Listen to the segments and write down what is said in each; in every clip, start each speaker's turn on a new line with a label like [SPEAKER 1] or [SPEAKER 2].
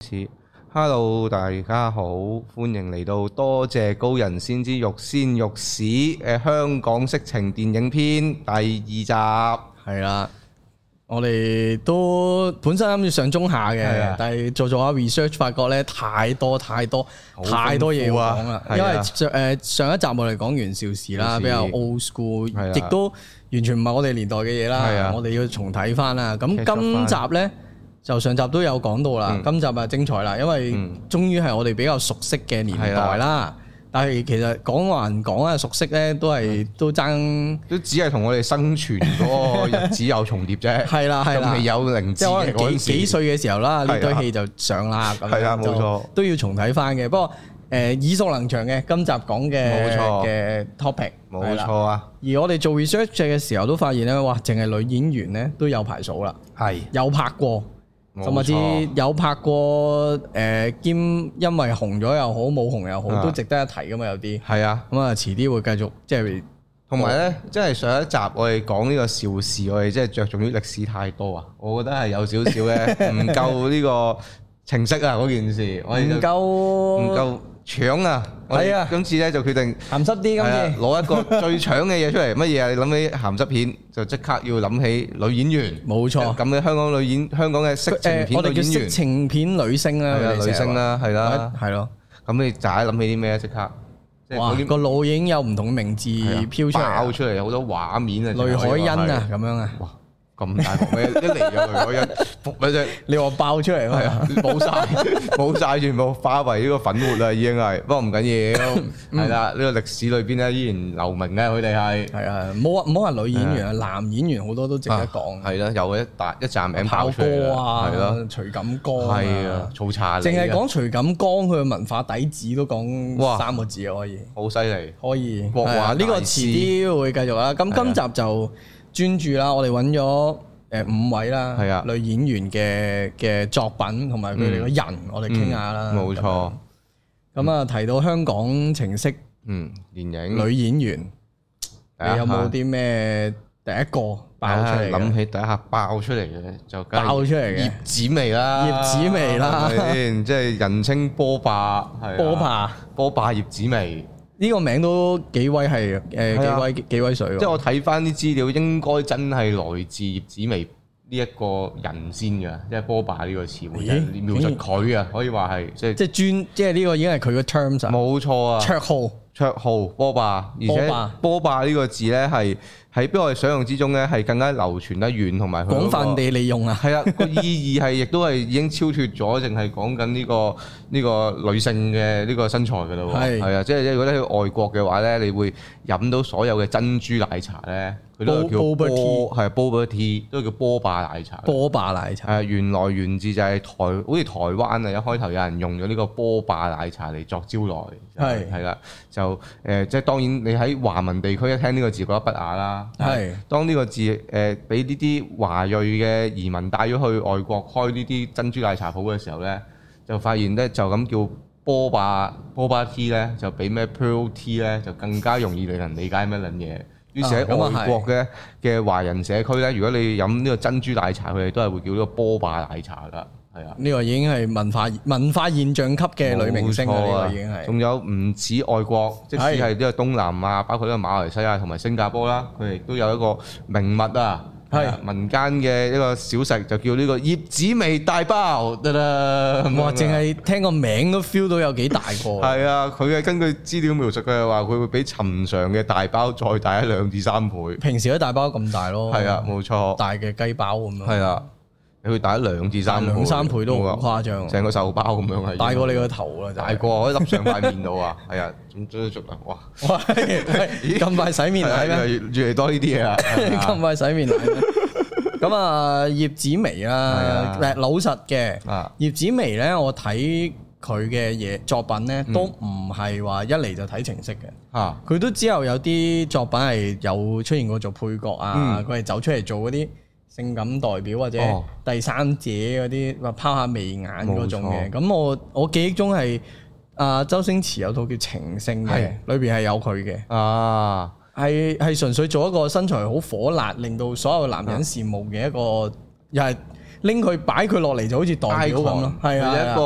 [SPEAKER 1] 始。Hello，大家好，歡迎嚟到多謝高人先知欲先欲史嘅香港色情電影篇第二集，係
[SPEAKER 2] 系啦，我哋都本身諗住上中下
[SPEAKER 1] 係啊
[SPEAKER 2] 嘅，但係做做下 research 發覺咧太多太多
[SPEAKER 1] 好豐富啊
[SPEAKER 2] 太多嘢要講啦。
[SPEAKER 1] 係啊
[SPEAKER 2] 因為上誒上一集我哋講袁紹事
[SPEAKER 1] 邵
[SPEAKER 2] 啦，
[SPEAKER 1] 氏
[SPEAKER 2] 比較 old school，
[SPEAKER 1] 係啊
[SPEAKER 2] 亦都完全唔係我哋年代嘅嘢
[SPEAKER 1] 係啊
[SPEAKER 2] 啦。我哋要重睇翻啦。咁
[SPEAKER 1] catch up
[SPEAKER 2] 今集咧。就上集都有講到啦
[SPEAKER 1] 嗯，
[SPEAKER 2] 今集啊精彩啦，因為
[SPEAKER 1] 嗯
[SPEAKER 2] 終於係我哋比較熟悉嘅年代
[SPEAKER 1] 係啊
[SPEAKER 2] 啦。但係其實講還講啊，熟悉咧都
[SPEAKER 1] 嗯
[SPEAKER 2] 係都爭
[SPEAKER 1] 都只係同我哋生存嗰個日子有重疊 啫，
[SPEAKER 2] 係啦係
[SPEAKER 1] 仲
[SPEAKER 2] 啦
[SPEAKER 1] 未。有靈
[SPEAKER 2] 即
[SPEAKER 1] 智
[SPEAKER 2] 係
[SPEAKER 1] 嘅
[SPEAKER 2] 可能
[SPEAKER 1] 嗰
[SPEAKER 2] 幾
[SPEAKER 1] 陣時
[SPEAKER 2] 幾歲嘅時候啦，
[SPEAKER 1] 係啊
[SPEAKER 2] 呢堆戲就上啦，咁樣
[SPEAKER 1] 係啊冇
[SPEAKER 2] 就
[SPEAKER 1] 錯
[SPEAKER 2] 都要重睇翻嘅。不過誒耳熟能詳嘅，今集講
[SPEAKER 1] 冇
[SPEAKER 2] 嘅
[SPEAKER 1] 錯
[SPEAKER 2] 嘅 topic 係
[SPEAKER 1] 冇
[SPEAKER 2] 啦
[SPEAKER 1] 錯啊，
[SPEAKER 2] 而我哋做 research 嘅時候都發現咧，哇，淨係女演員咧都有排數啦，
[SPEAKER 1] 係
[SPEAKER 2] 有拍過，
[SPEAKER 1] 冇
[SPEAKER 2] 甚至
[SPEAKER 1] 錯，
[SPEAKER 2] 有拍過誒、兼因為紅咗又好，冇紅又
[SPEAKER 1] 啊
[SPEAKER 2] 好，都值得一提噶嘛，有啲
[SPEAKER 1] 係啊。
[SPEAKER 2] 咁啊，遲啲會繼續即係
[SPEAKER 1] 同埋咧，即係上一集我哋講呢個邵氏，我哋即係着重於歷史太多啊，我覺得係有少少咧唔夠呢個情色啊嗰件事，我哋就
[SPEAKER 2] 唔夠
[SPEAKER 1] 唔
[SPEAKER 2] 唔
[SPEAKER 1] 夠搶啊！我
[SPEAKER 2] 係
[SPEAKER 1] 哋
[SPEAKER 2] 啊
[SPEAKER 1] 今次咧就決定
[SPEAKER 2] 鹹濕啲今
[SPEAKER 1] 係啊
[SPEAKER 2] 次。
[SPEAKER 1] 攞一個最搶嘅嘢出嚟，乜嘢啊？你諗起鹹濕片就即刻要諗起女演員，
[SPEAKER 2] 冇錯
[SPEAKER 1] 咁嘅香港女演香港嘅色情
[SPEAKER 2] 誒，
[SPEAKER 1] 片
[SPEAKER 2] 我哋
[SPEAKER 1] 女
[SPEAKER 2] 叫
[SPEAKER 1] 演
[SPEAKER 2] 色
[SPEAKER 1] 員
[SPEAKER 2] 情片女星啦，
[SPEAKER 1] 係啊
[SPEAKER 2] 佢哋成日
[SPEAKER 1] 女星啦，係啦
[SPEAKER 2] 話，，係咯。
[SPEAKER 1] 咁你就係諗起啲咩啊？即刻即係
[SPEAKER 2] 哇
[SPEAKER 1] 嗰！啲
[SPEAKER 2] 個腦已經有唔同嘅名字
[SPEAKER 1] 係啊
[SPEAKER 2] 飄出
[SPEAKER 1] 爆
[SPEAKER 2] 嚟，
[SPEAKER 1] 出嚟，好多畫面啊！
[SPEAKER 2] 雷
[SPEAKER 1] 真
[SPEAKER 2] 海
[SPEAKER 1] 係可以話
[SPEAKER 2] 欣
[SPEAKER 1] 係
[SPEAKER 2] 啊咁樣啊，
[SPEAKER 1] 哇！咁大鑊咩？一嚟就雷海欣，服咪啫，
[SPEAKER 2] 你話爆出
[SPEAKER 1] 係
[SPEAKER 2] 嚟咩？
[SPEAKER 1] 啊，冇晒， 冇晒，全部化為呢個粉末啦，已經 係。不過唔緊要，
[SPEAKER 2] 嗯
[SPEAKER 1] 係啦，呢個歷史裏邊咧依然留名咧，佢哋係
[SPEAKER 2] 係啊，冇話冇話女演員啊，男演員好多都值得講，啊
[SPEAKER 1] 係啦，有一大一站啊名爆
[SPEAKER 2] 炮
[SPEAKER 1] 出嚟
[SPEAKER 2] 哥
[SPEAKER 1] 啦，
[SPEAKER 2] 啊
[SPEAKER 1] 係咯，，
[SPEAKER 2] 徐錦江
[SPEAKER 1] 係啊，，草茶嚟嘅
[SPEAKER 2] 淨係講徐錦江佢嘅文化底子都講
[SPEAKER 1] 哇
[SPEAKER 2] 三個字啊可以。
[SPEAKER 1] 好犀利，
[SPEAKER 2] 可以，
[SPEAKER 1] 國畫
[SPEAKER 2] 係啊呢個
[SPEAKER 1] 大
[SPEAKER 2] 遲
[SPEAKER 1] 師
[SPEAKER 2] 啲會繼續啦。咁
[SPEAKER 1] 係啊
[SPEAKER 2] 今集就專注啦，我哋揾咗誒五位
[SPEAKER 1] 係啊
[SPEAKER 2] 啦，女演員嘅嘅作品同埋佢哋個人，我哋傾下啦。
[SPEAKER 1] 嗯冇錯。
[SPEAKER 2] 咁啊，提到香港情色
[SPEAKER 1] 嗯，電影
[SPEAKER 2] 女演員，
[SPEAKER 1] 第一下
[SPEAKER 2] 你有冇啲咩第一個爆出嚟
[SPEAKER 1] 啊諗
[SPEAKER 2] 嘅？
[SPEAKER 1] 起第一下爆出嚟嘅就梗係
[SPEAKER 2] 爆出嚟嘅
[SPEAKER 1] 葉子楣啦，
[SPEAKER 2] 葉子楣
[SPEAKER 1] 係
[SPEAKER 2] 啦
[SPEAKER 1] 咪先即係人稱波霸，係啊
[SPEAKER 2] 波霸
[SPEAKER 1] 波霸葉子楣。
[SPEAKER 2] 呢個名都幾威係
[SPEAKER 1] 係
[SPEAKER 2] 誒
[SPEAKER 1] 啊
[SPEAKER 2] 幾威幾威水喎。
[SPEAKER 1] 即係我睇翻啲資料，應該真係來自葉子楣呢一個人先㗎，即係波霸呢個詞彙，
[SPEAKER 2] 咦
[SPEAKER 1] 即係描述佢啊，可以話係即係
[SPEAKER 2] 即係專，即係呢個已經係佢個 terms 啊，
[SPEAKER 1] 冇錯啊。
[SPEAKER 2] 綽號。
[SPEAKER 1] 绰號波霸，而
[SPEAKER 2] 波
[SPEAKER 1] 且
[SPEAKER 2] 霸
[SPEAKER 1] 波霸呢個字咧係喺邊我哋想象之中咧係更加流傳得遠，同埋佢嗰個
[SPEAKER 2] 廣泛地利用啊！
[SPEAKER 1] 係啦，個意義係亦都係已經超脱咗，淨係講緊呢個呢、個女性嘅呢個身材㗎咯喎。
[SPEAKER 2] 係
[SPEAKER 1] 係啊，即係如果你去外國嘅話咧，你會飲到所有嘅珍珠奶茶咧，佢都係叫
[SPEAKER 2] Bo-
[SPEAKER 1] 波
[SPEAKER 2] Boba tea
[SPEAKER 1] 係 Boba tea，都係叫波霸奶茶。
[SPEAKER 2] 波霸奶茶
[SPEAKER 1] 係啊原來源自就係台，好似台灣啊，一開頭有人用咗呢個波霸奶茶嚟作招來，就
[SPEAKER 2] 係
[SPEAKER 1] 係啦，就誒、即係當然你喺華文地區一聽呢個字覺得不雅啦，
[SPEAKER 2] 係
[SPEAKER 1] 當呢個字誒俾呢啲華裔嘅移民帶咗去外國開呢啲珍珠奶茶鋪嘅時候咧，就發現咧就咁叫波霸波霸 tea 咧，就比咩 pearl tea 咧就更加容易令人理解係乜撚嘢。於是喺
[SPEAKER 2] 啊咁啊
[SPEAKER 1] 外國嘅嘅華人社區咧，如果你飲呢個珍珠奶茶，佢哋都係會叫呢個波霸奶茶噶，係啊。
[SPEAKER 2] 呢個已經係文化文化現象級嘅女明星啦，
[SPEAKER 1] 冇錯
[SPEAKER 2] 呢
[SPEAKER 1] 啊
[SPEAKER 2] 個已經係
[SPEAKER 1] 仲有唔止外國，即使係呢個東南亞，包括呢個馬來西亞同埋新加坡啦，佢哋都有一個名物啊，
[SPEAKER 2] 係
[SPEAKER 1] 啊民間嘅一個小食，就叫呢個葉子味大包，得啦。啊
[SPEAKER 2] 哇！淨係聽個名都 feel 到有幾大個，
[SPEAKER 1] 係啊，佢嘅根據資料描述，佢係話佢會比尋常嘅大包再大一兩至三倍。
[SPEAKER 2] 平時都大包咁大咯，
[SPEAKER 1] 係啊，，冇錯。
[SPEAKER 2] 大嘅雞包咁樣，
[SPEAKER 1] 係啊，你會大一兩至三倍，
[SPEAKER 2] 兩三倍都
[SPEAKER 1] 冇啊
[SPEAKER 2] 好誇張，
[SPEAKER 1] 成個手包咁樣係。
[SPEAKER 2] 大過你個頭啊啦，就係
[SPEAKER 1] 大過我一粒上塊面度啊！係啊，咁追逐啊，哇！
[SPEAKER 2] 哇係咁快洗面奶 咩？
[SPEAKER 1] 係啊越越嚟多呢啲嘢啊！係啊
[SPEAKER 2] 咁快洗面奶 咩？咁啊，葉子楣
[SPEAKER 1] 係
[SPEAKER 2] 啦
[SPEAKER 1] 啊，
[SPEAKER 2] 誒老實嘅，
[SPEAKER 1] 啊，
[SPEAKER 2] 葉子楣咧，我睇佢嘅嘢作品
[SPEAKER 1] 嗯
[SPEAKER 2] 咧，都唔係話一嚟就睇情色嘅。
[SPEAKER 1] 嚇
[SPEAKER 2] 佢都之後有啲作品係有出現過做配角啊，
[SPEAKER 1] 嗯
[SPEAKER 2] 佢係、走出嚟做嗰啲性感代表或者
[SPEAKER 1] 哦
[SPEAKER 2] 第三者嗰啲，話拋下眉眼嗰種
[SPEAKER 1] 冇錯
[SPEAKER 2] 嘅。咁我我記憶中係啊周星馳有套叫《情聖》嘅
[SPEAKER 1] 係，
[SPEAKER 2] 裏邊係有佢嘅，
[SPEAKER 1] 啊，
[SPEAKER 2] 係
[SPEAKER 1] 啊
[SPEAKER 2] 係純粹做一個身材好火辣，令到所有男人羨慕嘅一個，又係拎佢擺佢落嚟就好似代表咁咯
[SPEAKER 1] icon，，
[SPEAKER 2] 係啊，係啊
[SPEAKER 1] 係一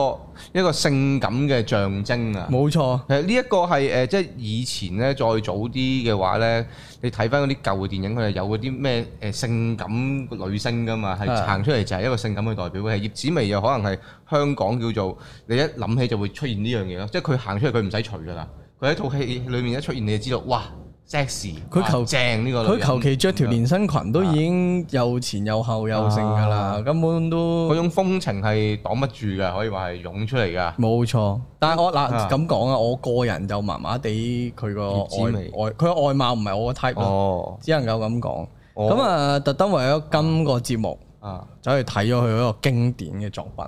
[SPEAKER 1] 個一個性感嘅象徵啊。
[SPEAKER 2] 冇錯，
[SPEAKER 1] 誒呢一個係誒、呃即係以前咧，再早啲嘅話咧，你睇翻嗰啲舊嘅電影，佢係有嗰啲咩誒性感女星噶嘛，係
[SPEAKER 2] 係
[SPEAKER 1] 行出嚟就係一個性感嘅代表。係葉子楣又可能係香港叫做你一諗起就會出現呢樣嘢咯，即係佢行出嚟佢唔使除噶啦，佢喺套戲裡面一出現你就知道，哇 sexy，
[SPEAKER 2] 佢
[SPEAKER 1] 哇
[SPEAKER 2] 求
[SPEAKER 1] 正呢個女
[SPEAKER 2] 佢
[SPEAKER 1] 人
[SPEAKER 2] 求其着條連身裙都已經又前又後又剩㗎啦
[SPEAKER 1] 啊，
[SPEAKER 2] 根本
[SPEAKER 1] 嗰
[SPEAKER 2] 都
[SPEAKER 1] 種風情係擋不住㗎，可以話係湧出嚟㗎。
[SPEAKER 2] 冇錯。但係我嗱
[SPEAKER 1] 啊
[SPEAKER 2] 咁講啊，我個人就麻麻地佢個
[SPEAKER 1] 葉子
[SPEAKER 2] 外
[SPEAKER 1] 楣
[SPEAKER 2] 外佢個外貌唔係我個 type 咯，
[SPEAKER 1] 哦，
[SPEAKER 2] 只能夠咁講。
[SPEAKER 1] 哦
[SPEAKER 2] 咁啊，特登為咗今個節目
[SPEAKER 1] 啊，
[SPEAKER 2] 走去睇咗佢嗰個經典嘅作品，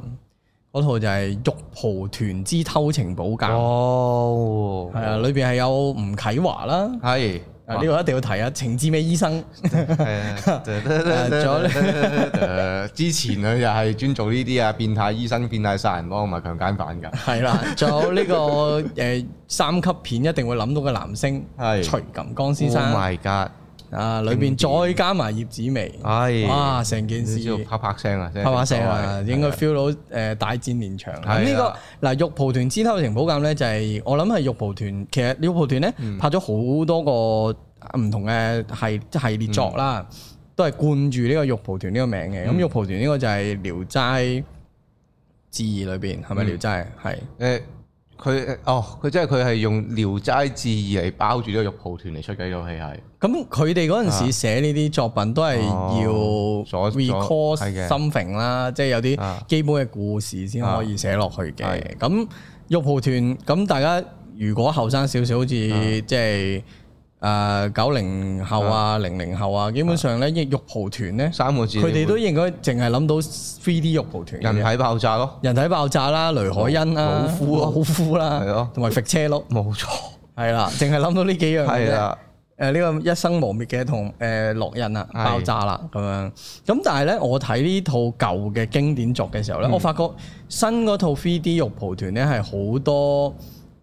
[SPEAKER 2] 嗰套就係《玉蒲團之偷情寶鑑》。
[SPEAKER 1] 哦，
[SPEAKER 2] 係啊，裏邊係有吳啟華啦，
[SPEAKER 1] 係。
[SPEAKER 2] 啊呢個一定要提啊，程志美醫生。 啊
[SPEAKER 1] 誒，之前佢又係專做呢啲啊，變態醫生、變態殺人魔同啊埋強姦犯㗎。
[SPEAKER 2] 係啦，仲 有呢、個誒、三級片一定會諗到嘅男星
[SPEAKER 1] 係
[SPEAKER 2] 徐錦江先生
[SPEAKER 1] Oh my god！
[SPEAKER 2] 啊，裏邊
[SPEAKER 1] 經典啊
[SPEAKER 2] 再加埋葉子楣，
[SPEAKER 1] 唉，
[SPEAKER 2] 哇！成件
[SPEAKER 1] 知道
[SPEAKER 2] 事
[SPEAKER 1] 啪啪聲啊，真係
[SPEAKER 2] 啪啪聲啊，
[SPEAKER 1] 所謂
[SPEAKER 2] 應該 feel 到誒、呃大戰連場啦。
[SPEAKER 1] 係啊
[SPEAKER 2] 咁呢、個嗱《玉蒲團之偷情寶鑑》咧，就係、我諗係玉蒲團，其實玉蒲團咧、
[SPEAKER 1] 嗯
[SPEAKER 2] 拍咗好多個唔同嘅系系列作
[SPEAKER 1] 嗯
[SPEAKER 2] 啦，都係冠住呢個玉蒲團呢個名嘅。咁、玉蒲團呢個就係《聊齋志異》裏邊，係咪
[SPEAKER 1] 嗯
[SPEAKER 2] 《聊齋》係。
[SPEAKER 1] 誒，佢哦，佢即係佢係用《聊齋志異》嚟包住呢個肉蒲團嚟出嘅呢套戲係。
[SPEAKER 2] 咁佢哋嗰陣時寫呢啲作品都係
[SPEAKER 1] 啊哦
[SPEAKER 2] 要
[SPEAKER 1] 所
[SPEAKER 2] recall
[SPEAKER 1] 所係嘅
[SPEAKER 2] something 啦，即係有啲
[SPEAKER 1] 啊
[SPEAKER 2] 基本嘅故事先可以寫落去嘅。
[SPEAKER 1] 係
[SPEAKER 2] 咁玉蒲團咁大家如果後生少少，好似
[SPEAKER 1] 啊
[SPEAKER 2] 即係誒九零後啊、零零後啊，基本上咧玉蒲團咧，
[SPEAKER 1] 三個字你
[SPEAKER 2] 佢
[SPEAKER 1] 會，
[SPEAKER 2] 哋都應該淨係諗到 three D 玉蒲團嘅啫
[SPEAKER 1] 人體爆炸咯，
[SPEAKER 2] 人體爆炸啦、雷海恩啦、
[SPEAKER 1] 老夫咯
[SPEAKER 2] 老夫啦
[SPEAKER 1] 係咯，
[SPEAKER 2] 同埋揈車轆，
[SPEAKER 1] 冇錯，
[SPEAKER 2] 係啦，淨係諗到呢幾樣嘅
[SPEAKER 1] 係啊
[SPEAKER 2] 啫。
[SPEAKER 1] 啦，
[SPEAKER 2] 誒呃呢個一生磨滅嘅同誒烙印啦，
[SPEAKER 1] 係
[SPEAKER 2] 爆炸啦咁樣。咁但係咧，我睇呢套舊嘅經典作嘅時
[SPEAKER 1] 嗯
[SPEAKER 2] 候咧，我發覺新嗰套 3D 玉蒲團咧係好多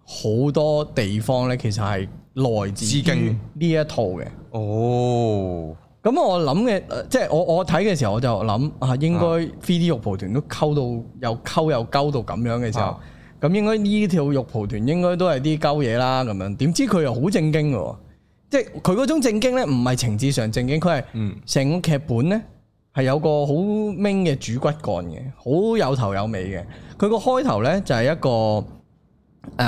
[SPEAKER 2] 好多地方咧，其實係來自
[SPEAKER 1] 致
[SPEAKER 2] 於
[SPEAKER 1] 敬
[SPEAKER 2] 呢一套嘅。
[SPEAKER 1] 哦，
[SPEAKER 2] 咁我諗嘅，呃即係我我睇嘅時候我就諗啊，應該 3D 玉蒲團都溝到又溝又溝到咁樣嘅時候
[SPEAKER 1] 啊，
[SPEAKER 2] 咁、應該呢條玉蒲團應該都係啲鳩嘢啦咁樣。點知佢又好正經嘅喎，即係佢嗰種正經咧，唔係情志上正經，佢係
[SPEAKER 1] 嗯，
[SPEAKER 2] 成個劇本咧係有個好明嘅主骨幹嘅，好有頭有尾嘅。佢個開頭咧就係、一個誒嗰、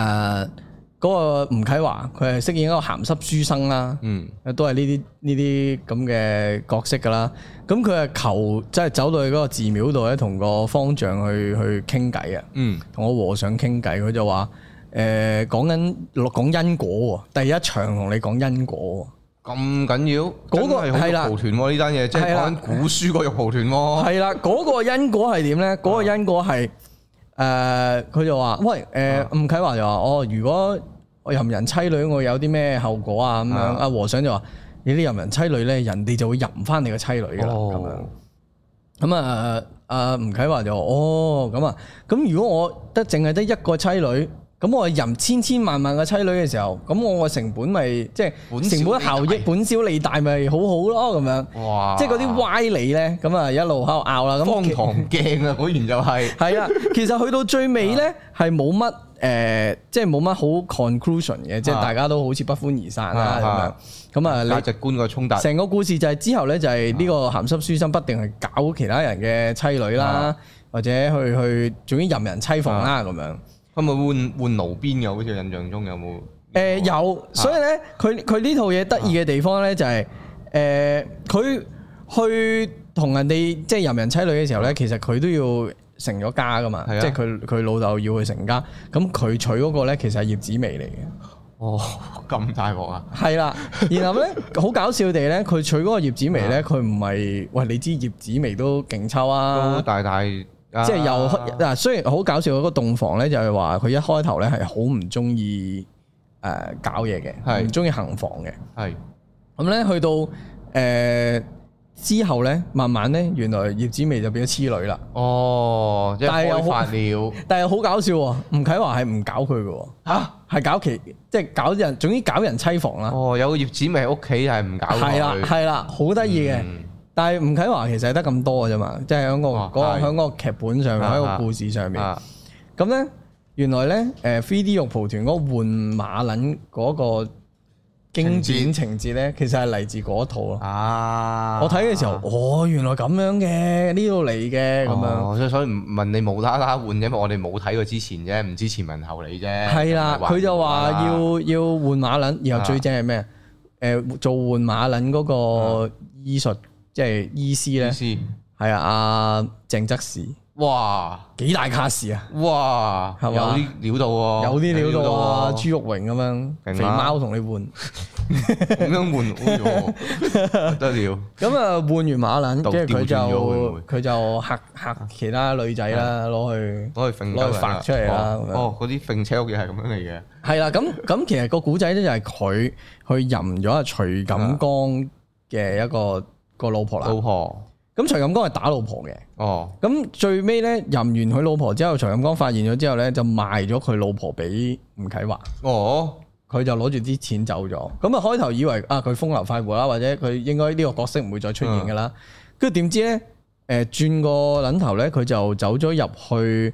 [SPEAKER 2] 個吳啟華，佢係飾演一個鹹濕書生啦。
[SPEAKER 1] 嗯，
[SPEAKER 2] 都係呢啲呢啲咁嘅角色㗎啦。咁佢係求即係走到去嗰個寺廟度咧，同個方丈去去傾偈啊，
[SPEAKER 1] 嗯，
[SPEAKER 2] 同個和尚傾偈，佢就話誒講緊講因果喎，第一場同你講因果
[SPEAKER 1] 咁緊要，
[SPEAKER 2] 嗰個
[SPEAKER 1] 真係好
[SPEAKER 2] 係啦
[SPEAKER 1] 肉蒲團喎呢單嘢，即係
[SPEAKER 2] 係啦
[SPEAKER 1] 講緊古書個肉蒲團
[SPEAKER 2] 喎。
[SPEAKER 1] 喎。
[SPEAKER 2] 哦係啦，嗰個因果係點咧？嗰個因果係誒佢就話喂誒
[SPEAKER 1] 啊
[SPEAKER 2] 吳啟華就話哦，如果我淫人妻女，我有啲咩後果啊咁樣？
[SPEAKER 1] 啊
[SPEAKER 2] 阿和尚就話你啲淫人妻女咧，人哋就會淫翻你個妻女㗎啦咁樣。咁啊，阿吳啟華就話哦，咁啊，咁如果我得淨係得一個妻女，咁我淫千千萬萬個妻女嘅時候，咁我個成本咪即係
[SPEAKER 1] 本
[SPEAKER 2] 成本
[SPEAKER 1] 小
[SPEAKER 2] 效益
[SPEAKER 1] 利大
[SPEAKER 2] 本小利大咪好好咯，咁樣，
[SPEAKER 1] 哇！
[SPEAKER 2] 即係嗰啲歪理咧，咁啊一路喺度拗啦，咁
[SPEAKER 1] 荒
[SPEAKER 2] 其
[SPEAKER 1] 唐鏡啊，果然就係
[SPEAKER 2] 係啊，其實去到最尾
[SPEAKER 1] 啊
[SPEAKER 2] 咧係冇乜誒，即係冇乜好 conclusion 嘅，即係
[SPEAKER 1] 啊
[SPEAKER 2] 大家都好似不歡而散啦
[SPEAKER 1] 啊啊
[SPEAKER 2] 咁樣，咁啊你
[SPEAKER 1] 價。值觀個衝突。
[SPEAKER 2] 成個故事就係之後咧，就係呢個鹹濕書生不定係搞其他人嘅妻女啦
[SPEAKER 1] 啊，
[SPEAKER 2] 或者去去總之任人妻房啦咁樣。
[SPEAKER 1] 佢咪啊換換奴邊嘅？好似印象中有冇？
[SPEAKER 2] 誒呃有，
[SPEAKER 1] 啊
[SPEAKER 2] 所以咧佢佢呢套嘢得意嘅地方咧就係誒佢去同人哋即係任人妻女嘅時候咧，其實佢都要成咗家噶嘛，
[SPEAKER 1] 係啊
[SPEAKER 2] 即係佢佢老豆要佢成家，咁佢娶嗰個咧其實係葉子楣嚟嘅。
[SPEAKER 1] 哦，咁大鑊啊！
[SPEAKER 2] 係啦，然後咧好搞笑地咧，佢娶嗰個葉子楣
[SPEAKER 1] 啊
[SPEAKER 2] 咧，佢唔係喂你知葉子楣都勁抽
[SPEAKER 1] 都
[SPEAKER 2] 啊，
[SPEAKER 1] 大大，即
[SPEAKER 2] 即
[SPEAKER 1] 係
[SPEAKER 2] 係又嗱雖然好搞笑嗰個洞房咧，就係話佢一開頭咧係好唔中意誒搞嘢嘅，
[SPEAKER 1] 係
[SPEAKER 2] 唔中意行房嘅。
[SPEAKER 1] 係
[SPEAKER 2] 咁咧去到誒、呃之後咧，慢慢咧原來葉子楣就變咗痴女啦，
[SPEAKER 1] 哦，即
[SPEAKER 2] 但係
[SPEAKER 1] 係
[SPEAKER 2] 又好
[SPEAKER 1] 開發了
[SPEAKER 2] 但係好搞笑喎，吳啟華係唔搞佢嘅喎，
[SPEAKER 1] 嚇。
[SPEAKER 2] 係搞其即係搞人，總之搞人妻房啦，
[SPEAKER 1] 哦，有個葉子咪喺屋企係唔搞
[SPEAKER 2] 係啦
[SPEAKER 1] 佢，
[SPEAKER 2] 係啦，好得意嘅。
[SPEAKER 1] 嗯
[SPEAKER 2] 但但係吳啟華其實係得咁多嘅啫嘛，即係喺個
[SPEAKER 1] 哦
[SPEAKER 2] 嗰個
[SPEAKER 1] 係
[SPEAKER 2] 喺嗰個劇本上面，
[SPEAKER 1] 啊
[SPEAKER 2] 喺
[SPEAKER 1] 啊
[SPEAKER 2] 個故事上面。
[SPEAKER 1] 啊，
[SPEAKER 2] 咁咧，原來呃咧，誒 3D 肉蒲團嗰個換馬撚嗰個經典情節咧，其實係嚟自嗰套咯。
[SPEAKER 1] 啊
[SPEAKER 2] 我睇嘅時候，哦，原來咁樣嘅，呢度嚟嘅咁樣，
[SPEAKER 1] 哦，所以所以唔問你無啦啦換，因為我哋冇睇過之前啫，唔知前文後理啫。
[SPEAKER 2] 係啦，
[SPEAKER 1] 唔係
[SPEAKER 2] 佢就話
[SPEAKER 1] 無啦啦
[SPEAKER 2] 要要換馬撚，
[SPEAKER 1] 啊
[SPEAKER 2] 然後最正係咩？誒做換馬撚嗰
[SPEAKER 1] 啊
[SPEAKER 2] 個醫術，即係醫師
[SPEAKER 1] 意
[SPEAKER 2] 咧，
[SPEAKER 1] 思，
[SPEAKER 2] 係啊，阿鄭則仕
[SPEAKER 1] 哇
[SPEAKER 2] 幾大卡士啊！
[SPEAKER 1] 哇，有
[SPEAKER 2] 係嘛
[SPEAKER 1] 啲料哦到喎，
[SPEAKER 2] 有啲料到啊，
[SPEAKER 1] 喎
[SPEAKER 2] 朱玉榮咁樣，
[SPEAKER 1] 勁啊
[SPEAKER 2] 肥貓同 你換，
[SPEAKER 1] 咁樣換， 哎呦不得了，
[SPEAKER 2] 咁啊換完馬撚，
[SPEAKER 1] 倒
[SPEAKER 2] 跟住佢就
[SPEAKER 1] 調轉咗會唔啊會
[SPEAKER 2] 佢就嚇嚇其他女仔啦，攞去
[SPEAKER 1] 攞去揈鳩
[SPEAKER 2] 攞去
[SPEAKER 1] 人
[SPEAKER 2] 發
[SPEAKER 1] 啊
[SPEAKER 2] 出嚟啦
[SPEAKER 1] 哦
[SPEAKER 2] 咁樣
[SPEAKER 1] 哦，嗰啲揈車屋嘢係咁樣嚟嘅，
[SPEAKER 2] 係啦。咁咁其實個古仔咧就係佢去淫咗阿徐錦江嘅一個個老婆啦。
[SPEAKER 1] 老婆，
[SPEAKER 2] 咁徐錦江係打老婆嘅。
[SPEAKER 1] 哦，
[SPEAKER 2] 咁最尾咧淫完佢老婆之後，徐錦江發現咗之後咧，就賣咗佢老婆俾吳啟華。
[SPEAKER 1] 哦，
[SPEAKER 2] 佢就攞住啲錢走咗。咁啊，開頭以為啊佢風流快活啦，或者佢應該呢個角色唔會再出現㗎啦。跟住點知咧，誒、轉個撚頭咧，佢就走咗入去誒、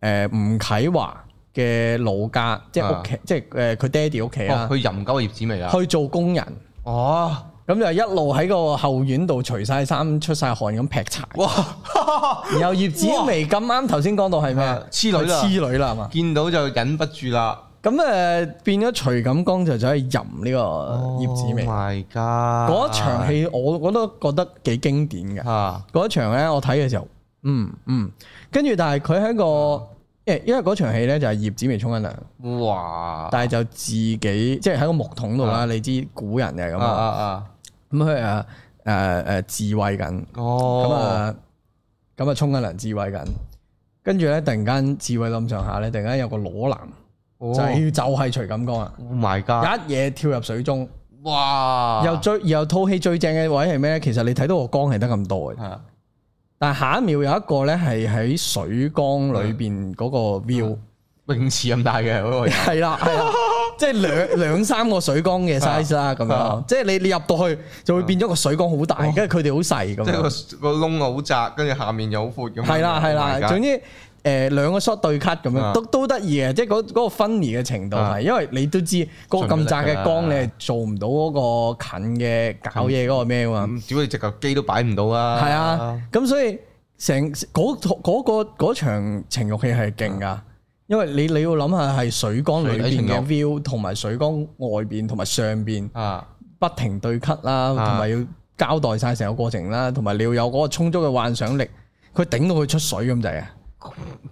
[SPEAKER 2] 吳啟華嘅老家，即係屋企，即係誒佢爹哋屋企
[SPEAKER 1] 哦
[SPEAKER 2] 啦，
[SPEAKER 1] 佢淫鳩葉子未啊？
[SPEAKER 2] 去做工人。
[SPEAKER 1] 哦，
[SPEAKER 2] 咁就一路喺個後院度除晒衫、出晒汗咁劈柴。
[SPEAKER 1] 哇，
[SPEAKER 2] 然後葉子薇咁啱頭先講到係 咩啊？
[SPEAKER 1] 痴女啦
[SPEAKER 2] 痴女啦係嘛？
[SPEAKER 1] 見到就忍不住啦，
[SPEAKER 2] 咁誒變咗徐錦江就走去淫呢個葉子薇。
[SPEAKER 1] Oh，My God，
[SPEAKER 2] 嗰一場戲我我都覺得幾經典嘅。
[SPEAKER 1] 啊，
[SPEAKER 2] 嗰一場咧，我睇嘅時候，嗯嗯，跟住但係佢喺個，因為因為嗰場戲咧就係葉子薇沖緊涼，
[SPEAKER 1] 哇，
[SPEAKER 2] 但係就自己即係喺個木桶度啦。
[SPEAKER 1] 啊
[SPEAKER 2] 你知古人嘅咁
[SPEAKER 1] 啊啊
[SPEAKER 2] 啊，
[SPEAKER 1] 啊，
[SPEAKER 2] 咁佢啊誒誒自慰緊，
[SPEAKER 1] ờ.
[SPEAKER 2] 咁
[SPEAKER 1] 哦，
[SPEAKER 2] 啊咁啊沖緊涼自慰緊，跟住咧突然間自慰到咁上下咧，突然間有個裸男
[SPEAKER 1] 哦
[SPEAKER 2] 就係就係徐錦江啊，
[SPEAKER 1] ，Oh my god，
[SPEAKER 2] 一嘢跳入水中，
[SPEAKER 1] 哇，
[SPEAKER 2] 又最又套戲最正嘅位係咩咧？其實你睇到個光係得咁多嘅。
[SPEAKER 1] 係啊
[SPEAKER 2] 但下一秒有一個咧係喺水缸裏
[SPEAKER 1] 啊
[SPEAKER 2] 邊嗰個 view，
[SPEAKER 1] 泳池咁大嘅嗰 個人，
[SPEAKER 2] 係啦係啦，即係兩兩三個水缸嘅 size 啦咁
[SPEAKER 1] 啊哦
[SPEAKER 2] 樣，即係你你入到去就會變咗個水缸好大，跟住佢哋好細咁
[SPEAKER 1] 即係
[SPEAKER 2] 樣，
[SPEAKER 1] 個個窿好窄，跟住下面又好闊咁樣。
[SPEAKER 2] 係啦係
[SPEAKER 1] Oh my
[SPEAKER 2] 啦，
[SPEAKER 1] god
[SPEAKER 2] 總之。誒兩個 shot 對 cut 咁
[SPEAKER 1] 啊
[SPEAKER 2] 樣都都得意嘅，即係嗰嗰個分離嘅程度
[SPEAKER 1] 啊
[SPEAKER 2] 係，因為你都知嗰個咁窄嘅
[SPEAKER 1] 盡
[SPEAKER 2] 缸，
[SPEAKER 1] 力
[SPEAKER 2] 你
[SPEAKER 1] 㗎啦
[SPEAKER 2] 係做唔到嗰個近嘅搞嘢嗰個咩啊嘛。
[SPEAKER 1] 咁屌你隻嚿機都擺唔到啊！
[SPEAKER 2] 係
[SPEAKER 1] à.
[SPEAKER 2] 啊，，咁所以成嗰套嗰個嗰場情慾戲係勁噶，因為你你要諗下係水缸裏
[SPEAKER 1] 啊水底
[SPEAKER 2] 邊
[SPEAKER 1] 情慾
[SPEAKER 2] 嘅 view 同埋水缸外邊同埋上邊
[SPEAKER 1] 啊
[SPEAKER 2] 不停對咳啦，同埋要交代晒成個過程啦，同埋你要有嗰個充足嘅幻想力，佢頂到佢出水咁滯啊！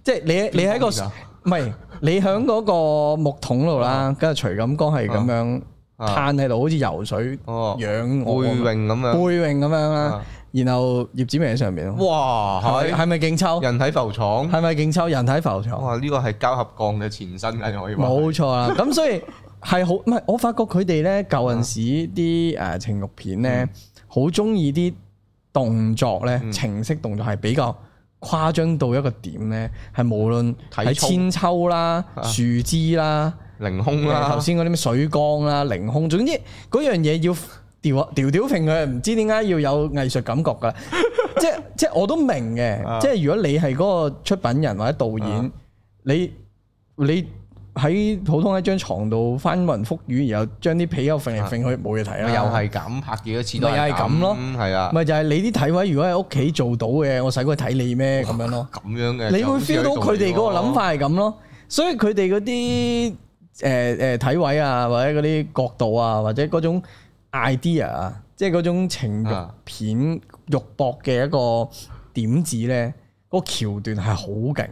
[SPEAKER 2] 即係你你喺個
[SPEAKER 1] 邊方面
[SPEAKER 2] 唔係你喺嗰個木桶度啦，跟住徐錦江係咁樣
[SPEAKER 1] 啊
[SPEAKER 2] 攤喺度，好似游水
[SPEAKER 1] 哦，
[SPEAKER 2] 仰
[SPEAKER 1] 背
[SPEAKER 2] 卧咁樣
[SPEAKER 1] 泳咁
[SPEAKER 2] 背
[SPEAKER 1] 樣，
[SPEAKER 2] 泳咁樣啦
[SPEAKER 1] 啊，
[SPEAKER 2] 然後葉子明喺上面咯。
[SPEAKER 1] 哇，
[SPEAKER 2] 係咪
[SPEAKER 1] 係
[SPEAKER 2] 係咪勁抽？
[SPEAKER 1] 人體浮廠，
[SPEAKER 2] 係咪勁抽？人體浮床，
[SPEAKER 1] 哇！呢個係膠合鋼嘅前身啊，可以話
[SPEAKER 2] 冇錯啦。咁所以係好唔係？我發覺佢哋咧舊
[SPEAKER 1] 嗯
[SPEAKER 2] 陣時啲誒情慾片咧，好中意啲動作咧，
[SPEAKER 1] 嗯
[SPEAKER 2] 情色動作係比較誇張到一個點咧，係無論
[SPEAKER 1] 體
[SPEAKER 2] 喺
[SPEAKER 1] 操
[SPEAKER 2] 千秋啦、
[SPEAKER 1] 啊
[SPEAKER 2] 樹枝啦、
[SPEAKER 1] 凌空
[SPEAKER 2] 誒
[SPEAKER 1] 啦
[SPEAKER 2] 頭，先嗰啲咩水缸啦、凌空，總之嗰樣嘢要 調啊調調揈佢，唔知點解要有藝術感覺㗎。即即我都明
[SPEAKER 1] 啊
[SPEAKER 2] 嘅，即係如果你係嗰個出品人或者導
[SPEAKER 1] 啊
[SPEAKER 2] 演，你你喺普通一張床度翻雲覆雨，然後將啲被又揈嚟揈去，冇嘢睇
[SPEAKER 1] 啊咪
[SPEAKER 2] 啦。
[SPEAKER 1] 又係咁拍幾多次都
[SPEAKER 2] 咪又係咁咯
[SPEAKER 1] 係啊，
[SPEAKER 2] 咪就係你啲體位，如果喺屋企做到嘅，我使鬼睇你咩咁樣咯？
[SPEAKER 1] 咁樣嘅，
[SPEAKER 2] 你會 feel 到佢哋嗰個諗
[SPEAKER 1] 法。
[SPEAKER 2] 法係咁咯，所以佢哋嗰啲誒誒體位啊，或者嗰啲角度啊，或者嗰種 idea 啊，即係嗰種情慾
[SPEAKER 1] 啊
[SPEAKER 2] 片肉搏嘅一個點子咧，嗰、個橋段係好勁，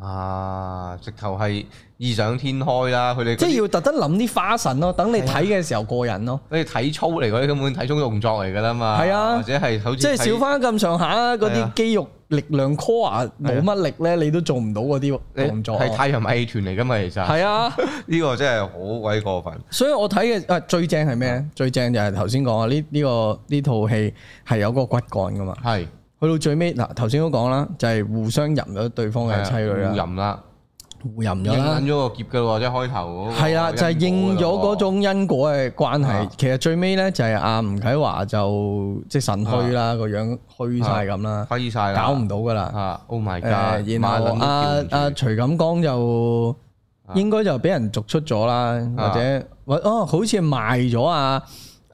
[SPEAKER 1] 啊！直頭係異想天開啦！佢哋嗰
[SPEAKER 2] 即
[SPEAKER 1] 啲啊
[SPEAKER 2] 係要特登諗啲花神咯，等你睇嘅時候過癮咯。
[SPEAKER 1] 嗰啲體操嚟嗰啲根本體操動作嚟㗎啦嘛，
[SPEAKER 2] 係啊
[SPEAKER 1] 或者係好似
[SPEAKER 2] 即係
[SPEAKER 1] 睇
[SPEAKER 2] 小花咁上下嗰
[SPEAKER 1] 係啊
[SPEAKER 2] 啲肌肉力量 core 啊冇乜力咧，你都做唔到嗰啲
[SPEAKER 1] 你
[SPEAKER 2] 動作。啊
[SPEAKER 1] 係啊太陽馬戲團嚟㗎嘛，其實
[SPEAKER 2] 係啊。
[SPEAKER 1] 呢個真係好鬼過分。
[SPEAKER 2] 所以我睇嘅啊最正係咩咧？最正就係頭先講啊，呢呢個呢套戲係有嗰個骨幹噶嘛。
[SPEAKER 1] 係啊
[SPEAKER 2] 去到最尾嗱，頭先都講啦，就係互相淫咗對方嘅妻女
[SPEAKER 1] 互
[SPEAKER 2] 啦。
[SPEAKER 1] 淫啦，
[SPEAKER 2] 互淫咗哦
[SPEAKER 1] 應
[SPEAKER 2] 啦
[SPEAKER 1] 撚。咗個劫嘅喎，即係開頭嗰個
[SPEAKER 2] 係啦，就係應咗嗰種因果嘅關係
[SPEAKER 1] 啊。
[SPEAKER 2] 其實最尾咧就係阿吳啟華就即係腎虛啦，個樣虛晒咁啊啦，
[SPEAKER 1] 揮晒啦，
[SPEAKER 2] 搞唔到噶啦。
[SPEAKER 1] 啊！Oh my
[SPEAKER 2] 誒
[SPEAKER 1] god！
[SPEAKER 2] 然後啊阿阿徐錦江就應該就俾人逐出咗啦，
[SPEAKER 1] 啊
[SPEAKER 2] 或者或哦，好似賣咗啊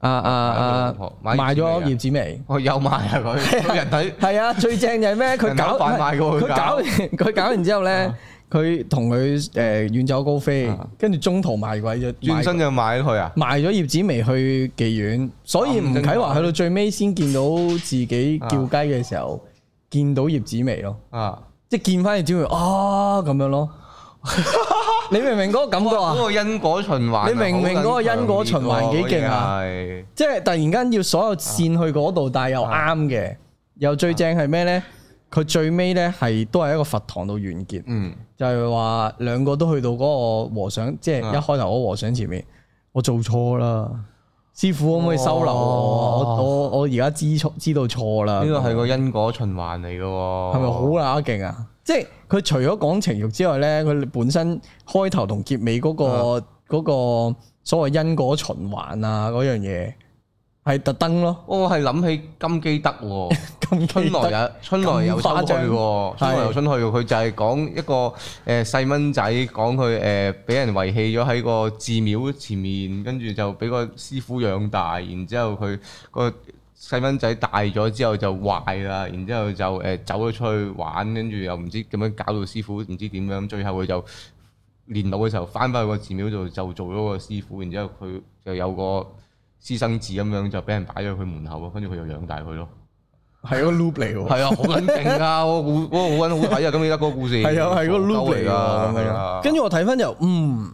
[SPEAKER 2] 啊啊啊，
[SPEAKER 1] 買咗葉
[SPEAKER 2] 賣
[SPEAKER 1] 子
[SPEAKER 2] 咗
[SPEAKER 1] 薇啊
[SPEAKER 2] 葉子楣。
[SPEAKER 1] 我有賣啊佢，人體
[SPEAKER 2] 係啊，最正就 係咩？佢
[SPEAKER 1] 人口
[SPEAKER 2] 搞
[SPEAKER 1] 販賣㗎喎
[SPEAKER 2] 佢
[SPEAKER 1] 佢搞
[SPEAKER 2] 搞完佢搞完之後咧，佢同佢誒遠走高飛
[SPEAKER 1] 啊，
[SPEAKER 2] 跟住中途賣鬼咗，
[SPEAKER 1] 轉身就買咗佢啊！
[SPEAKER 2] 賣咗葉子楣去妓院，所以吳啟華去到最尾先見到自己叫雞嘅時候，見到葉子楣咯，
[SPEAKER 1] 啊！
[SPEAKER 2] 即係見翻葉子楣啊咁樣咯。 你明唔明嗰個感覺
[SPEAKER 1] 嗰
[SPEAKER 2] 啊？
[SPEAKER 1] 個因果循環啊，
[SPEAKER 2] 你明唔明嗰個因果循環幾勁啊
[SPEAKER 1] 好撚強烈喎？
[SPEAKER 2] 即係突然間要所有線去嗰度，但係又
[SPEAKER 1] 啊
[SPEAKER 2] 啱嘅，又最正係咩呢？佢最尾呢係都係一個佛堂度完結。
[SPEAKER 1] 嗯，
[SPEAKER 2] 就係話兩個都去到嗰個和尚，即係
[SPEAKER 1] 啊
[SPEAKER 2] 一開頭嗰個和尚前面，我做錯啦，師傅可唔可以收留我？
[SPEAKER 1] 哇
[SPEAKER 2] 我我我而家知錯知道錯啦，
[SPEAKER 1] 哦呢個係個因果循環嚟嘅喎，哦
[SPEAKER 2] 係咪好乸勁啊？即係佢除咗講情慾之外咧，佢本身開頭同結尾嗰、
[SPEAKER 1] 啊
[SPEAKER 2] 個嗰、個所謂因果循環啊嗰樣嘢，係特登咯，
[SPEAKER 1] 我係諗起金基德喎，
[SPEAKER 2] 咁
[SPEAKER 1] 春
[SPEAKER 2] 記得
[SPEAKER 1] 來有春來有春去喎，春來有春去喎，佢就係講一個誒細蚊仔講佢誒俾人遺棄咗喺個寺廟前面，跟住就俾個師傅養大，然之後佢個細蚊仔大咗之後就壞啦，然之後就誒走咗出去玩，跟住又唔知咁樣搞到師傅唔知點樣，最後佢就。年老嘅時候翻返去個寺廟度就做咗個師傅，然之後佢就有個私生子咁樣就俾人擺咗佢門口，跟住佢就養大佢咯。
[SPEAKER 2] 係個 loop 嚟 喎。
[SPEAKER 1] 係啊，好撚勁啊！嗰個故嗰個好撚好睇啊！咁而家嗰個故事
[SPEAKER 2] 係啊，係嗰個 loop 嚟㗎咁
[SPEAKER 1] 係
[SPEAKER 2] 樣
[SPEAKER 1] 啊
[SPEAKER 2] 咯。跟住我睇翻就嗯，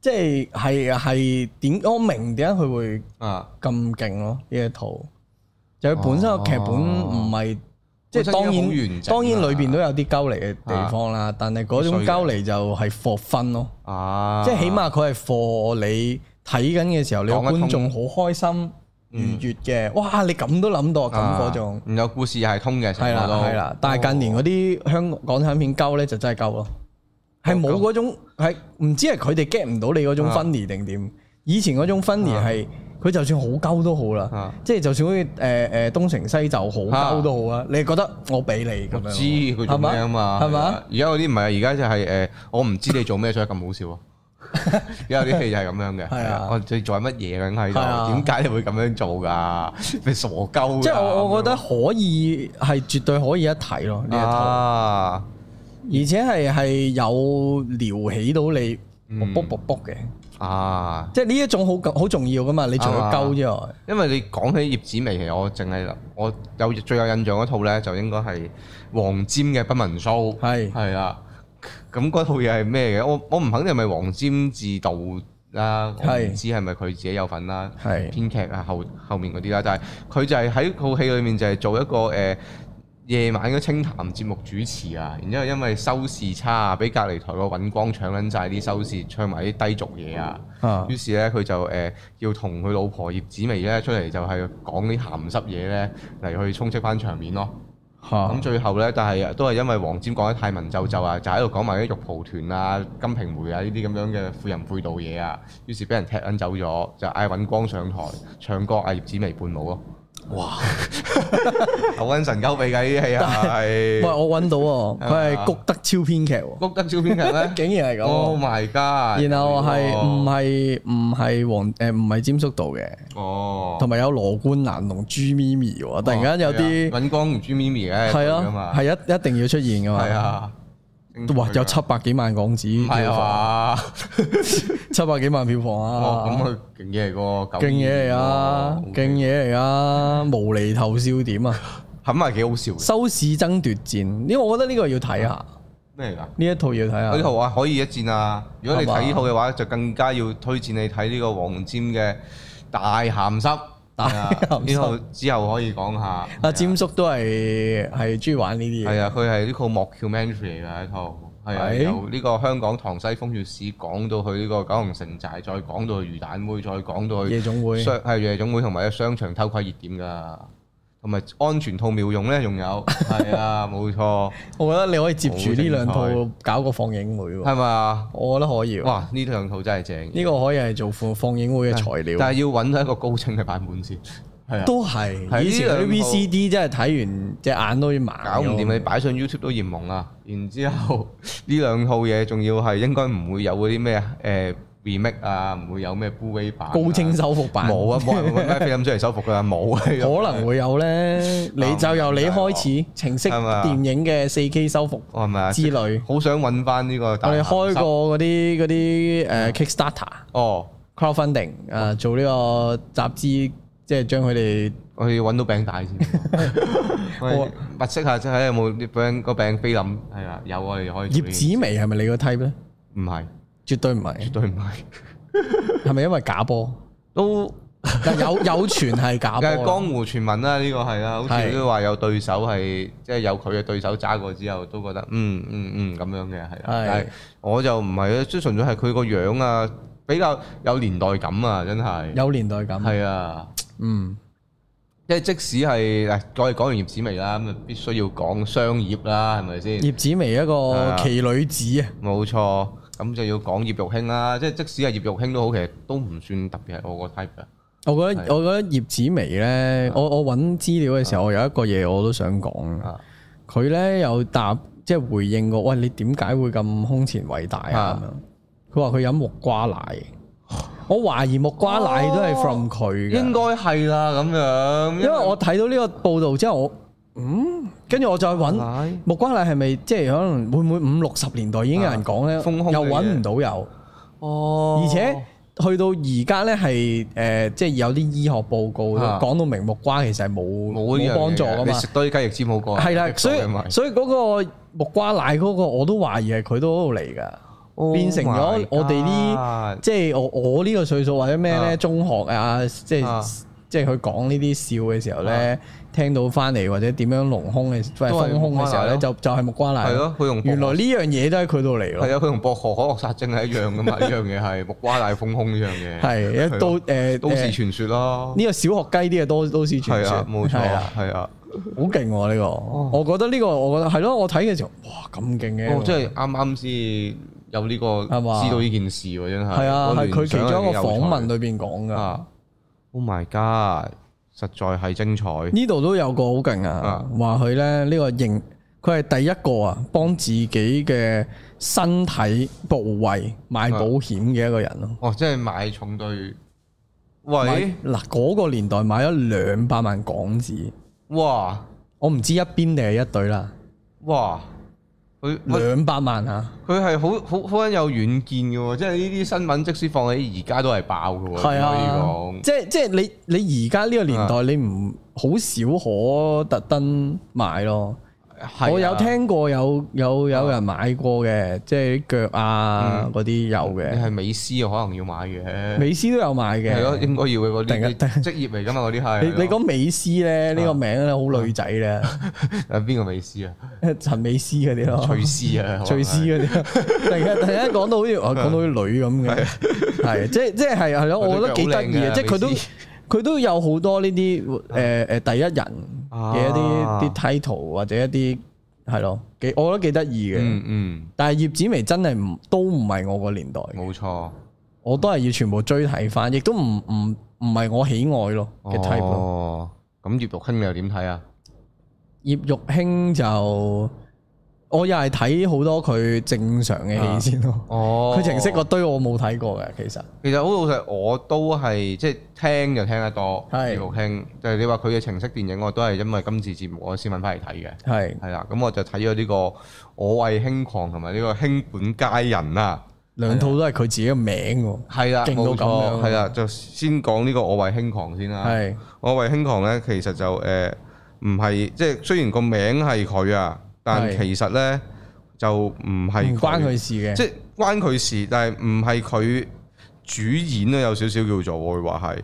[SPEAKER 2] 即係係係點？我明點解佢會
[SPEAKER 1] 啊，
[SPEAKER 2] 咁勁咯呢一套，就佢本身個劇本唔係即
[SPEAKER 1] 哦本身已
[SPEAKER 2] 係
[SPEAKER 1] 經
[SPEAKER 2] 當
[SPEAKER 1] 好
[SPEAKER 2] 然
[SPEAKER 1] 完整
[SPEAKER 2] 當然
[SPEAKER 1] 啦
[SPEAKER 2] 裏邊都有啲鳩嚟嘅地方啦，但係嗰種鳩嚟就係 for 分咯，
[SPEAKER 1] 啊，
[SPEAKER 2] 即係起碼佢係 for 你睇緊嘅時候，你個
[SPEAKER 1] 講得通
[SPEAKER 2] 觀眾好開心愉悅嘅，哇！你咁都諗到啊咁嗰種
[SPEAKER 1] 啊，然後故事又係通嘅，成
[SPEAKER 2] 係啦
[SPEAKER 1] 個都哦
[SPEAKER 2] 係啦，但係近年嗰啲香港港產片鳩咧就真係鳩咯，係冇嗰種係唔知係佢哋 get 唔到你嗰種
[SPEAKER 1] 啊
[SPEAKER 2] funny 定點？以前嗰種 funny 係佢就算好鳩都好啦
[SPEAKER 1] 啊，
[SPEAKER 2] 即係就算好似誒誒東成西就好鳩都好啊，你覺得我俾你咁
[SPEAKER 1] 我
[SPEAKER 2] 樣，
[SPEAKER 1] 知佢做咩啊嘛，係
[SPEAKER 2] 係
[SPEAKER 1] 啊
[SPEAKER 2] 嘛？
[SPEAKER 1] 而家嗰啲唔係啊，而家就係誒，我唔知你做咩，所以咁好笑啊！而家有啲戲就係咁樣嘅，
[SPEAKER 2] 係啊
[SPEAKER 1] 我你做緊乜嘢咁喺
[SPEAKER 2] 係啊
[SPEAKER 1] 度？點解你會咁樣做㗎？你傻鳩㗎！
[SPEAKER 2] 即係我我覺得可以係絕對可以一睇咯呢一套，
[SPEAKER 1] 啊，
[SPEAKER 2] 而且係係有撩起到
[SPEAKER 1] 嗯
[SPEAKER 2] 你卜卜卜嘅，
[SPEAKER 1] 啊，
[SPEAKER 2] 即係呢一種好好重要噶嘛，你除咗鳩之外。
[SPEAKER 1] 因為你講起葉子楣，其實我淨係我有最有印象嗰套咧，就應該係黃霑嘅《不文騷》。
[SPEAKER 2] 係
[SPEAKER 1] 係啦，咁嗰套嘢係咩嘅？我我唔肯定係咪黃霑自導啦，我
[SPEAKER 2] 係
[SPEAKER 1] 唔知係咪佢自己有份啦，
[SPEAKER 2] 係
[SPEAKER 1] 編劇啊後後面嗰啲啦，但係佢就係喺套戲裏面就係做一個誒。呃夜晚嘅清談節目主持啊，然之後因為收視差啊，俾隔離台個尹光搶撚晒啲收視，唱埋啲低俗嘢啊，
[SPEAKER 2] 啊
[SPEAKER 1] 於是咧佢就誒、呃要同佢老婆葉子楣咧出嚟就係講啲鹹濕嘢咧嚟去充斥翻場面咯。咁最後咧，但係呃都係因為黃霑講得太文縐縐啊，就喺度講埋啲玉蒲團啊、金瓶梅啊呢啲咁樣嘅婦人婦道嘢啊，於是俾人踢撚走咗，就嗌尹光上台唱歌，嗌葉子楣伴舞 咯。
[SPEAKER 2] 哇！
[SPEAKER 1] 好撚神鳩鼻㗎呢啲戲啊，
[SPEAKER 2] 喂，
[SPEAKER 1] 係
[SPEAKER 2] 我揾到喎，
[SPEAKER 1] 係
[SPEAKER 2] 佢
[SPEAKER 1] 嘛
[SPEAKER 2] 係谷德超編劇喎，，
[SPEAKER 1] 谷德照片劇 咧
[SPEAKER 2] 竟然係咁
[SPEAKER 1] ，Oh
[SPEAKER 2] 喎。
[SPEAKER 1] my god！
[SPEAKER 2] 然後係
[SPEAKER 1] 係
[SPEAKER 2] 唔係唔係黃誒唔係詹叔導嘅，
[SPEAKER 1] 哦？
[SPEAKER 2] 同埋有羅冠蘭同朱咪咪喎，突然間有
[SPEAKER 1] 係
[SPEAKER 2] 啲
[SPEAKER 1] 啊尹光同朱咪咪嘅啊
[SPEAKER 2] 係
[SPEAKER 1] 㗎
[SPEAKER 2] 咯
[SPEAKER 1] 嘛，，
[SPEAKER 2] 係一一定要出現噶
[SPEAKER 1] 係
[SPEAKER 2] 嘛。
[SPEAKER 1] 啊，
[SPEAKER 2] 哇！有七百幾萬港紙
[SPEAKER 1] 唔係
[SPEAKER 2] 票房，
[SPEAKER 1] 啊嘛？
[SPEAKER 2] 七百幾萬票房
[SPEAKER 1] 哦，咁
[SPEAKER 2] 啊！
[SPEAKER 1] 佢勁嘢嚟㗎喎，
[SPEAKER 2] 勁嘢嚟啊！
[SPEAKER 1] 92喎
[SPEAKER 2] 勁嘢嚟啊！無厘頭笑點啊！
[SPEAKER 1] 肯哦係幾好笑嘅，
[SPEAKER 2] 收視爭奪戰，呢我覺得呢個要睇下，
[SPEAKER 1] 咩嚟㗎？
[SPEAKER 2] 呢一套要睇
[SPEAKER 1] 呢
[SPEAKER 2] 下。
[SPEAKER 1] 套啊可以一戰啊！如果你
[SPEAKER 2] 啊係嘛
[SPEAKER 1] 睇呢套嘅話，就更加要推薦你睇呢個黃霑嘅《大鹹濕》。
[SPEAKER 2] 大
[SPEAKER 1] 係啊
[SPEAKER 2] 鹹濕啊
[SPEAKER 1] 呢套之後可以講下。
[SPEAKER 2] 阿詹叔都係係中意玩呢啲嘢
[SPEAKER 1] 係。啊，佢係呢套 mockumentary 嚟㗎，呢套係啊，
[SPEAKER 2] 係
[SPEAKER 1] 由呢個香港塘西風月史講到去呢個九龍城寨，再講到去魚蛋妹，再講到去
[SPEAKER 2] 夜總會
[SPEAKER 1] 商係夜總會同埋商場偷窺熱點㗎。同埋安全套妙用咧，仲 有係啊，冇錯，
[SPEAKER 2] 我覺得你可以接住呢兩
[SPEAKER 1] 好
[SPEAKER 2] 套
[SPEAKER 1] 精
[SPEAKER 2] 搞個放映會喎，
[SPEAKER 1] 係咪啊？
[SPEAKER 2] 我覺得可以喎。
[SPEAKER 1] 哇！呢兩套真係正，
[SPEAKER 2] 呢個可以係做放放映會嘅材料，
[SPEAKER 1] 但係要揾到一個高清嘅版本先，係啊，
[SPEAKER 2] 都
[SPEAKER 1] 係
[SPEAKER 2] 係
[SPEAKER 1] 呢
[SPEAKER 2] 以前嗰啲
[SPEAKER 1] 兩套
[SPEAKER 2] VCD 真係睇完隻眼都要盲。
[SPEAKER 1] 搞唔掂你擺上 YouTube 都嫌蒙啦。然之後 呢兩套嘢仲要係應該唔會有嗰啲咩誒 remake 啊，唔會有咩 Blu-ray 版啊
[SPEAKER 2] 高清修復版，
[SPEAKER 1] 冇啊，冇人揾咩菲林出嚟修復㗎，冇啊。
[SPEAKER 2] 可能會有咧。你就由你開始程式
[SPEAKER 1] 係咪啊
[SPEAKER 2] 電影嘅四 K 修復
[SPEAKER 1] 我係咪啊？
[SPEAKER 2] 之類。
[SPEAKER 1] 好想揾翻呢個大
[SPEAKER 2] 我
[SPEAKER 1] 鹹濕。
[SPEAKER 2] 哋開過嗰啲嗰啲誒 Kickstarter
[SPEAKER 1] 哦，
[SPEAKER 2] crowdfunding 誒做呢個集資，即係將佢哋
[SPEAKER 1] 我要揾到餅帶 先。我哋物色下即係有冇啲餅個餅菲林係啊？有我哋可以做
[SPEAKER 2] 葉
[SPEAKER 1] 呢件事。
[SPEAKER 2] 子薇係咪你個 type 咧？
[SPEAKER 1] 唔係，
[SPEAKER 2] 絕對唔係
[SPEAKER 1] 絕，對唔係。
[SPEAKER 2] 係咪因為假波？
[SPEAKER 1] 都
[SPEAKER 2] 但有有傳係假
[SPEAKER 1] 嘅江
[SPEAKER 2] 波啦，
[SPEAKER 1] 湖傳聞啦，呢個係啦，好
[SPEAKER 2] 係
[SPEAKER 1] 似都話有對手係即係有佢嘅對手揸過之後，都覺得嗯嗯嗯咁樣嘅係啦。
[SPEAKER 2] 係
[SPEAKER 1] 但係我就唔係啊，即係純粹係佢個樣啊，比較有年代感啊，真係。
[SPEAKER 2] 有年代感。
[SPEAKER 1] 係啊。
[SPEAKER 2] 嗯，
[SPEAKER 1] 即係即使係嗱，我哋講完葉子薇啦，咁啊必須要講商業啦，係咪先？
[SPEAKER 2] 葉子薇一個奇女子啊，
[SPEAKER 1] 冇錯，咁就要講葉玉卿啦。即係即使係葉玉卿都好，其實都唔算特別係我個 type 嘅。
[SPEAKER 2] 我覺得我覺得葉子薇咧，我我揾資料嘅時候，我有一個嘢我都想講
[SPEAKER 1] 啊。
[SPEAKER 2] 佢咧有答即係回應過，喂你點解會咁空前偉大啊？
[SPEAKER 1] 啊
[SPEAKER 2] 咁樣，佢話佢飲木瓜奶，我懷疑木瓜奶都係 from 佢嘅，
[SPEAKER 1] 應該係啦，咁樣。
[SPEAKER 2] 因為我睇到呢個報道之後，我嗯，跟住我再揾。
[SPEAKER 1] 係
[SPEAKER 2] 木瓜奶係咪即係可能會唔會五六十年代已經有人講咧？
[SPEAKER 1] 啊豐胸嘅嘢
[SPEAKER 2] 又揾唔到有，
[SPEAKER 1] 哦，
[SPEAKER 2] 而且去到而家咧係誒，即係有啲醫學報告都
[SPEAKER 1] 啊
[SPEAKER 2] 講到明木瓜其實係冇
[SPEAKER 1] 冇呢樣
[SPEAKER 2] 冇
[SPEAKER 1] 嘢
[SPEAKER 2] 幫助
[SPEAKER 1] 嘅
[SPEAKER 2] 噶
[SPEAKER 1] 你
[SPEAKER 2] 嘛。
[SPEAKER 1] 食多啲雞翼尖好過。
[SPEAKER 2] 係 啦
[SPEAKER 1] 益，數
[SPEAKER 2] 所以
[SPEAKER 1] 因為
[SPEAKER 2] 所以嗰個木瓜奶嗰個我都懷疑係佢都嗰度嚟㗎，變成
[SPEAKER 1] Oh
[SPEAKER 2] 咗
[SPEAKER 1] my
[SPEAKER 2] 我哋啲
[SPEAKER 1] God
[SPEAKER 2] 即係我我呢個歲數或者咩咧，
[SPEAKER 1] 啊
[SPEAKER 2] 中學啊，即
[SPEAKER 1] 啊
[SPEAKER 2] 係即係佢講呢啲笑嘅時候咧，聽到翻嚟或者點樣隆胸嘅或
[SPEAKER 1] 都
[SPEAKER 2] 者
[SPEAKER 1] 係
[SPEAKER 2] 豐胸
[SPEAKER 1] 木瓜奶
[SPEAKER 2] 嘅時候咧，
[SPEAKER 1] 咯
[SPEAKER 2] 就就係木瓜奶
[SPEAKER 1] 係。咯，佢用薄
[SPEAKER 2] 原來呢樣嘢都喺佢度嚟
[SPEAKER 1] 係
[SPEAKER 2] 咯，
[SPEAKER 1] 啊，佢同薄荷可樂殺精係一樣噶嘛，呢樣嘢 係木瓜大豐胸呢樣嘢。
[SPEAKER 2] 係一到
[SPEAKER 1] 咯
[SPEAKER 2] 誒
[SPEAKER 1] 啊都市
[SPEAKER 2] 誒
[SPEAKER 1] 傳說咯。
[SPEAKER 2] 呢個小學雞啲嘅都都市傳
[SPEAKER 1] 係
[SPEAKER 2] 說
[SPEAKER 1] 啊，，冇錯，
[SPEAKER 2] 係啊
[SPEAKER 1] 係啊，
[SPEAKER 2] 好勁喎呢個，我覺得呢個我覺得係咯，我睇嘅時候哇咁勁嘅，
[SPEAKER 1] 哦，即係啱啱先有呢個
[SPEAKER 2] 啊係嘛
[SPEAKER 1] 知道呢件事喎，真係。
[SPEAKER 2] 係啊，
[SPEAKER 1] 我
[SPEAKER 2] 係
[SPEAKER 1] 聯想
[SPEAKER 2] 佢其中一個訪問
[SPEAKER 1] 係幾
[SPEAKER 2] 裏邊
[SPEAKER 1] 有
[SPEAKER 2] 講
[SPEAKER 1] 趣
[SPEAKER 2] 噶，
[SPEAKER 1] 啊，Oh my god，實在係精彩。
[SPEAKER 2] 呢度都有個好勁啊
[SPEAKER 1] 啊，
[SPEAKER 2] 話佢咧呢個認佢係第一個啊，幫自己嘅身體部位買保險嘅一個人咯。
[SPEAKER 1] 哦，即係買重對，
[SPEAKER 2] 買
[SPEAKER 1] 啊喂，
[SPEAKER 2] 嗱嗰個年代買咗兩百萬港紙，
[SPEAKER 1] 哇
[SPEAKER 2] 我唔知一邊定係一對啦，
[SPEAKER 1] 哇，佢佢
[SPEAKER 2] 兩百萬啊！
[SPEAKER 1] 佢係好好好撚有遠見嘅喎，即係呢啲新聞即使放喺而家都係爆嘅喎，
[SPEAKER 2] 係
[SPEAKER 1] 可以
[SPEAKER 2] 啊
[SPEAKER 1] 講，啊
[SPEAKER 2] 即係即係你你而家呢個年代，你唔好少可特登買咯。
[SPEAKER 1] 係啊
[SPEAKER 2] 我有聽過有有有人買過嘅，即係啲腳啊
[SPEAKER 1] 嗯
[SPEAKER 2] 嗰啲有
[SPEAKER 1] 你
[SPEAKER 2] 嘅，
[SPEAKER 1] 係美斯啊，可能要買嘅，
[SPEAKER 2] 美斯都有買
[SPEAKER 1] 係咯，
[SPEAKER 2] 嘅。
[SPEAKER 1] 應該要嘅嗰
[SPEAKER 2] 突然間
[SPEAKER 1] 啲啲職業嚟㗎嘛，嗰啲係。
[SPEAKER 2] 你你講美斯咧
[SPEAKER 1] 啊
[SPEAKER 2] 呢個名咧好女仔咧，
[SPEAKER 1] 誒邊個美斯 啊？
[SPEAKER 2] 陳美斯嗰啲咯，
[SPEAKER 1] 翠 斯啊，可能係
[SPEAKER 2] 翠絲嗰啲，突 然間突然間講到好似我講到好似女咁嘅，係即係即係係係咯，我覺得幾得意啊！即係佢都
[SPEAKER 1] 美斯
[SPEAKER 2] 佢都有好多呢啲誒誒第一人嘅一
[SPEAKER 1] 啊
[SPEAKER 2] 啲啲 title 或者一啲係咯，幾我覺得幾得意嘅。
[SPEAKER 1] 嗯嗯，
[SPEAKER 2] 但係葉子薇真係唔都唔係我個年代，
[SPEAKER 1] 冇錯。
[SPEAKER 2] 我都係要全部追睇翻，亦都唔唔唔係我喜愛咯嘅 type 咯。
[SPEAKER 1] 哦，咁葉玉卿你又點睇啊？
[SPEAKER 2] 葉玉卿就我又係睇好多佢正常嘅戲先咯。
[SPEAKER 1] 哦
[SPEAKER 2] 佢程式嗰堆我冇睇過嘅，其實
[SPEAKER 1] 其實好老實，我都係即係聽就聽得多葉
[SPEAKER 2] 係
[SPEAKER 1] 玉卿，就係你話佢嘅情色電影，我都係因為今次節目我先揾翻嚟睇嘅。
[SPEAKER 2] 係
[SPEAKER 1] 係啦，咁我就睇咗呢個《我為輕狂》同埋呢個《輕本佳人》啦。
[SPEAKER 2] 兩套都係佢自己嘅名喎。
[SPEAKER 1] 係啦，
[SPEAKER 2] 勁到
[SPEAKER 1] 冇
[SPEAKER 2] 咁樣
[SPEAKER 1] 錯，係啦，就先講呢個《我為輕狂》先啦。
[SPEAKER 2] 係
[SPEAKER 1] 我為輕狂咧，其實就誒唔係，即係雖然個名係佢啊，但
[SPEAKER 2] 係
[SPEAKER 1] 其實咧就唔係
[SPEAKER 2] 唔關佢，事嘅，
[SPEAKER 1] 即係關佢事，但係唔係佢主演咯，有少少叫做我會話係，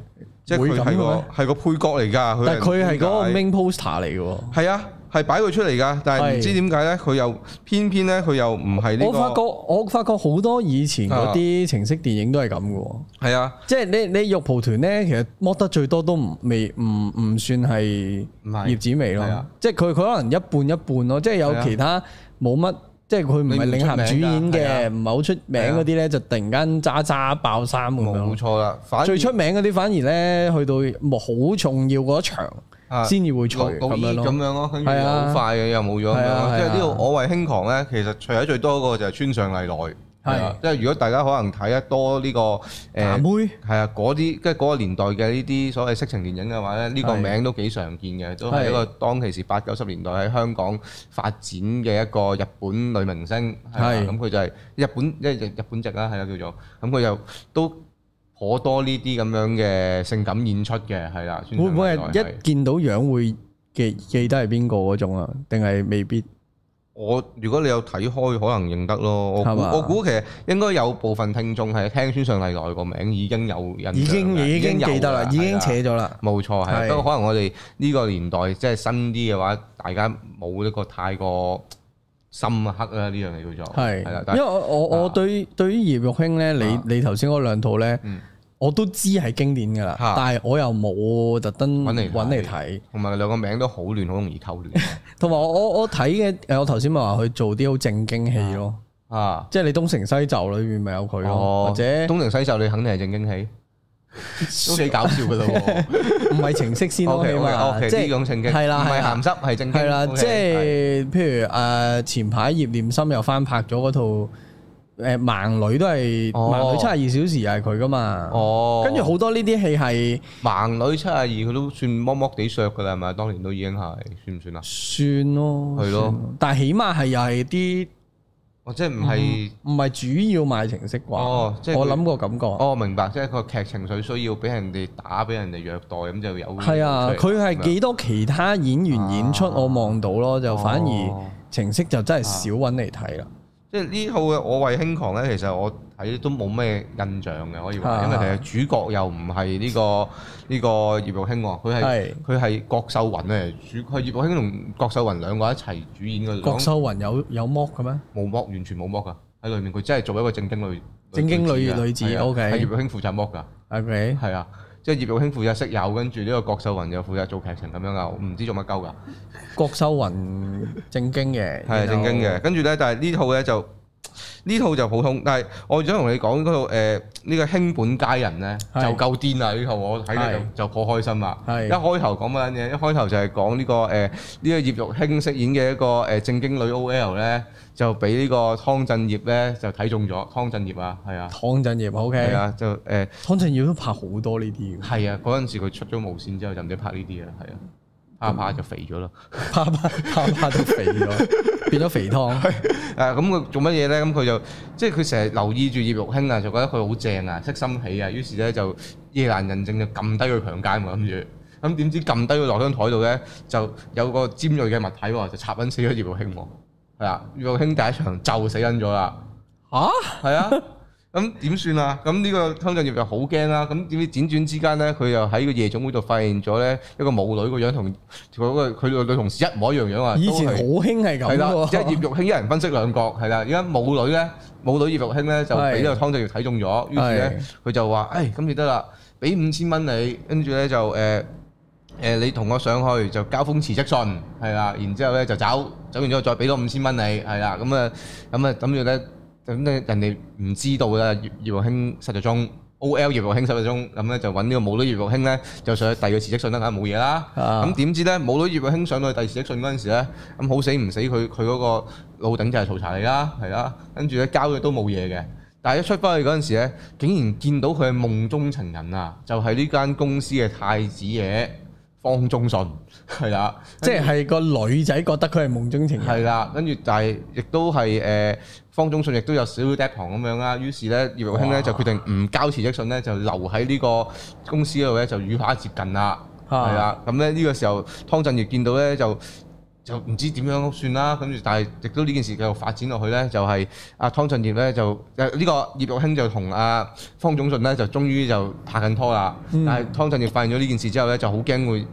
[SPEAKER 1] 即係
[SPEAKER 2] 會
[SPEAKER 1] 佢
[SPEAKER 2] 咁嘅
[SPEAKER 1] 係
[SPEAKER 2] 咩
[SPEAKER 1] 個係個配角嚟㗎。
[SPEAKER 2] 但係佢係嗰個
[SPEAKER 1] 點解
[SPEAKER 2] main poster 嚟嘅喎。
[SPEAKER 1] 係啊，係擺佢出嚟㗎，但係唔知點解咧，佢又偏偏咧佢又唔係呢
[SPEAKER 2] 我發覺
[SPEAKER 1] 個啊
[SPEAKER 2] 我發覺好多以前嗰啲情色電影都係咁嘅喎，
[SPEAKER 1] 係啊，
[SPEAKER 2] 即係你你肉蒲團咧，其實剝得最多都唔未唔唔算係
[SPEAKER 1] 唔係
[SPEAKER 2] 葉子味
[SPEAKER 1] 係
[SPEAKER 2] 咯
[SPEAKER 1] 啊，
[SPEAKER 2] 即係佢佢可能一半一半咯，即係
[SPEAKER 1] 係
[SPEAKER 2] 有
[SPEAKER 1] 啊
[SPEAKER 2] 其他冇乜，即係佢唔係領銜主演
[SPEAKER 1] 你
[SPEAKER 2] 嘅，唔係好出名嗰啲咧，就突然間渣渣爆衫咁
[SPEAKER 1] 冇
[SPEAKER 2] 樣。
[SPEAKER 1] 錯啦，反而
[SPEAKER 2] 最出名嗰啲反而咧，去到好重要嗰一場
[SPEAKER 1] 啊
[SPEAKER 2] 先至會除
[SPEAKER 1] 老
[SPEAKER 2] 咁
[SPEAKER 1] 老
[SPEAKER 2] 樣
[SPEAKER 1] 衣咁
[SPEAKER 2] 咯。
[SPEAKER 1] 樣咯，跟住
[SPEAKER 2] 係啊
[SPEAKER 1] 好快嘅又冇咗咁樣
[SPEAKER 2] 係啊
[SPEAKER 1] 咯。
[SPEAKER 2] 係啊
[SPEAKER 1] 即係呢度我為輕狂咧，其實除咗最多嗰個就係村上麗奈。係啊，即係如果大家可能睇得多呢個誒
[SPEAKER 2] 阿妹
[SPEAKER 1] 係啊嗰啲，跟住嗰個年代嘅呢啲所謂色情電影嘅話咧，呢個
[SPEAKER 2] 係
[SPEAKER 1] 名都幾常見嘅，都係
[SPEAKER 2] 係
[SPEAKER 1] 一個當其時八九十年代喺香港發展嘅一個日本女明星，係嘛
[SPEAKER 2] 係
[SPEAKER 1] 咁佢就係日本即係日本籍啦，係啦叫做，咁佢又都頗多呢啲咁樣嘅性感演出嘅，係啦，
[SPEAKER 2] 會唔會
[SPEAKER 1] 孫上
[SPEAKER 2] 係
[SPEAKER 1] 禮奈
[SPEAKER 2] 一見到樣會記記得係邊個嗰種啊？定係未必？
[SPEAKER 1] 我如果你有睇開，可能認得咯。我
[SPEAKER 2] 係
[SPEAKER 1] 估
[SPEAKER 2] 嘛
[SPEAKER 1] 我估其實應該有部分聽眾係聽孫上麗奈個名已經有印象
[SPEAKER 2] 已經
[SPEAKER 1] 㗎
[SPEAKER 2] 已經
[SPEAKER 1] 啊有㗎
[SPEAKER 2] 記得啦，已
[SPEAKER 1] 係
[SPEAKER 2] 經
[SPEAKER 1] 啊
[SPEAKER 2] 扯咗啦。
[SPEAKER 1] 冇錯係。啊
[SPEAKER 2] 係
[SPEAKER 1] 不過可能我哋呢個年代即係新啲嘅話，大家冇一個太過深刻啦呢樣嘢叫做
[SPEAKER 2] 係
[SPEAKER 1] 係啦，。
[SPEAKER 2] 因
[SPEAKER 1] 但
[SPEAKER 2] 為
[SPEAKER 1] 係
[SPEAKER 2] 我我我
[SPEAKER 1] 啊
[SPEAKER 2] 對對於葉玉卿咧，你
[SPEAKER 1] 啊
[SPEAKER 2] 你頭先嗰兩套咧
[SPEAKER 1] 嗯，
[SPEAKER 2] 我都知係經典㗎啦，
[SPEAKER 1] 啊
[SPEAKER 2] 但係我又冇特登
[SPEAKER 1] 搵嚟睇
[SPEAKER 2] 揾嚟睇。
[SPEAKER 1] 同埋兩個名都好亂，好容易溝亂
[SPEAKER 2] 同埋我我我睇嘅誒，我頭先咪話佢做啲好正經戲咯，
[SPEAKER 1] 啊！哦
[SPEAKER 2] 即係你東成西就裏面咪有佢咯，或者
[SPEAKER 1] 東成西就你肯定係正經戲，都幾搞笑㗎咯 喎。
[SPEAKER 2] 唔係情色先
[SPEAKER 1] O
[SPEAKER 2] 咯，起
[SPEAKER 1] K O K
[SPEAKER 2] 碼
[SPEAKER 1] O K
[SPEAKER 2] 即
[SPEAKER 1] 呢
[SPEAKER 2] 係
[SPEAKER 1] 種正經，
[SPEAKER 2] 係
[SPEAKER 1] 唔
[SPEAKER 2] 啦係
[SPEAKER 1] 係
[SPEAKER 2] 啦
[SPEAKER 1] 鹹濕係正經。
[SPEAKER 2] 係啦，
[SPEAKER 1] OK，
[SPEAKER 2] 即係譬如誒前排葉念琛又翻拍咗嗰套誒盲女都係
[SPEAKER 1] 哦
[SPEAKER 2] 盲女七十二小時又係佢㗎嘛，
[SPEAKER 1] 哦，
[SPEAKER 2] 跟住好多呢啲戲係。
[SPEAKER 1] 盲女七廿二，佢都算剝剝地削噶啦，係咪？當年都已經係算唔算啊？
[SPEAKER 2] 算咯，
[SPEAKER 1] 係咯
[SPEAKER 2] 算，但係起碼係又係啲
[SPEAKER 1] 哦，即係唔係？
[SPEAKER 2] 唔係主要賣情色啩？
[SPEAKER 1] 哦即係佢
[SPEAKER 2] 嗯我諗個感覺
[SPEAKER 1] 哦，明白，即係個劇情佢需要俾人哋打，俾人哋虐待，咁就有
[SPEAKER 2] 係
[SPEAKER 1] 哦
[SPEAKER 2] 啊，佢係
[SPEAKER 1] 幾
[SPEAKER 2] 幾多其他演員演出
[SPEAKER 1] 啊
[SPEAKER 2] 我望到咯，就反
[SPEAKER 1] 哦
[SPEAKER 2] 而情色就真係少揾嚟睇啦。
[SPEAKER 1] 即係呢套嘅《我為輕狂》咧，其實我睇都冇咩印象嘅，可以話，
[SPEAKER 2] 啊
[SPEAKER 1] 因為其實主角又唔係呢個呢個葉玉卿喎，佢係
[SPEAKER 2] 係
[SPEAKER 1] 佢係郭秀雲咧，主佢葉玉卿同郭秀雲兩個一齊主演嘅，
[SPEAKER 2] 郭秀雲有有剝嘅咩？
[SPEAKER 1] 冇剝，完全冇剝噶喺裏面，佢真係做一個正經女
[SPEAKER 2] 正經女
[SPEAKER 1] 㗎
[SPEAKER 2] 女子
[SPEAKER 1] 係啊
[SPEAKER 2] OK
[SPEAKER 1] 係葉玉卿負責剝㗎。
[SPEAKER 2] OK，
[SPEAKER 1] 係啊，即係葉玉卿負責識友，跟住呢個郭秀雲又負責做劇情咁樣啊，我唔知做乜鳩㗎，
[SPEAKER 2] 郭秀雲正經嘅，
[SPEAKER 1] 係
[SPEAKER 2] 然
[SPEAKER 1] 正
[SPEAKER 2] 後
[SPEAKER 1] 經嘅。。跟住咧，但係呢套咧就呢套就普通，但係我想同你講嗰套誒呢個興本佳人咧就
[SPEAKER 2] 係
[SPEAKER 1] 夠癲啦！呢套我睇到就
[SPEAKER 2] 係
[SPEAKER 1] 就頗開心啦。
[SPEAKER 2] 係
[SPEAKER 1] 一開頭講乜撚嘢？一開頭就係講呢個誒呢個葉玉卿飾演嘅一個誒正經女 OL 咧，就俾呢個湯鎮業咧就睇中咗。湯鎮業啊，係啊，
[SPEAKER 2] 湯鎮業
[SPEAKER 1] 係
[SPEAKER 2] OK，
[SPEAKER 1] 啊，就誒
[SPEAKER 2] 湯鎮業都拍好多呢啲嘅，
[SPEAKER 1] 係啊，嗰陣時佢出咗無線之後就唔使拍呢啲啊，係啊，啪啪就肥咗啦。
[SPEAKER 2] 拍拍拍拍都肥 咗，變咗肥湯。
[SPEAKER 1] 誒啊咁佢做乜嘢咧？咁佢就即係佢成日留意住葉玉卿啊，就覺得佢好正啊，識心起啊，於是咧就夜闌人靜就撳低佢強姦喎，諗住。咁點知撳低佢落張台度咧，就有個尖鋭嘅物體喎，就插撚死咗葉玉卿喎。係啊，葉玉卿第一場就死撚咗啦。
[SPEAKER 2] 嚇！
[SPEAKER 1] 係啊，咁點算啊？咁呢個湯鎮業就好驚啦。咁點知輾轉之間咧，佢又喺個夜總會度發現咗咧一個母女個樣同嗰個佢個女同事一模一樣樣啊。
[SPEAKER 2] 以前
[SPEAKER 1] 都
[SPEAKER 2] 好
[SPEAKER 1] 係
[SPEAKER 2] 興係
[SPEAKER 1] 係
[SPEAKER 2] 咁
[SPEAKER 1] 啦，
[SPEAKER 2] 喎
[SPEAKER 1] 即係葉玉卿一人分飾兩角，係啦。而家母女咧，母女葉玉卿咧就俾呢個湯鎮業睇中咗，於是咧佢就話：，誒咁就得啦，俾五千蚊你，跟住咧就誒誒你同我上去就交封辭職信，係啦，然之後咧就走，走完之後再俾多五千蚊你，係啦，咁啊咁啊諗住咧，咁咧人哋唔知道啦，葉葉玉卿失咗蹤。O.L. 葉玉卿失咗蹤，咁咧就揾呢個母女葉玉卿咧，就上去遞個辭職信啦，梗係冇嘢啦。
[SPEAKER 2] 啊
[SPEAKER 1] 咁點知咧，母女葉玉卿上到去遞辭職信嗰陣時咧，咁好死唔死佢佢嗰個老頂就係曹查理啦，係啦，跟住咧交咗都冇嘢嘅。但係一出翻去嗰陣時咧，竟然見到佢嘅夢中情人啊，就係呢間公司嘅太子爺方中信，係啦，
[SPEAKER 2] 即係個女仔覺得佢係夢中情人，
[SPEAKER 1] 係啦，跟住但係亦都係誒方中信亦都有少少 d e 旁咁樣啦，於是咧葉玉卿咧
[SPEAKER 2] 哇
[SPEAKER 1] 就決定唔交辭職信咧，就留喺呢個公司嗰度咧就與他接近啦，
[SPEAKER 2] 啊
[SPEAKER 1] 係啦，咁咧呢個時候湯鎮業見到咧就。就唔知點樣算啦，跟住但係亦都呢件事繼續發展落去咧，就係、阿湯鎮業咧就誒呢個葉玉卿就同阿
[SPEAKER 2] 嗯
[SPEAKER 1] 方總信咧就終於就拍緊拖啦，但係湯鎮業發現咗呢件事之後咧就好驚會出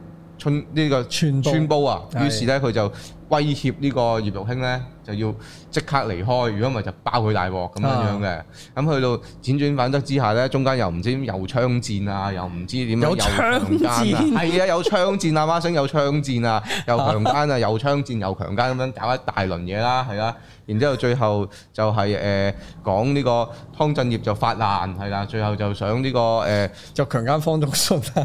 [SPEAKER 1] 春呢個
[SPEAKER 2] 寸煲
[SPEAKER 1] 穿煲啊，
[SPEAKER 2] 係
[SPEAKER 1] 於是咧佢就威脅呢個葉玉卿咧就要即刻離開，如果唔係就包佢大鑊咁樣樣
[SPEAKER 2] 啊
[SPEAKER 1] 嘅。咁去到輾轉反側之下咧，中間又唔知點又槍戰啊，又唔知點樣
[SPEAKER 2] 有
[SPEAKER 1] 又強奸啊
[SPEAKER 2] 槍戰
[SPEAKER 1] 係啊，有槍戰啊，孖聲有槍戰 啊，又強奸啊，又槍戰又強奸咁樣搞一大輪嘢啦，係啦。然之後最後就係、誒、講呢個湯鎮業就發難係啦，最後就想呢、個呃誒。
[SPEAKER 2] 就強姦方中信啊。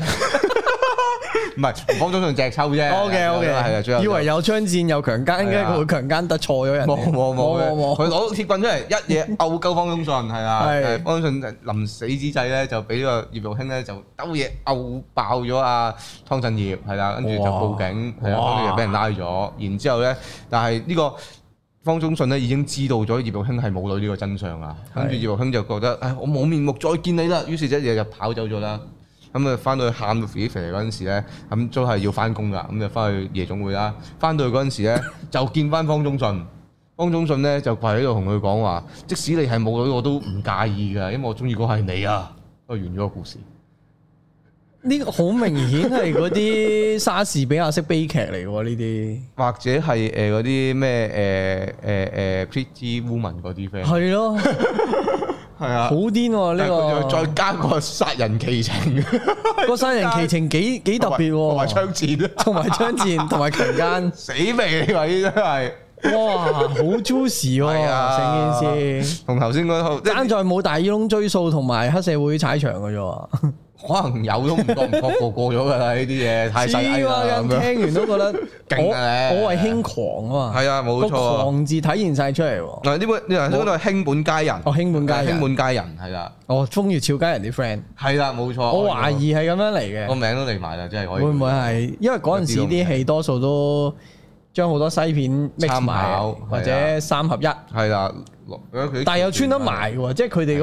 [SPEAKER 1] 唔係方中信隻抽 啫。
[SPEAKER 2] O K O
[SPEAKER 1] 係啊，最
[SPEAKER 2] K，
[SPEAKER 1] 後
[SPEAKER 2] 以為有槍戰有強姦，跟住
[SPEAKER 1] 係啊
[SPEAKER 2] 佢會強姦得錯咗人哋。
[SPEAKER 1] 冇冇冇，
[SPEAKER 2] 冇冇
[SPEAKER 1] 佢攞鐵棍出嚟一 嘢勾鳩方中信係啊，
[SPEAKER 2] 係
[SPEAKER 1] 誒方中信臨死之際咧就俾呢個葉玉卿咧就兜嘢勾爆咗阿湯鎮業係啦，跟住就
[SPEAKER 2] 哇
[SPEAKER 1] 報警係啦，
[SPEAKER 2] 哇
[SPEAKER 1] 跟住就俾人拉咗，然之後咧但係呢個。方中信咧已經知道咗葉玉卿係母女呢個真相啊，跟住
[SPEAKER 2] 係
[SPEAKER 1] 葉玉卿就覺得，唉，我冇面目再見你啦，於是一嘢就跑走咗啦。咁啊，翻到去喊到肥肥嗰陣時咧，咁都係要翻工噶，咁就翻去夜總會啦。翻到去嗰陣時咧， 就見翻方中信。方中信咧就跪喺度同佢講話，即使你係母女，我都唔介意噶，因為我中意嗰個係你啊。咁就完咗個故事。
[SPEAKER 2] 呢個好明顯係嗰啲莎士比亞式悲劇嚟喎，呢啲
[SPEAKER 1] 或者係誒嗰啲咩誒誒誒 Pretty Woman 嗰啲 friend，
[SPEAKER 2] 係咯，
[SPEAKER 1] 係啊
[SPEAKER 2] 好，癲喎呢
[SPEAKER 1] 但係佢就再
[SPEAKER 2] 個。
[SPEAKER 1] 加個殺人奇情，
[SPEAKER 2] 個殺人奇情幾幾特 別
[SPEAKER 1] 同埋
[SPEAKER 2] 喎，
[SPEAKER 1] 槍戰，
[SPEAKER 2] 同埋槍 戰，同埋強姦，
[SPEAKER 1] 死未你位真係。
[SPEAKER 2] 哇，好 juicy
[SPEAKER 1] 係啊
[SPEAKER 2] 喎，成件事。
[SPEAKER 1] 同頭先嗰套，即係
[SPEAKER 2] 爭在冇大耳窿追數同埋黑社會踩場嘅啫喎，
[SPEAKER 1] 可能有都唔覺唔覺過過咗㗎啦，呢啲嘢太細
[SPEAKER 2] 黐
[SPEAKER 1] 藝啦
[SPEAKER 2] 孖
[SPEAKER 1] 啊咁樣。
[SPEAKER 2] 筋，聽完都覺得
[SPEAKER 1] 勁啊
[SPEAKER 2] 我
[SPEAKER 1] 你
[SPEAKER 2] 我係輕狂啊嘛，
[SPEAKER 1] 係啊冇錯啊哦
[SPEAKER 2] 個狂字體現晒出嚟喎。
[SPEAKER 1] 嗱呢本呢本都係興本佳人，
[SPEAKER 2] 哦興本佳人
[SPEAKER 1] 興本佳人係啦，
[SPEAKER 2] 哦，風月俏佳人啲 friend，
[SPEAKER 1] 係啦冇錯。
[SPEAKER 2] 我懷疑係咁樣嚟
[SPEAKER 1] 個
[SPEAKER 2] 嘅，
[SPEAKER 1] 名都嚟埋啦，真係可以。
[SPEAKER 2] 會唔會係因為嗰陣時啲戲多數都將好多西片 mix
[SPEAKER 1] 參
[SPEAKER 2] 埋
[SPEAKER 1] 考，
[SPEAKER 2] 或
[SPEAKER 1] 係啊
[SPEAKER 2] 者三合一，
[SPEAKER 1] 係啦，落
[SPEAKER 2] 但係又穿得，埋喎，即係佢哋嗰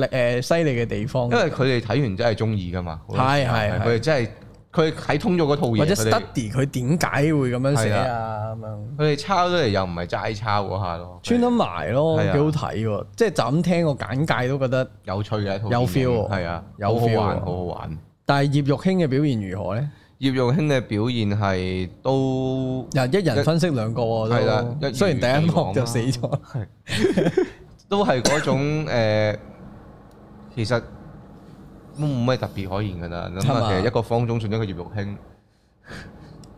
[SPEAKER 2] 個誒犀利嘅地
[SPEAKER 1] 啊
[SPEAKER 2] 方
[SPEAKER 1] 因，為佢哋睇完真係中意噶嘛。
[SPEAKER 2] 係係係
[SPEAKER 1] 佢哋真係佢哋睇通咗嗰套嘢，
[SPEAKER 2] 或者
[SPEAKER 1] 佢哋
[SPEAKER 2] study 佢點解會咁樣寫啊咁樣，
[SPEAKER 1] 佢哋抄咗嚟又唔係齋抄嗰下咯，
[SPEAKER 2] 穿得埋咯，
[SPEAKER 1] 係
[SPEAKER 2] 幾
[SPEAKER 1] 啊
[SPEAKER 2] 好睇喎！即係就咁聽個簡介都覺得，
[SPEAKER 1] 有趣嘅一套電影，
[SPEAKER 2] 有 feel 喎
[SPEAKER 1] 係啊，
[SPEAKER 2] 有
[SPEAKER 1] 好好
[SPEAKER 2] feel 喎
[SPEAKER 1] 玩，好好玩。
[SPEAKER 2] 但係葉玉卿嘅表現如何咧？
[SPEAKER 1] 葉玉卿嘅表現係都
[SPEAKER 2] 又一人分析兩個
[SPEAKER 1] 係啦
[SPEAKER 2] 喎
[SPEAKER 1] 一
[SPEAKER 2] 都，雖然第一幕就死
[SPEAKER 1] 如
[SPEAKER 2] 咗，
[SPEAKER 1] 都係嗰 種誒其實都冇咩特別可言㗎啦。咁
[SPEAKER 2] 係
[SPEAKER 1] 啊，
[SPEAKER 2] 嘛
[SPEAKER 1] 其實一個方中信，一個葉玉卿，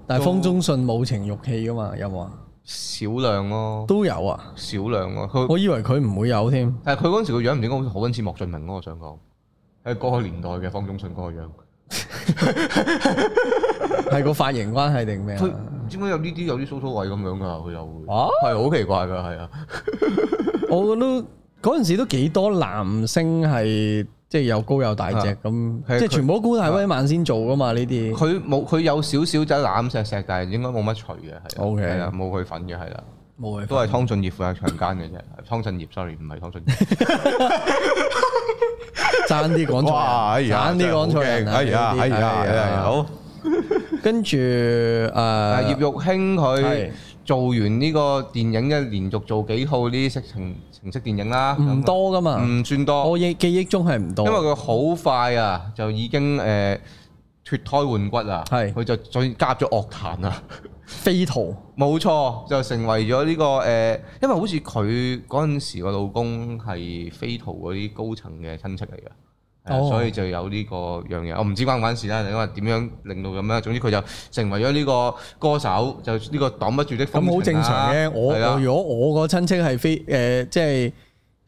[SPEAKER 2] 但係方中信冇情欲戲噶嘛，有冇啊？
[SPEAKER 1] 少量咯，
[SPEAKER 2] 都有啊！
[SPEAKER 1] 少量咯。佢
[SPEAKER 2] 我以為佢唔會有添，
[SPEAKER 1] 但係佢嗰陣時個樣唔知點解好似好撚似莫俊明咯，我想講喺嗰個年代嘅方中信嗰個樣，
[SPEAKER 2] 係個髮型關係定咩
[SPEAKER 1] 佢
[SPEAKER 2] 啊？
[SPEAKER 1] 唔知點解有呢啲有啲鬚鬚位咁樣㗎，佢又會
[SPEAKER 2] 啊
[SPEAKER 1] 係好奇怪㗎，係啊，
[SPEAKER 2] 我都嗰陣時都幾多男星係即係又高又大隻咁，
[SPEAKER 1] 啊係佢
[SPEAKER 2] 即係
[SPEAKER 1] 啊
[SPEAKER 2] 全部都高大威猛先做噶嘛呢啲。
[SPEAKER 1] 佢冇佢有少少就攬石石，但係應該冇乜除嘅，係啊
[SPEAKER 2] OK
[SPEAKER 1] 係啊，冇佢份嘅係啦，
[SPEAKER 2] 冇嘅，
[SPEAKER 1] 都係湯俊業負責強奸嘅啫， 湯俊業 sorry 唔係湯俊業。
[SPEAKER 2] 爭啲講 錯
[SPEAKER 1] 哇！哎
[SPEAKER 2] 人，
[SPEAKER 1] 呀，
[SPEAKER 2] 爭啲講錯人啊！
[SPEAKER 1] 哎 呀，
[SPEAKER 2] 呢啲
[SPEAKER 1] 哎呀，哎呀，。好。
[SPEAKER 2] 跟住呃誒，
[SPEAKER 1] 誒，葉
[SPEAKER 2] 葉
[SPEAKER 1] 玉卿佢
[SPEAKER 2] 係
[SPEAKER 1] 做完呢個電影嘅，連續做幾套呢啲色情情色電影啦，
[SPEAKER 2] 唔多噶嘛，
[SPEAKER 1] 唔算多，
[SPEAKER 2] 我記記憶中係唔
[SPEAKER 1] 啊嗯因為
[SPEAKER 2] 多。
[SPEAKER 1] 佢好快啊，就已經誒脱胎換骨啦，
[SPEAKER 2] 係
[SPEAKER 1] 佢就再加入咗樂壇啊。
[SPEAKER 2] 飛圖
[SPEAKER 1] 冇錯，就成為咗呢、個誒、因為好似佢嗰陣時個老公係飛圖嗰啲高層嘅親戚嚟嘅。係啊
[SPEAKER 2] 哦
[SPEAKER 1] 所以就有呢個樣嘢，我唔知關唔關事啦。因為點樣令到咁樣，總之佢就成為咗呢個歌手，就呢個擋不住的風情
[SPEAKER 2] 咁好正常嘅，
[SPEAKER 1] 啦
[SPEAKER 2] 我
[SPEAKER 1] 係啊
[SPEAKER 2] 我如果我個親戚係飛誒，即係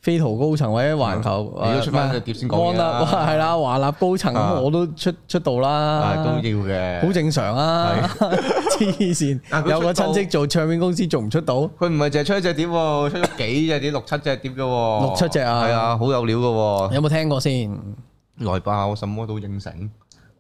[SPEAKER 2] 飛圖高層或者環球，
[SPEAKER 1] 嗯你都出返
[SPEAKER 2] 誒
[SPEAKER 1] 隻碟先講嘢啦
[SPEAKER 2] 安立哇係啦，華納高層
[SPEAKER 1] 啊
[SPEAKER 2] 咁我都出出道
[SPEAKER 1] 啊都要
[SPEAKER 2] 啦，
[SPEAKER 1] 嘅。
[SPEAKER 2] 好正常啊，
[SPEAKER 1] 啊但係佢出，道
[SPEAKER 2] 黐線有個親戚做唱片公司做唔出到，
[SPEAKER 1] 佢唔係淨係出一隻碟喎，出咗幾隻碟，六七隻碟嘅喎。
[SPEAKER 2] 六七隻啊
[SPEAKER 1] 係啊，好有料嘅
[SPEAKER 2] 有冇聽過先？
[SPEAKER 1] 喎。來吧，我什麼都應承。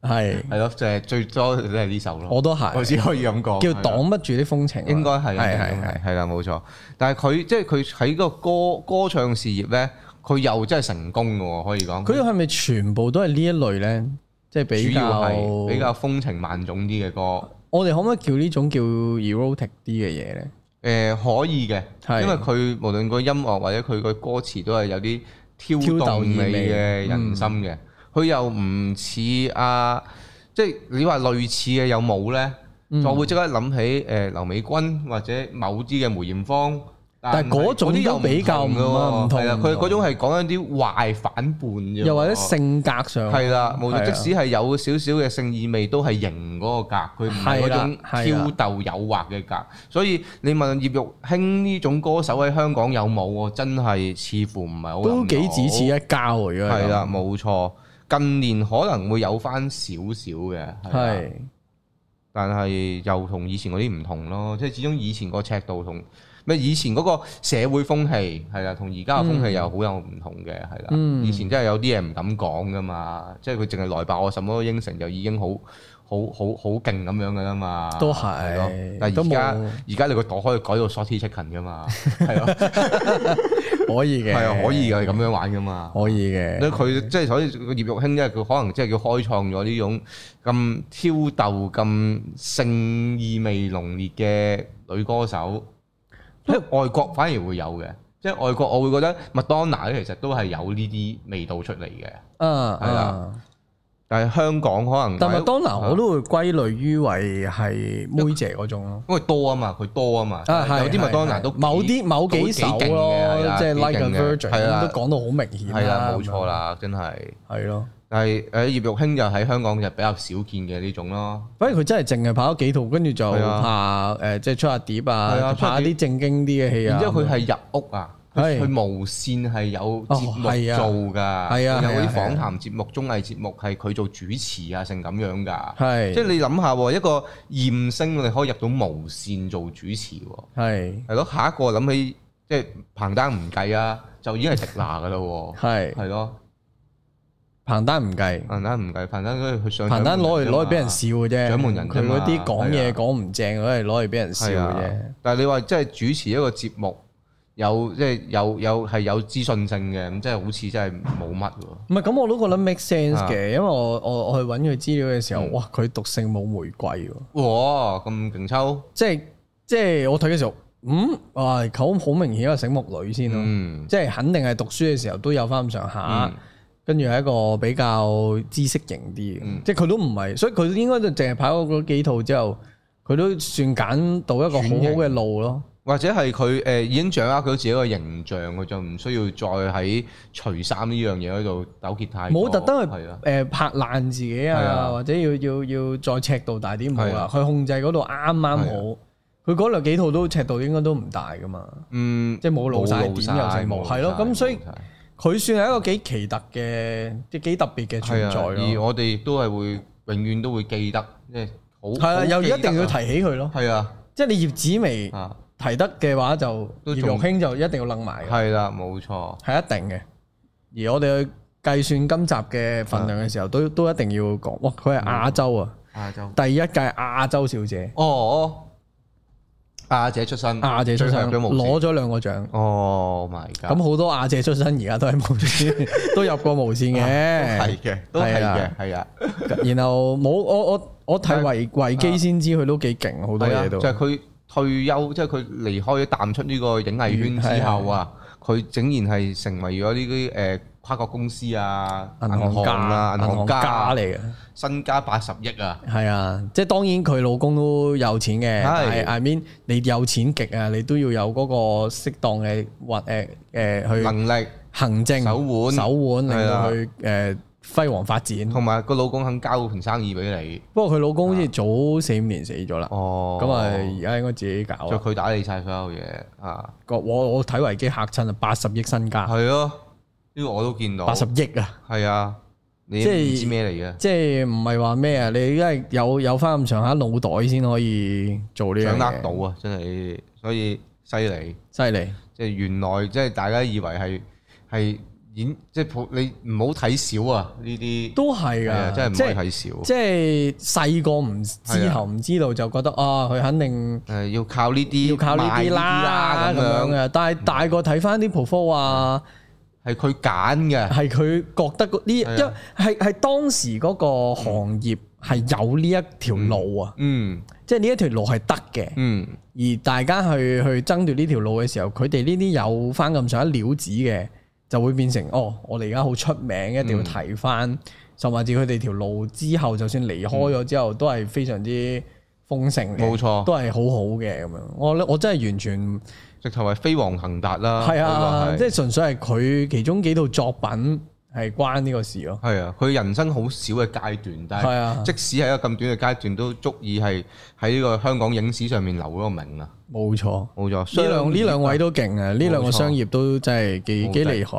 [SPEAKER 2] 係，
[SPEAKER 1] 係咯，就係最多都係呢首咯。
[SPEAKER 2] 我都
[SPEAKER 1] 我只
[SPEAKER 2] 係，
[SPEAKER 1] 可以咁講。
[SPEAKER 2] 叫
[SPEAKER 1] 係啊
[SPEAKER 2] 擋不住啲風情啊，
[SPEAKER 1] 應該係，
[SPEAKER 2] 係
[SPEAKER 1] 應該
[SPEAKER 2] 係係。
[SPEAKER 1] 係啦，冇錯。但係佢即係佢喺個歌歌唱事業咧，佢又真係成功嘅喎，可以講。
[SPEAKER 2] 佢係咪全部都係呢一類咧？即係比
[SPEAKER 1] 主要
[SPEAKER 2] 較
[SPEAKER 1] 係比較風情萬種啲嘅歌，
[SPEAKER 2] 我哋可唔可以叫呢種叫 erotic 啲嘅嘢咧？
[SPEAKER 1] 誒、呃可以嘅，
[SPEAKER 2] 係
[SPEAKER 1] 因為佢無論個音樂或者佢個歌詞都係有啲挑
[SPEAKER 2] 挑
[SPEAKER 1] 動
[SPEAKER 2] 逗
[SPEAKER 1] 你
[SPEAKER 2] 意味
[SPEAKER 1] 嘅人心嘅。佢、又唔似阿啊即係你話類似嘅有冇咧？
[SPEAKER 2] 嗯
[SPEAKER 1] 就會即刻諗起誒劉美君或者某啲嘅梅艷芳，
[SPEAKER 2] 但係嗰種
[SPEAKER 1] 啲又
[SPEAKER 2] 都比較唔
[SPEAKER 1] 同㗎
[SPEAKER 2] 唔同
[SPEAKER 1] 喎係啦
[SPEAKER 2] 唔
[SPEAKER 1] 佢
[SPEAKER 2] 同
[SPEAKER 1] 嗰種係講緊啲壞反叛啫喎，
[SPEAKER 2] 又或者性格上
[SPEAKER 1] 係啦，無論
[SPEAKER 2] 係啊
[SPEAKER 1] 即使係有少少嘅性意味，都係型嗰個格，佢唔係
[SPEAKER 2] 係
[SPEAKER 1] 嗰
[SPEAKER 2] 啦
[SPEAKER 1] 種
[SPEAKER 2] 係啦
[SPEAKER 1] 挑逗誘惑嘅格。所以你問葉玉卿呢種歌手喺香港有冇？我真係似乎唔係好
[SPEAKER 2] 都
[SPEAKER 1] 諗
[SPEAKER 2] 幾啊
[SPEAKER 1] 到
[SPEAKER 2] 只此一交嚟嘅，
[SPEAKER 1] 係啦，冇錯。近年可能會有翻少少嘅，啦
[SPEAKER 2] 係
[SPEAKER 1] 但係又同以前嗰啲唔同咯，即係始終以前個尺度同咩以前嗰個社會風氣係啦，同而家嘅風氣又好有唔同嘅係啦。
[SPEAKER 2] 嗯
[SPEAKER 1] 以前真係有啲嘢唔敢講噶嘛，即係佢淨係來吧，我什麼都應承就已經好好好好勁咁樣噶啦嘛。
[SPEAKER 2] 都
[SPEAKER 1] 咯
[SPEAKER 2] 係，
[SPEAKER 1] 但
[SPEAKER 2] 都
[SPEAKER 1] 係而
[SPEAKER 2] 冇
[SPEAKER 1] 家而家你個朵可以改到 shorty chicken 噶嘛，係 咯，
[SPEAKER 2] 可以嘅，
[SPEAKER 1] 係啊，可以嘅，咁樣玩噶嘛。
[SPEAKER 2] 可以嘅，
[SPEAKER 1] 咧佢即係所以個葉玉卿，因為佢可能即係叫開創咗呢種咁挑逗、咁性意味濃烈嘅女歌手，即係外國反而會有嘅。即係外國，我會覺得麥當娜咧，其實都係有呢啲味道出嚟嘅。
[SPEAKER 2] 啊
[SPEAKER 1] 係啦
[SPEAKER 2] 啊。
[SPEAKER 1] 但係香港可能
[SPEAKER 2] 但麥當
[SPEAKER 1] 啊
[SPEAKER 2] 娜我都會歸類於為係妹姐嗰種咯。
[SPEAKER 1] 因為多啊嘛，佢多啊嘛，
[SPEAKER 2] 啊，係
[SPEAKER 1] 有啲麥當娜
[SPEAKER 2] 係
[SPEAKER 1] 都
[SPEAKER 2] 係某
[SPEAKER 1] 幾
[SPEAKER 2] 啲某
[SPEAKER 1] 都
[SPEAKER 2] 幾
[SPEAKER 1] 幾
[SPEAKER 2] 首
[SPEAKER 1] 勁嘅係
[SPEAKER 2] 咯
[SPEAKER 1] 啦，
[SPEAKER 2] 即係
[SPEAKER 1] 幾
[SPEAKER 2] Like a
[SPEAKER 1] 勁嘅
[SPEAKER 2] Virgin
[SPEAKER 1] 係啦
[SPEAKER 2] 都講到好明顯
[SPEAKER 1] 係啦，冇錯
[SPEAKER 2] 錯，
[SPEAKER 1] 啦，真係。
[SPEAKER 2] 係咯。
[SPEAKER 1] 但係誒葉玉卿就喺香港就比較少見嘅呢種咯。
[SPEAKER 2] 反正佢真係淨係拍咗幾套，跟住就
[SPEAKER 1] 係啊
[SPEAKER 2] 拍誒，即係出下碟
[SPEAKER 1] 係啊
[SPEAKER 2] 啊，
[SPEAKER 1] 出下
[SPEAKER 2] 拍
[SPEAKER 1] 碟
[SPEAKER 2] 啲正經啲嘅戲啊。
[SPEAKER 1] 然之後佢係入屋啊，佢
[SPEAKER 2] 係
[SPEAKER 1] 佢無線係有節目
[SPEAKER 2] 哦係啊
[SPEAKER 1] 做㗎，
[SPEAKER 2] 係啊
[SPEAKER 1] 佢有
[SPEAKER 2] 係
[SPEAKER 1] 啲
[SPEAKER 2] 啊
[SPEAKER 1] 訪談節目、綜藝節目係佢做主持啊，成咁樣㗎。
[SPEAKER 2] 係
[SPEAKER 1] 即係你諗下喎，一個艷星你可以入到無線做主持喎，
[SPEAKER 2] 係
[SPEAKER 1] 係咯。下一個諗起即係彭丹唔計啊，就已經係迪娜㗎啦喎，
[SPEAKER 2] 係
[SPEAKER 1] 係咯。
[SPEAKER 2] 彭丹唔計，
[SPEAKER 1] 彭丹唔計，彭丹佢上
[SPEAKER 2] 彭丹攞嚟攞嚟俾人
[SPEAKER 1] 笑。
[SPEAKER 2] 笑嘅啫。
[SPEAKER 1] 掌啊門人啫
[SPEAKER 2] 佢
[SPEAKER 1] 嘛
[SPEAKER 2] 嗰啲講
[SPEAKER 1] 係啊
[SPEAKER 2] 嘢講唔正，攞嚟攞嚟俾人笑
[SPEAKER 1] 係
[SPEAKER 2] 嘅
[SPEAKER 1] 啊
[SPEAKER 2] 啫。，
[SPEAKER 1] 但係你話即係主持一個節目，有即係有有係有資訊性嘅，咁即係好似真係冇乜喎。
[SPEAKER 2] 唔係咁，我都覺得 make sense
[SPEAKER 1] 啊
[SPEAKER 2] 嘅，因為我我我去揾佢資料嘅時候，
[SPEAKER 1] 嗯
[SPEAKER 2] 哇！佢讀聖母玫瑰喎，
[SPEAKER 1] 哇！咁勁抽，
[SPEAKER 2] 即係即係我睇嘅時候，嗯，啊，佢好明顯係醒目女先咯，
[SPEAKER 1] 嗯
[SPEAKER 2] 即係肯定係讀書嘅時候都有翻咁上下
[SPEAKER 1] 嗯，
[SPEAKER 2] 跟住係一個比較知識型啲嘅，
[SPEAKER 1] 嗯
[SPEAKER 2] 即係佢都唔係，所以佢應該就淨係拍過嗰幾套之後，佢都算揀到一個好好嘅路咯，
[SPEAKER 1] 或者係佢誒已經掌握到自己個形象，佢就唔需要再喺除衫呢樣嘢嗰度糾結太多。
[SPEAKER 2] 冇特登去
[SPEAKER 1] 係啊，
[SPEAKER 2] 誒拍爛自己
[SPEAKER 1] 係
[SPEAKER 2] 啊，
[SPEAKER 1] 啊
[SPEAKER 2] 或者要要要再尺度大啲冇
[SPEAKER 1] 係啊
[SPEAKER 2] 啦，佢控制嗰度啱啱
[SPEAKER 1] 係啊
[SPEAKER 2] 好。佢嗰兩幾套都尺度應該都唔大噶嘛，
[SPEAKER 1] 嗯，
[SPEAKER 2] 即係冇露晒點又成冇，
[SPEAKER 1] 冇
[SPEAKER 2] 係咯。
[SPEAKER 1] 晒
[SPEAKER 2] 咁所以
[SPEAKER 1] 冇晒
[SPEAKER 2] 佢算係一個幾奇特嘅，即係幾特別嘅存
[SPEAKER 1] 係
[SPEAKER 2] 在
[SPEAKER 1] 啊，而
[SPEAKER 2] 咯。
[SPEAKER 1] 我哋亦都係會永遠都會記得，即係好
[SPEAKER 2] 係啊，
[SPEAKER 1] 好
[SPEAKER 2] 又
[SPEAKER 1] 記得
[SPEAKER 2] 一定要提起佢咯。
[SPEAKER 1] 係啊，
[SPEAKER 2] 即係你葉子薇
[SPEAKER 1] 啊
[SPEAKER 2] 提得嘅話，就
[SPEAKER 1] 都
[SPEAKER 2] 葉
[SPEAKER 1] 仲
[SPEAKER 2] 玉卿就一定要楞埋嘅，
[SPEAKER 1] 係啦，冇錯，
[SPEAKER 2] 係一定嘅。而我哋去計算今集嘅份量嘅時候，都都一定要講，哇！佢係亞洲啊，
[SPEAKER 1] 亞洲
[SPEAKER 2] 第一屆亞洲小姐，
[SPEAKER 1] 哦，亞姐出身，
[SPEAKER 2] 亞姐
[SPEAKER 1] 嗯
[SPEAKER 2] 出
[SPEAKER 1] 最
[SPEAKER 2] 身
[SPEAKER 1] 強嘅無線
[SPEAKER 2] 攞咗兩個獎。
[SPEAKER 1] 哦，My God，
[SPEAKER 2] 咁好多亞姐出身而家都係 無線，都入過無線嘅。
[SPEAKER 1] 係嘅，都係
[SPEAKER 2] 係啊
[SPEAKER 1] 嘅，係啊。
[SPEAKER 2] 然後冇我我我睇維維基先知佢都幾勁，好多
[SPEAKER 1] 係啊，
[SPEAKER 2] 嘢
[SPEAKER 1] 就
[SPEAKER 2] 都
[SPEAKER 1] 係佢退休，即係佢離開咗淡出呢個影藝圈之後啊，佢竟然係成為咗呢啲誒跨國公司啊、
[SPEAKER 2] 銀行家
[SPEAKER 1] 啊、銀行家啊
[SPEAKER 2] 嚟嘅，
[SPEAKER 1] 身家八十億啊，
[SPEAKER 2] 係啊，即係當然佢老公都有錢嘅，但
[SPEAKER 1] 係
[SPEAKER 2] 係 I mean 你有錢極啊，你都要有嗰個適當嘅或誒誒去
[SPEAKER 1] 能力
[SPEAKER 2] 行政
[SPEAKER 1] 手腕
[SPEAKER 2] 手腕，
[SPEAKER 1] 係
[SPEAKER 2] 令
[SPEAKER 1] 啊
[SPEAKER 2] 到佢誒輝煌發展。
[SPEAKER 1] 同啊埋個老公肯交嗰盤生意俾你，
[SPEAKER 2] 不過佢老公好似早四五年死咗啦，
[SPEAKER 1] 哦，
[SPEAKER 2] 咁啊而家應該自己搞
[SPEAKER 1] 就
[SPEAKER 2] 啊。
[SPEAKER 1] 佢打理晒所有嘢啊，
[SPEAKER 2] 個我我睇維基嚇親啊，八十億身家，
[SPEAKER 1] 係咯，呢個我都見到，
[SPEAKER 2] 八十億啊！
[SPEAKER 1] 係啊，你
[SPEAKER 2] 即
[SPEAKER 1] 唔
[SPEAKER 2] 係
[SPEAKER 1] 知咩嚟嘅，
[SPEAKER 2] 即係唔係話咩啊？你因為有有翻咁上下腦袋先可以做呢樣
[SPEAKER 1] 掌
[SPEAKER 2] 嘢，
[SPEAKER 1] 握到啊，真係，所以犀利。
[SPEAKER 2] 犀利
[SPEAKER 1] 即係原來即係大家以為係係演即係普你唔好睇少啊呢啲，
[SPEAKER 2] 都係
[SPEAKER 1] 係啊
[SPEAKER 2] 噶，
[SPEAKER 1] 真
[SPEAKER 2] 即
[SPEAKER 1] 係唔可以睇少。
[SPEAKER 2] 即係細個唔之後唔知道就覺得啊，佢肯定
[SPEAKER 1] 誒要靠呢啲，
[SPEAKER 2] 要靠呢
[SPEAKER 1] 賣
[SPEAKER 2] 啲啦
[SPEAKER 1] 呢啲啦
[SPEAKER 2] 咁樣
[SPEAKER 1] 咁樣，嗯
[SPEAKER 2] 嘅。但係大個睇翻啲 p r 啊，
[SPEAKER 1] 係佢揀嘅，
[SPEAKER 2] 係佢覺得嗰
[SPEAKER 1] 嗯
[SPEAKER 2] 呢，
[SPEAKER 1] 係啊
[SPEAKER 2] 因為係係當時嗰個行業係有呢一條路啊，
[SPEAKER 1] 嗯
[SPEAKER 2] 即係呢一條路係得嘅。
[SPEAKER 1] 嗯
[SPEAKER 2] 而大家去去爭奪呢條路嘅時候，佢哋呢啲有翻咁上下料子嘅，就會變成哦，我哋而家好出名，一
[SPEAKER 1] 嗯
[SPEAKER 2] 定要睇翻，甚至佢哋條路之後，就算離開咗之後，都係非常之豐盛嘅，
[SPEAKER 1] 冇錯
[SPEAKER 2] 都係好好嘅咁樣。我我真係完全
[SPEAKER 1] 直頭係飛黃騰達啦，
[SPEAKER 2] 係
[SPEAKER 1] 呢
[SPEAKER 2] 啊，即
[SPEAKER 1] 個係
[SPEAKER 2] 係純粹係佢其中幾套作品係關呢個事咯。
[SPEAKER 1] 係啊，佢人生好少嘅階段，但
[SPEAKER 2] 係啊
[SPEAKER 1] 係即使係一個咁短嘅階段，都足以係喺呢個香港影史上面留咗個名啊！
[SPEAKER 2] 冇錯，
[SPEAKER 1] 冇錯，
[SPEAKER 2] 呢兩呢兩位
[SPEAKER 1] 都
[SPEAKER 2] 都勁啊！呢兩個
[SPEAKER 1] 冇錯
[SPEAKER 2] 商業都真係幾
[SPEAKER 1] 冇敵
[SPEAKER 2] 幾厲害。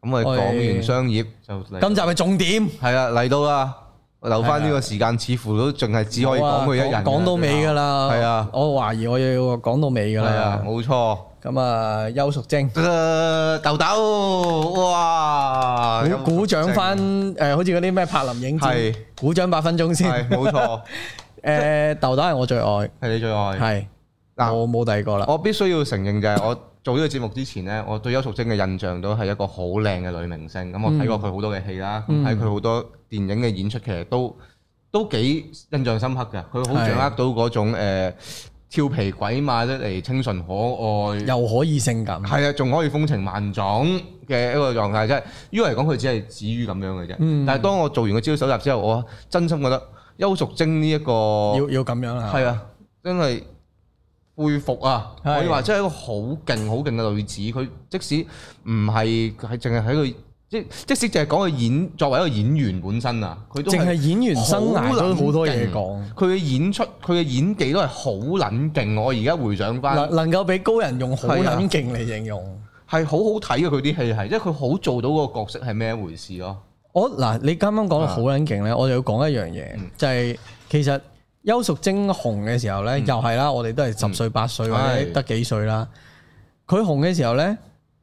[SPEAKER 1] 咁我哋講完商業就嚟
[SPEAKER 2] 今集嘅重點
[SPEAKER 1] 係啦，嚟到啦，留翻呢個時間，似乎都淨係只可以講佢一人㗎。
[SPEAKER 2] 啊
[SPEAKER 1] 啊
[SPEAKER 2] 講到尾㗎啦。
[SPEAKER 1] 係啊
[SPEAKER 2] 我懷疑我要講到尾㗎
[SPEAKER 1] 係啊，
[SPEAKER 2] 啦。
[SPEAKER 1] 冇錯。
[SPEAKER 2] 咁啊，邱淑貞。
[SPEAKER 1] 呃豆豆，哇！
[SPEAKER 2] 鼓鼓掌翻誒，好似嗰啲咩柏林影展
[SPEAKER 1] 係，
[SPEAKER 2] 鼓掌八分鐘先。
[SPEAKER 1] 係冇錯，
[SPEAKER 2] 誒，豆豆係我最愛，
[SPEAKER 1] 係你最愛。
[SPEAKER 2] 係
[SPEAKER 1] 嗱
[SPEAKER 2] 我冇第二個啦。
[SPEAKER 1] 我必須要承認就係我做呢個節目之前呢，我對邱淑貞嘅印象都係一個好靚嘅女明星。咁我睇過佢好多嘅戲啦，咁
[SPEAKER 2] 嗯
[SPEAKER 1] 睇佢好多電影嘅演出，其實都都幾印象深刻嘅。佢好掌握到嗰種誒調皮鬼馬得嚟清純可愛。
[SPEAKER 2] 又可以性感，
[SPEAKER 1] 係啊，仲可以風情萬種嘅一個狀態，即係於我嚟講，佢只係止於咁樣嘅啫。
[SPEAKER 2] 嗯啊
[SPEAKER 1] 但係當我做完個資料搜集之後，我啊真心覺得邱淑貞呢、一個
[SPEAKER 2] 要要咁樣啦。
[SPEAKER 1] 係啊，真係佩服啊！
[SPEAKER 2] 係
[SPEAKER 1] 可以話真係一個好勁、好勁嘅女子。佢即使唔係係淨係喺佢，即即使淨係講佢演作為一個演員本身啊，佢都
[SPEAKER 2] 淨係
[SPEAKER 1] 係
[SPEAKER 2] 演員生涯都好多嘢
[SPEAKER 1] 好
[SPEAKER 2] 講，
[SPEAKER 1] 佢嘅演出、佢嘅演技都係好撚勁。我而家回想翻。
[SPEAKER 2] 能能夠俾高人用好
[SPEAKER 1] 係啊
[SPEAKER 2] 撚勁嚟形容。
[SPEAKER 1] 係好好睇嘅佢啲戲係，即係佢好做到個角色係咩一回事咯。
[SPEAKER 2] 我嗱，你啱啱講
[SPEAKER 1] 啊
[SPEAKER 2] 到好撚勁咧，我就要講一樣嘢，
[SPEAKER 1] 嗯
[SPEAKER 2] 就係其實邱淑貞紅嘅時候咧，又係啦，我哋都係十歲八歲或者
[SPEAKER 1] 嗯係
[SPEAKER 2] 得幾歲啦。佢紅嘅時候咧，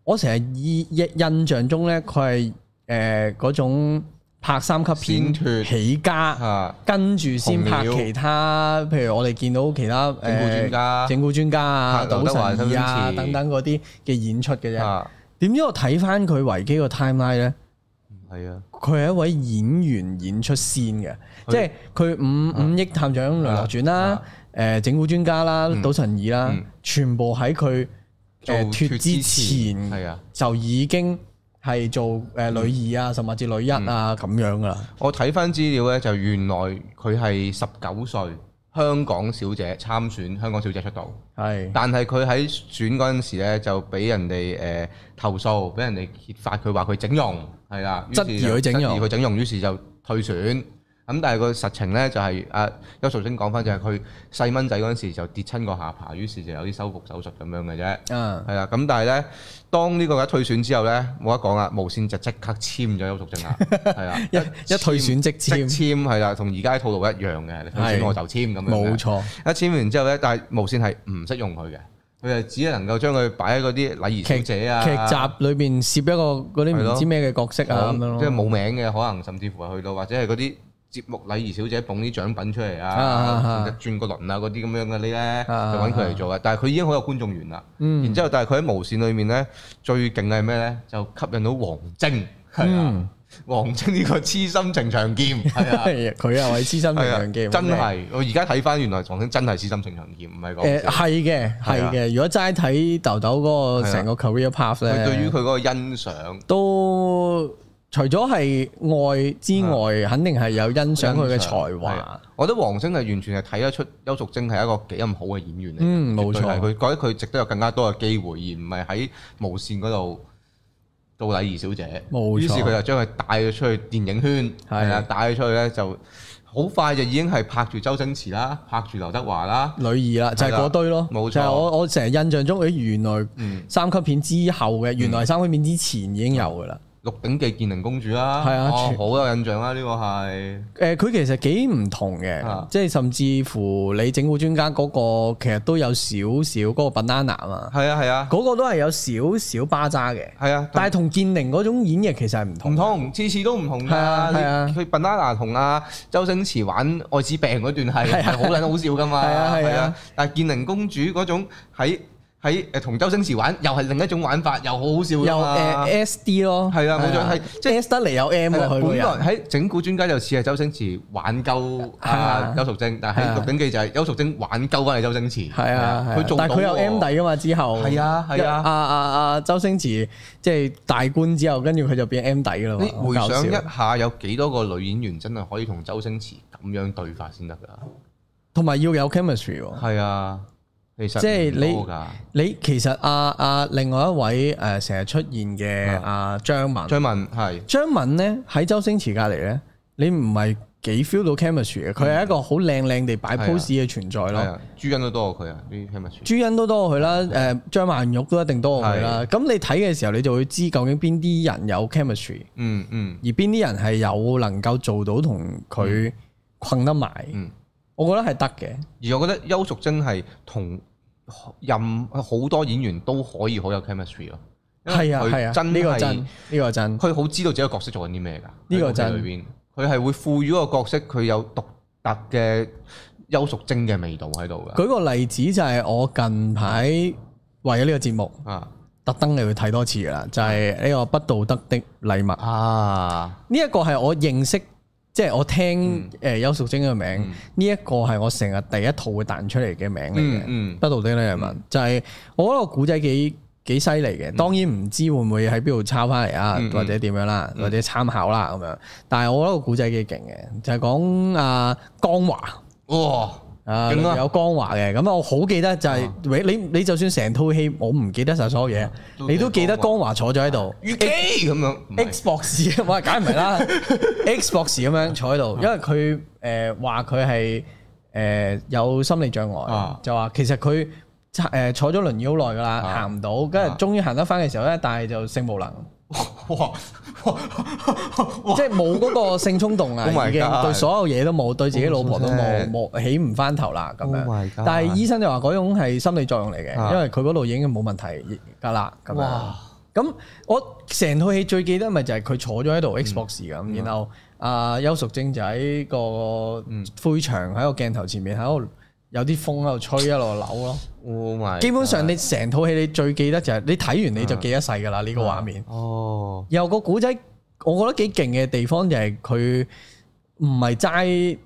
[SPEAKER 2] 我成日以印印象中咧，佢係誒嗰種拍三級
[SPEAKER 1] 先
[SPEAKER 2] 片
[SPEAKER 1] 脱
[SPEAKER 2] 起家，
[SPEAKER 1] 嚇，
[SPEAKER 2] 跟住先拍
[SPEAKER 1] 啊紅了
[SPEAKER 2] 其他，譬如我哋見到其他誒
[SPEAKER 1] 整蠱專家
[SPEAKER 2] 整蠱專家啊、
[SPEAKER 1] 拍劉
[SPEAKER 2] 賭
[SPEAKER 1] 德華
[SPEAKER 2] 神二
[SPEAKER 1] 周星
[SPEAKER 2] 啊
[SPEAKER 1] 馳
[SPEAKER 2] 等等嗰啲嘅演出嘅啫。
[SPEAKER 1] 嚇
[SPEAKER 2] 點知我睇翻佢維基個 timeline 咧？
[SPEAKER 1] 係啊，
[SPEAKER 2] 佢係一位演員演出先嘅，即係佢五五億探長梁洛傳啦
[SPEAKER 1] 啊，
[SPEAKER 2] 誒整蠱專家啦，賭神二啦
[SPEAKER 1] 嗯，
[SPEAKER 2] 全部喺佢
[SPEAKER 1] 做
[SPEAKER 2] 誒脱
[SPEAKER 1] 脱
[SPEAKER 2] 之
[SPEAKER 1] 之前係
[SPEAKER 2] 前
[SPEAKER 1] 啊
[SPEAKER 2] 就已經係做誒女二啊，甚至女一
[SPEAKER 1] 嗯
[SPEAKER 2] 啊咁樣噶啦，
[SPEAKER 1] 我睇翻資料咧，就原來佢係十九歲香港小姐參選香港小姐出道，
[SPEAKER 2] 係
[SPEAKER 1] 但係佢喺選嗰陣時咧就俾人哋誒、呃投訴，俾人哋揭發佢話佢整容，係啦，於是
[SPEAKER 2] 質疑
[SPEAKER 1] 就
[SPEAKER 2] 佢整容
[SPEAKER 1] 質疑佢整容，於是就退選。咁但係個實情咧就係、啊邱淑貞講翻就係佢細蚊仔嗰陣時就跌親個下巴，於是就有啲修復手術咁樣嘅啫。
[SPEAKER 2] 啊
[SPEAKER 1] 係啦，咁但係咧，當呢個一退選之後咧，冇得講啦，無線就即刻簽咗邱淑貞啦，係啦，
[SPEAKER 2] 一一退選即
[SPEAKER 1] 即
[SPEAKER 2] 簽，
[SPEAKER 1] 啊簽係啦，同而家啲套路一樣嘅，你退
[SPEAKER 2] 係
[SPEAKER 1] 選我就簽咁樣嘅。
[SPEAKER 2] 冇錯，
[SPEAKER 1] 一簽完之後咧，但係無線係唔識用佢嘅，佢就只能夠將佢擺喺嗰啲禮儀小姐啊、
[SPEAKER 2] 劇集裏邊攝一個嗰
[SPEAKER 1] 係
[SPEAKER 2] 啲唔
[SPEAKER 1] 咯
[SPEAKER 2] 知咩嘅角色啊咁樣咯，
[SPEAKER 1] 即係冇名嘅，可能甚至乎係去到或者係嗰啲節目禮儀小姐捧啲獎品出嚟
[SPEAKER 2] 啊啊
[SPEAKER 1] 啊
[SPEAKER 2] 啊，
[SPEAKER 1] 轉個輪啊嗰啲咁樣嘅咧，就
[SPEAKER 2] 啊
[SPEAKER 1] 揾佢嚟做嘅。但係佢已經好有觀眾緣啦。
[SPEAKER 2] 嗯
[SPEAKER 1] 然之後，但係佢喺無線裏面咧，最勁係咩咧？就吸引到王晶，係啊
[SPEAKER 2] 嗯，
[SPEAKER 1] 王晶呢個痴心情長劍，係啊。
[SPEAKER 2] 佢又係資深
[SPEAKER 1] 係啊
[SPEAKER 2] 名嘅，
[SPEAKER 1] 真係！我而家睇翻，原來王晶真係痴心情長劍，唔係講
[SPEAKER 2] 誒
[SPEAKER 1] 笑。
[SPEAKER 2] 係嘅，係
[SPEAKER 1] 係啊
[SPEAKER 2] 嘅。如果齋睇豆豆嗰個成個 career path 咧，
[SPEAKER 1] 佢對於佢嗰個欣賞，
[SPEAKER 2] 都除咗係愛之外，肯定係有欣賞佢嘅才
[SPEAKER 1] 啊係
[SPEAKER 2] 華
[SPEAKER 1] 啊。我覺得王晶係完全係睇得出邱淑貞係一個幾咁好嘅演員嚟嘅。
[SPEAKER 2] 嗯冇
[SPEAKER 1] 絕對係
[SPEAKER 2] 錯
[SPEAKER 1] 佢覺得佢值得有更加多嘅機會，而唔係喺無線嗰度做禮儀小姐。
[SPEAKER 2] 冇錯
[SPEAKER 1] 於是佢就將佢帶咗出去電影圈，
[SPEAKER 2] 係
[SPEAKER 1] 係啊，帶咗出去咧就好快就已經係拍住周星馳啦，拍住劉德華啦。
[SPEAKER 2] 女二啦，就係
[SPEAKER 1] 係啦
[SPEAKER 2] 嗰堆咯。
[SPEAKER 1] 冇錯
[SPEAKER 2] 就係我我成日印象中，誒原來
[SPEAKER 1] 嗯
[SPEAKER 2] 三級片之後嘅，原來三級片之前已經有噶啦。
[SPEAKER 1] 《鹿鼎記》建寧公主啦，
[SPEAKER 2] 係啊
[SPEAKER 1] 哦
[SPEAKER 2] 全
[SPEAKER 1] 好有印象啦，呢個係
[SPEAKER 2] 誒，佢其實幾唔同嘅
[SPEAKER 1] 嗯啊，
[SPEAKER 2] 即係甚至乎你整蠱專家嗰個，其實都有少少嗰個 banana 啊，
[SPEAKER 1] 係啊係啊
[SPEAKER 2] 嗰個都係有少少巴渣嘅，
[SPEAKER 1] 係啊，
[SPEAKER 2] 但係同建寧嗰種演繹其實係唔同
[SPEAKER 1] 唔
[SPEAKER 2] 嘅。
[SPEAKER 1] 同，次次都唔同㗎。
[SPEAKER 2] 係啊係啊
[SPEAKER 1] 你佢 banana 同阿周星馳玩愛
[SPEAKER 2] 啊
[SPEAKER 1] 滋病嗰段係係好撚好笑㗎嘛。
[SPEAKER 2] 係啊係啊，
[SPEAKER 1] 但係建寧公主嗰種喺喺誒同周星馳玩，又係另一種玩法，又好好笑
[SPEAKER 2] 有
[SPEAKER 1] 㗎嘛。
[SPEAKER 2] 誒 S D 咯，
[SPEAKER 1] 係啊冇錯係
[SPEAKER 2] 即係 S 得嚟有 M
[SPEAKER 1] 係啦
[SPEAKER 2] 落去
[SPEAKER 1] 本
[SPEAKER 2] 嘅
[SPEAKER 1] 來
[SPEAKER 2] 人，
[SPEAKER 1] 喺整蠱專家就似係周星馳玩鳩
[SPEAKER 2] 啊
[SPEAKER 1] 啊邱淑貞，但係
[SPEAKER 2] 係啊
[SPEAKER 1] 喺《鹿鼎記》就係邱淑貞玩鳩翻係周星馳。
[SPEAKER 2] 係啊，係啊
[SPEAKER 1] 佢做
[SPEAKER 2] 但係佢有 M
[SPEAKER 1] 底。
[SPEAKER 2] 底噶嘛之後，
[SPEAKER 1] 係啊係啊
[SPEAKER 2] 阿阿阿周星馳即係大官之後，跟住佢就變 M 底噶啦嘛，
[SPEAKER 1] 你
[SPEAKER 2] 好
[SPEAKER 1] 回
[SPEAKER 2] 搞
[SPEAKER 1] 想
[SPEAKER 2] 笑
[SPEAKER 1] 一下，有幾多個女演員真係可以同周星馳咁樣對法先得㗎？
[SPEAKER 2] 同埋要有 chemistry 喎。
[SPEAKER 1] 係啊，其實
[SPEAKER 2] 即係你
[SPEAKER 1] 唔多㗎
[SPEAKER 2] 你其實阿阿另外一位誒成日出現嘅
[SPEAKER 1] 啊
[SPEAKER 2] 阿張敏，
[SPEAKER 1] 張文係
[SPEAKER 2] 張敏咧喺周星馳隔離咧，你唔係幾 feel 到 chemistry 嘅，佢係一個好靚靚地擺
[SPEAKER 1] 嗯係啊
[SPEAKER 2] pose 嘅存在
[SPEAKER 1] 係
[SPEAKER 2] 咯。
[SPEAKER 1] 啊，朱茵都多過佢啊，啲 chemistry
[SPEAKER 2] 朱茵都多過佢啦，誒張曼玉都一定多過佢啦。咁你睇嘅時候，你就會知究竟邊啲人有 chemistry，
[SPEAKER 1] 嗯嗯
[SPEAKER 2] 而邊啲人係有能夠做到同佢困得埋。
[SPEAKER 1] 嗯。
[SPEAKER 2] 我覺得係得嘅，
[SPEAKER 1] 而我覺得邱淑貞係同任好多演員都可以好有 chemistry 咯。因為
[SPEAKER 2] 係啊
[SPEAKER 1] 佢
[SPEAKER 2] 係啊，
[SPEAKER 1] 真
[SPEAKER 2] 呢個
[SPEAKER 1] 係
[SPEAKER 2] 真呢個真
[SPEAKER 1] 佢好知道自己個角色做緊啲咩㗎。
[SPEAKER 2] 呢個
[SPEAKER 1] 喺
[SPEAKER 2] 真
[SPEAKER 1] 戲裏邊，佢係會賦予個角色佢有獨特嘅邱淑貞嘅味道喺度㗎。
[SPEAKER 2] 舉個例子就係我近排為咗呢個節目
[SPEAKER 1] 啊
[SPEAKER 2] 特登你去睇多次噶啦，就係、呢個不道德的禮物。
[SPEAKER 1] 啊，
[SPEAKER 2] 呢一個係我認識，即係我聽誒邱淑貞嘅名
[SPEAKER 1] 嗯，
[SPEAKER 2] 呢一個係我成日第一套會彈出嚟嘅名嚟
[SPEAKER 1] 嗯
[SPEAKER 2] 嘅。
[SPEAKER 1] 嗯嗯
[SPEAKER 2] 不道德的禮物就係我覺得個古仔幾幾犀利嘅，當然唔知會唔會喺邊度抄翻嚟啊
[SPEAKER 1] 嗯，嗯
[SPEAKER 2] 或者點樣啦，或者參考啦咁樣。但係我覺得個古仔幾勁嘅，就係講啊江華。
[SPEAKER 1] 哇，
[SPEAKER 2] 啊，
[SPEAKER 1] 勁啊啊
[SPEAKER 2] 有光華嘅，咁我好記得就係、你你你就算成套戲我唔記得晒所有嘢，
[SPEAKER 1] 嗯都
[SPEAKER 2] 你都記
[SPEAKER 1] 記
[SPEAKER 2] 得
[SPEAKER 1] 得
[SPEAKER 2] 光華坐咗喺度
[SPEAKER 1] 月姬咁樣唔係
[SPEAKER 2] ，Xbox 哇，梗係唔 係啦，Xbox 咁樣坐喺
[SPEAKER 1] 啊
[SPEAKER 2] 度，因為佢誒話佢係誒有心理障礙，
[SPEAKER 1] 啊
[SPEAKER 2] 就話其實佢誒、坐咗輪椅好耐噶啦，
[SPEAKER 1] 啊
[SPEAKER 2] 行唔到，跟住終於行得翻嘅時候咧，但係就性無能，
[SPEAKER 1] 哇哇哇
[SPEAKER 2] 即係冇嗰個性衝動啊
[SPEAKER 1] Oh，my
[SPEAKER 2] 已經
[SPEAKER 1] God
[SPEAKER 2] 對所有嘢都冇，對自己老婆都冇，
[SPEAKER 1] Oh
[SPEAKER 2] 冇起唔翻頭啦咁樣。
[SPEAKER 1] Oh my God
[SPEAKER 2] 但係醫生就話嗰種係心理作用嚟嘅，
[SPEAKER 1] 啊
[SPEAKER 2] 因為佢嗰度已經冇問題㗎啦咁樣
[SPEAKER 1] 哇。
[SPEAKER 2] 咁我成套戲最記得咪就係佢坐咗喺度 Xbox 咁，然後阿邱淑貞就喺個灰牆喺個鏡頭前面喺度有啲風喺度吹一路扭咯。啊
[SPEAKER 1] ！Oh my，
[SPEAKER 2] 基本上你成套戲你最記得就係你睇完你就記一世㗎啦呢個畫面。
[SPEAKER 1] 哦。
[SPEAKER 2] 有個古仔，我覺得幾勁嘅地方就係佢唔係齋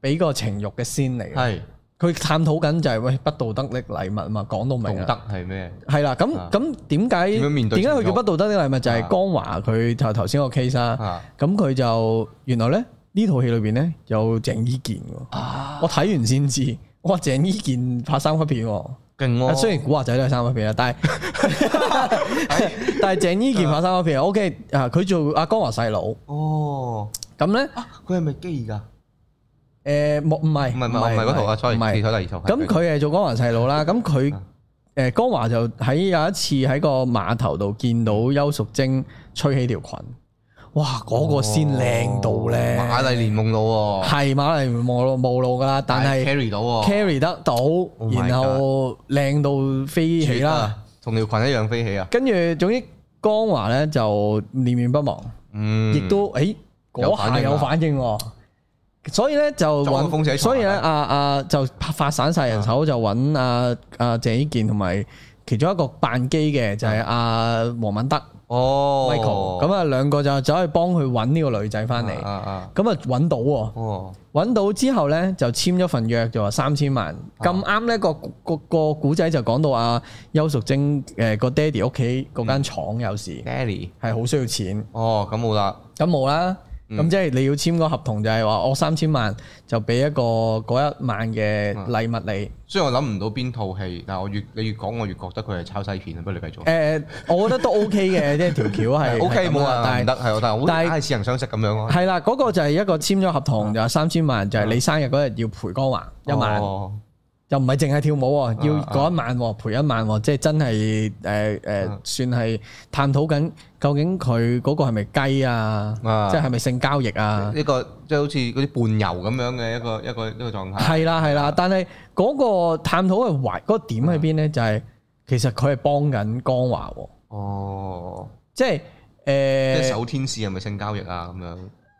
[SPEAKER 2] 俾個情慾嘅先嚟嘅，
[SPEAKER 1] 係
[SPEAKER 2] 佢探討緊就係、喂不道德的禮物嘛，講到
[SPEAKER 1] 道
[SPEAKER 2] 明啊
[SPEAKER 1] 德係咩？
[SPEAKER 2] 係啦，咁
[SPEAKER 1] 啊
[SPEAKER 2] 咁點解
[SPEAKER 1] 點樣面對
[SPEAKER 2] 點解
[SPEAKER 1] 情
[SPEAKER 2] 佢
[SPEAKER 1] 慾
[SPEAKER 2] 叫不道德的禮物？就係
[SPEAKER 1] 啊
[SPEAKER 2] 江華佢就頭先個 case 啦，
[SPEAKER 1] 啊
[SPEAKER 2] 咁佢就原來咧呢套戲裏邊咧有鄭伊健喎，
[SPEAKER 1] 啊，
[SPEAKER 2] 我睇完先知，哇鄭伊健拍三級片喎。
[SPEAKER 1] 勁喎！
[SPEAKER 2] 啊雖然古惑仔都係三 級片啦，啊但係但係鄭伊健拍三級片，OK 啊，佢做阿江華細佬，
[SPEAKER 1] 哦，
[SPEAKER 2] 咁
[SPEAKER 1] 佢係咪基㗎？
[SPEAKER 2] 咧誒冇唔係
[SPEAKER 1] 唔係唔係我唔係嗰套啊，sorry，à,
[SPEAKER 2] 唔
[SPEAKER 1] 記
[SPEAKER 2] 係
[SPEAKER 1] 錯第二套。係
[SPEAKER 2] 咁佢係做江華細佬啦，咁佢
[SPEAKER 1] 啊
[SPEAKER 2] 誒江華就喺有一次喺個碼頭度見到邱淑貞吹起條裙，哇嗰個先靚到咧，
[SPEAKER 1] 瑪麗蓮夢露喎，
[SPEAKER 2] 係馬麗冇路冇路噶啦，但係
[SPEAKER 1] à. carry à. 到喎，
[SPEAKER 2] carry 得到，
[SPEAKER 1] Oh my 啊
[SPEAKER 2] 然後靚到飛起啦。，
[SPEAKER 1] 同條裙一樣飛起啊！
[SPEAKER 2] 跟住總之江華咧就念念不忘，
[SPEAKER 1] 嗯，
[SPEAKER 2] 亦都誒
[SPEAKER 1] 有
[SPEAKER 2] 嗰
[SPEAKER 1] 反應
[SPEAKER 2] 下
[SPEAKER 1] 啊
[SPEAKER 2] 有反應喎。所以咧就
[SPEAKER 1] 撞個風仔
[SPEAKER 2] 揾，
[SPEAKER 1] 床
[SPEAKER 2] 所以咧啊啊就發散晒人手，就揾啊啊鄭伊健同埋其中一個扮機嘅就係阿黃敏德
[SPEAKER 1] 啊哦
[SPEAKER 2] Michael，咁啊兩個就走去幫佢揾呢個女仔翻嚟，
[SPEAKER 1] 啊啊，
[SPEAKER 2] 咁啊揾到喎。
[SPEAKER 1] 哦，
[SPEAKER 2] 揾到之後咧，就簽咗份約，就話三千萬。
[SPEAKER 1] 啊
[SPEAKER 2] 咁啱呢個個個古仔就講到阿邱淑貞誒個爹哋屋企嗰
[SPEAKER 1] 嗯
[SPEAKER 2] 間廠有事，
[SPEAKER 1] Daddy，
[SPEAKER 2] 係好需要錢。
[SPEAKER 1] 哦，咁冇啦，
[SPEAKER 2] 咁冇啦，
[SPEAKER 1] 嗯
[SPEAKER 2] 咁即係你要簽個合同，就係話我三千萬就俾一個嗰一萬嘅
[SPEAKER 1] 啊
[SPEAKER 2] 禮物你。
[SPEAKER 1] 雖然我諗唔到邊套戲，但係我越你越講，我越覺得佢係抄西片啊！不如你繼續。
[SPEAKER 2] 誒，我覺得都 OK 嘅，即係條 橋係
[SPEAKER 1] O K
[SPEAKER 2] 係咁
[SPEAKER 1] 冇
[SPEAKER 2] 啦
[SPEAKER 1] 啊，唔
[SPEAKER 2] 但係
[SPEAKER 1] 得係，但係我
[SPEAKER 2] 但係
[SPEAKER 1] 係似人相識咁樣咯。
[SPEAKER 2] 係啦，嗰個就係一個簽咗合同，就係三千萬，就係你生日嗰日要陪江華一萬。
[SPEAKER 1] 哦
[SPEAKER 2] 又唔係淨係跳舞喎，要
[SPEAKER 1] 啊啊
[SPEAKER 2] 嗰一晚喎，陪一晚喎，即係真係誒誒
[SPEAKER 1] 啊，
[SPEAKER 2] 算係探討緊究竟佢嗰個係咪雞啊，
[SPEAKER 1] 啊
[SPEAKER 2] 即係係咪性交易啊？
[SPEAKER 1] 一個即係好似嗰啲伴遊咁樣嘅一個一個一個狀態。
[SPEAKER 2] 係啦係啦，但係嗰個探討嘅懷嗰個點
[SPEAKER 1] 啊
[SPEAKER 2] 喺邊咧？就係其實佢係幫緊江華喎，
[SPEAKER 1] 哦，
[SPEAKER 2] 即係
[SPEAKER 1] 即係
[SPEAKER 2] 誒
[SPEAKER 1] 手天使係咪性交易啊？咁樣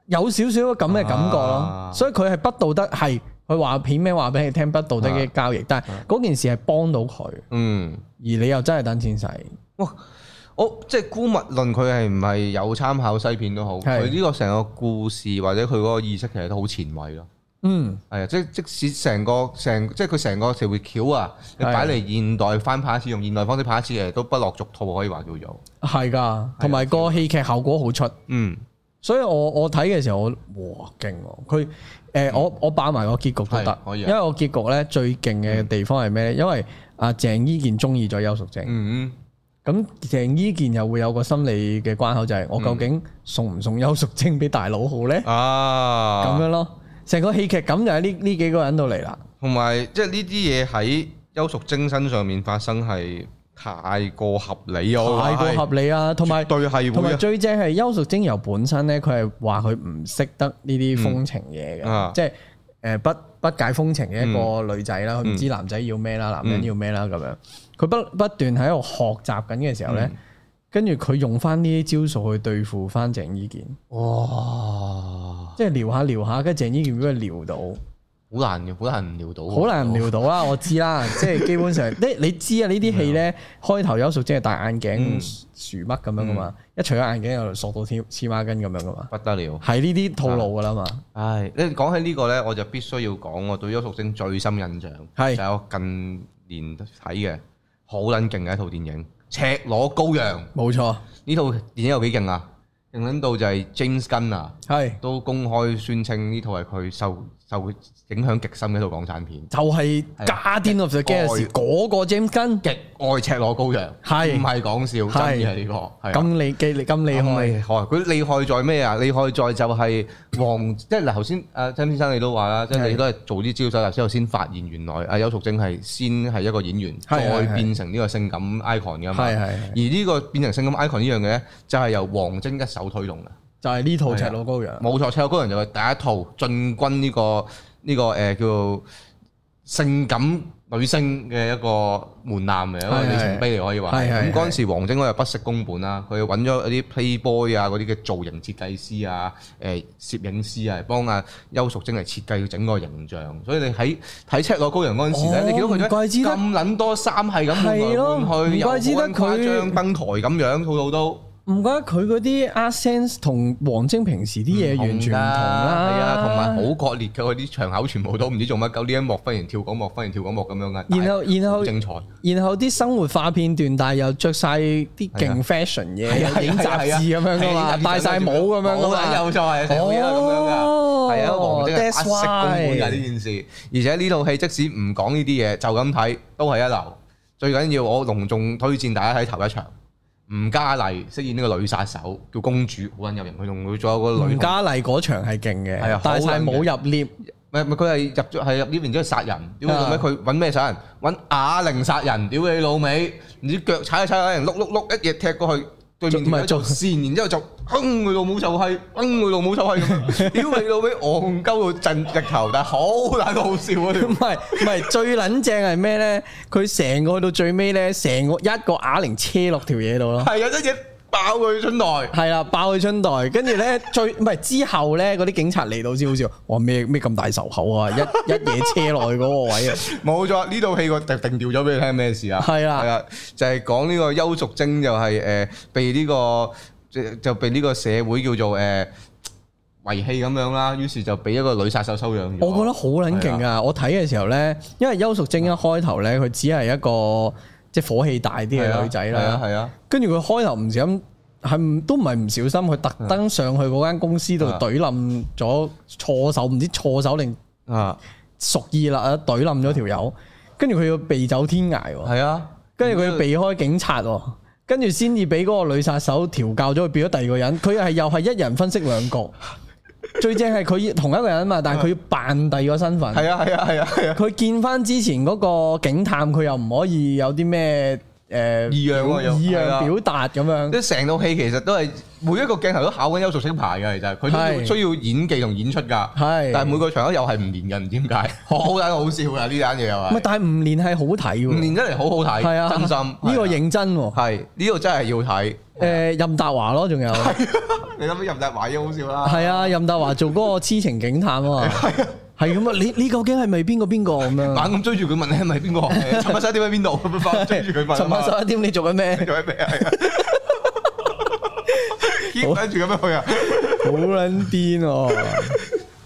[SPEAKER 2] 有少少咁嘅感覺咯
[SPEAKER 1] 啊，
[SPEAKER 2] 所以佢係不道德，係佢話片名話俾你聽不道德
[SPEAKER 1] 啊
[SPEAKER 2] 嘅交易，但係嗰件事係幫到佢，而
[SPEAKER 1] 嗯，
[SPEAKER 2] 你又真係等錢使，
[SPEAKER 1] 我哦即係姑勿論佢係唔係有參考西片都好，
[SPEAKER 2] 係
[SPEAKER 1] 佢呢個成個故事或者佢嗰個意識其實都好前衞咯。
[SPEAKER 2] 嗯，
[SPEAKER 1] 係啊，即即使成個成即係佢成個社會橋啊，你
[SPEAKER 2] 係
[SPEAKER 1] 擺嚟現代翻拍一次，用現代方式拍一次，其實都不落俗套，可以話叫做。
[SPEAKER 2] 係㗎，同埋個戲劇效果好出。
[SPEAKER 1] 嗯，
[SPEAKER 2] 所以我我睇嘅時候，我哇勁喎！佢誒、呃我我爆埋個結局都得
[SPEAKER 1] 嗯係，可以啊
[SPEAKER 2] 因為我結局咧最勁嘅地方係咩咧？因為阿鄭伊健中意咗邱淑貞，
[SPEAKER 1] 嗯
[SPEAKER 2] 咁鄭伊健又會有個心理嘅關口，就係、我
[SPEAKER 1] 嗯
[SPEAKER 2] 究竟送唔送邱淑貞俾大佬好咧？
[SPEAKER 1] 啊，
[SPEAKER 2] 咁、樣咯，成個戲劇感就喺呢呢幾個人度嚟啦。
[SPEAKER 1] 同埋即係呢啲嘢喺邱淑貞身上面發生係太過合理啊！我
[SPEAKER 2] 太
[SPEAKER 1] 話係
[SPEAKER 2] 過合理啊，同埋
[SPEAKER 1] 絕對係
[SPEAKER 2] 同
[SPEAKER 1] 會
[SPEAKER 2] 埋
[SPEAKER 1] 啊
[SPEAKER 2] 最正係邱淑貞由本身咧，佢係話佢唔識得呢啲風情嘢嘅，
[SPEAKER 1] 嗯啊嗯
[SPEAKER 2] 即係誒不不解風情嘅一個女仔啦，佢唔、知男仔要咩啦，男人要咩啦咁樣，佢不不斷喺度學習緊嘅時候咧，
[SPEAKER 1] 嗯
[SPEAKER 2] 跟住佢用翻呢啲招數去對付翻鄭伊健，
[SPEAKER 1] 哇，
[SPEAKER 2] 即係聊下聊下，跟住鄭伊健俾佢聊到，
[SPEAKER 1] 哦好難嘅，好難撩到，啊
[SPEAKER 2] 好難聊到啦，我知啦，即係基 本上，你你知啊呢啲戲
[SPEAKER 1] 嗯
[SPEAKER 2] 咧，開頭邱淑貞係戴眼鏡樹乜咁樣噶
[SPEAKER 1] 嗯
[SPEAKER 2] 嘛，一除咗眼鏡又索到黐黐孖筋咁樣噶嘛。
[SPEAKER 1] 不得了。
[SPEAKER 2] 係呢啲套路噶啦嘛，
[SPEAKER 1] 唉，你講起呢個呢，我就必須要講我對邱淑貞最深印象，
[SPEAKER 2] 係
[SPEAKER 1] 就係我近年睇嘅好撚勁嘅一套電影《赤裸羔羊》。
[SPEAKER 2] 冇錯，
[SPEAKER 1] 呢套電影有幾勁啊？勁撚到就係 James Gunn 啊，
[SPEAKER 2] 係
[SPEAKER 1] 都公開宣稱呢套係佢受受影響極深嘅一套港產片，
[SPEAKER 2] 就係 Guardian of the Galaxy
[SPEAKER 1] 啊愛
[SPEAKER 2] 嗰個 James Gunn
[SPEAKER 1] 極愛赤裸羔羊，
[SPEAKER 2] 係
[SPEAKER 1] 唔係講笑，
[SPEAKER 2] 係
[SPEAKER 1] 真嘅呢個係啊
[SPEAKER 2] 咁你嘅咁厲害，
[SPEAKER 1] 咁厲害，佢厲害在咩啊？厲害在就係黃，即係嗱頭先阿曾先生你都話啦，即係你都係做啲資料搜集之後先發現原來阿邱淑貞係先係一個演員，
[SPEAKER 2] 係
[SPEAKER 1] 再
[SPEAKER 2] 係係
[SPEAKER 1] 變成呢個性感 icon 噶嘛。
[SPEAKER 2] 係係係
[SPEAKER 1] 而呢個變成性感 icon 呢樣嘢咧，就係由王晶一手推動嘅。
[SPEAKER 2] 就係呢套赤裸羔羊，
[SPEAKER 1] 冇錯，《赤裸高人》就係啊第一套進軍呢、個呢、個誒、呃叫做性感女星嘅一個門檻嘅一個
[SPEAKER 2] 係
[SPEAKER 1] 里程碑嚟，可以話係。
[SPEAKER 2] 係
[SPEAKER 1] 咁
[SPEAKER 2] 係
[SPEAKER 1] 嗰陣時，王晶咧就不惜工本啦，佢揾咗一啲 Playboy 啊嗰啲嘅造型設計師啊、誒、攝影師啊，幫阿邱淑貞嚟設計整個形象。所以你喺睇《赤裸高人》嗰陣時咧，
[SPEAKER 2] 哦
[SPEAKER 1] 你見到佢咧
[SPEAKER 2] 唔怪之得
[SPEAKER 1] 咁撚多衫係咁換
[SPEAKER 2] 係咯
[SPEAKER 1] 來換去，
[SPEAKER 2] 唔怪之得
[SPEAKER 1] 又好撚誇張
[SPEAKER 2] 佢
[SPEAKER 1] 登台咁樣，套套都。
[SPEAKER 2] 唔怪得佢嗰啲 art sense 同王晶平時啲嘢完全唔同啦，
[SPEAKER 1] 嗯係啊，同埋好割裂嘅嗰啲場口全部都唔知做乜鳩，呢一幕忽然跳嗰幕，忽然跳嗰幕咁樣嘅。
[SPEAKER 2] 然後然
[SPEAKER 1] 好
[SPEAKER 2] 後
[SPEAKER 1] 精彩，
[SPEAKER 2] 然後啲生活化片段，但係又着晒啲勁 fashion 嘢，
[SPEAKER 1] 啊係啊啊
[SPEAKER 2] 又影雜誌咁樣噶嘛，戴晒帽咁樣噶嘛，
[SPEAKER 1] 有錯係成套嘢都咁樣
[SPEAKER 2] 哦
[SPEAKER 1] 㗎，係啊，王晶係
[SPEAKER 2] that's
[SPEAKER 1] 黑色公本㗎
[SPEAKER 2] why
[SPEAKER 1] 呢件事，而且呢套戲即使唔講呢啲嘢，就咁睇都係一流。最緊要我隆重推薦大家睇頭一場，吳嘉麗飾演呢個女殺手叫公主，好撚入型，佢仲會仲有個女
[SPEAKER 2] 吳
[SPEAKER 1] 同
[SPEAKER 2] 嘉麗嗰場係勁
[SPEAKER 1] 係
[SPEAKER 2] 嘅
[SPEAKER 1] 啊，
[SPEAKER 2] 戴晒帽入
[SPEAKER 1] 好
[SPEAKER 2] lift，
[SPEAKER 1] 唔係唔係，佢係入咗係入呢邊之後殺人，屌你
[SPEAKER 2] 啊
[SPEAKER 1] 老味！佢揾咩殺人？揾啞鈴殺人，屌你老味！唔知腳踩一踩啞鈴，碌碌碌一嘢踢過去對面
[SPEAKER 2] 做唔
[SPEAKER 1] 條
[SPEAKER 2] 係
[SPEAKER 1] 友做線，然之 後就哼佢老母就係，哼佢老母就係咁樣，屌你老味！戇鳩到震直頭，但係好撚好笑啊！
[SPEAKER 2] 唔係唔係，最撚正係咩咧？佢成個去到最尾咧，成個一個啞鈴車落條嘢度咯，
[SPEAKER 1] 係啊，一嘢爆佢春袋。
[SPEAKER 2] 係啦，爆佢春袋，跟住咧最唔係之後咧，嗰啲警察嚟到先好笑，哇咩咩咁大仇口啊！一一嘢車落去嗰個位啊，
[SPEAKER 1] 冇錯，呢套戲個定定調咗俾你聽咩事啊？
[SPEAKER 2] 係啦
[SPEAKER 1] 係啦，就係講呢個邱淑貞就係、呃被呢、個就就被呢個社會叫做誒、呃、遺棄咁樣啦，於是就俾一個女殺手收養咗。
[SPEAKER 2] 我覺得好撚勁啊！我睇嘅時候咧，因為邱淑貞一開頭咧，佢只係一個即係火氣大啲
[SPEAKER 1] 係啊
[SPEAKER 2] 嘅女仔
[SPEAKER 1] 係啊
[SPEAKER 2] 啦，
[SPEAKER 1] 係啊，
[SPEAKER 2] 跟住佢開頭唔小心。係唔都唔係唔小心，佢特登上去嗰間公司度
[SPEAKER 1] 啊
[SPEAKER 2] 懟冧咗錯手，唔知錯手定
[SPEAKER 1] 啊
[SPEAKER 2] 屬意啦，啊懟冧咗條友，跟住佢要避走天涯喎，
[SPEAKER 1] 係啊，
[SPEAKER 2] 跟住佢要避開警察喎，跟住先至俾嗰個女殺手調教咗，佢變咗第二個人，佢係又係一人分析兩角，最正係佢同一個人啊嘛，
[SPEAKER 1] 啊
[SPEAKER 2] 但係佢要扮第二個身份，
[SPEAKER 1] 係啊係啊係啊係啊，
[SPEAKER 2] 佢見翻之前嗰個警探，佢又唔可以有啲咩誒
[SPEAKER 1] 異樣啊
[SPEAKER 2] 表
[SPEAKER 1] 有
[SPEAKER 2] 異
[SPEAKER 1] 係啊
[SPEAKER 2] 樣表達咁樣，
[SPEAKER 1] 即係成套戲其實都係每一個鏡頭都考緊優秀星牌嘅，其實佢都要
[SPEAKER 2] 係
[SPEAKER 1] 需要演技同演出㗎。
[SPEAKER 2] 係。
[SPEAKER 1] 但係每個場口又係唔連嘅，唔 知點解，好撚好笑㗎呢單嘢又
[SPEAKER 2] 唔
[SPEAKER 1] 係，，
[SPEAKER 2] 係啊但係唔練係好睇
[SPEAKER 1] 唔連
[SPEAKER 2] 喎。
[SPEAKER 1] 得嚟好好睇，
[SPEAKER 2] 係啊，
[SPEAKER 1] 真心
[SPEAKER 2] 呢個認真喎。
[SPEAKER 1] 係呢個真係要睇。
[SPEAKER 2] 誒，任達華咯，仲有
[SPEAKER 1] 你諗起任達華已經好笑啦，
[SPEAKER 2] 係啊，任達華做嗰個痴情警探啊嘛， 係咁啊！你你究竟係咪邊個邊個咁樣？
[SPEAKER 1] 猛咁追住佢問你係啊咪 邊個？誒尋晚十一點喺邊度？咁樣追住佢問啊
[SPEAKER 2] 尋
[SPEAKER 1] 嘛。
[SPEAKER 2] 晚十一點你做緊咩
[SPEAKER 1] 你？ 做緊咩 啊？keep 跟住咁樣去啊！
[SPEAKER 2] 好撚癲啊喎！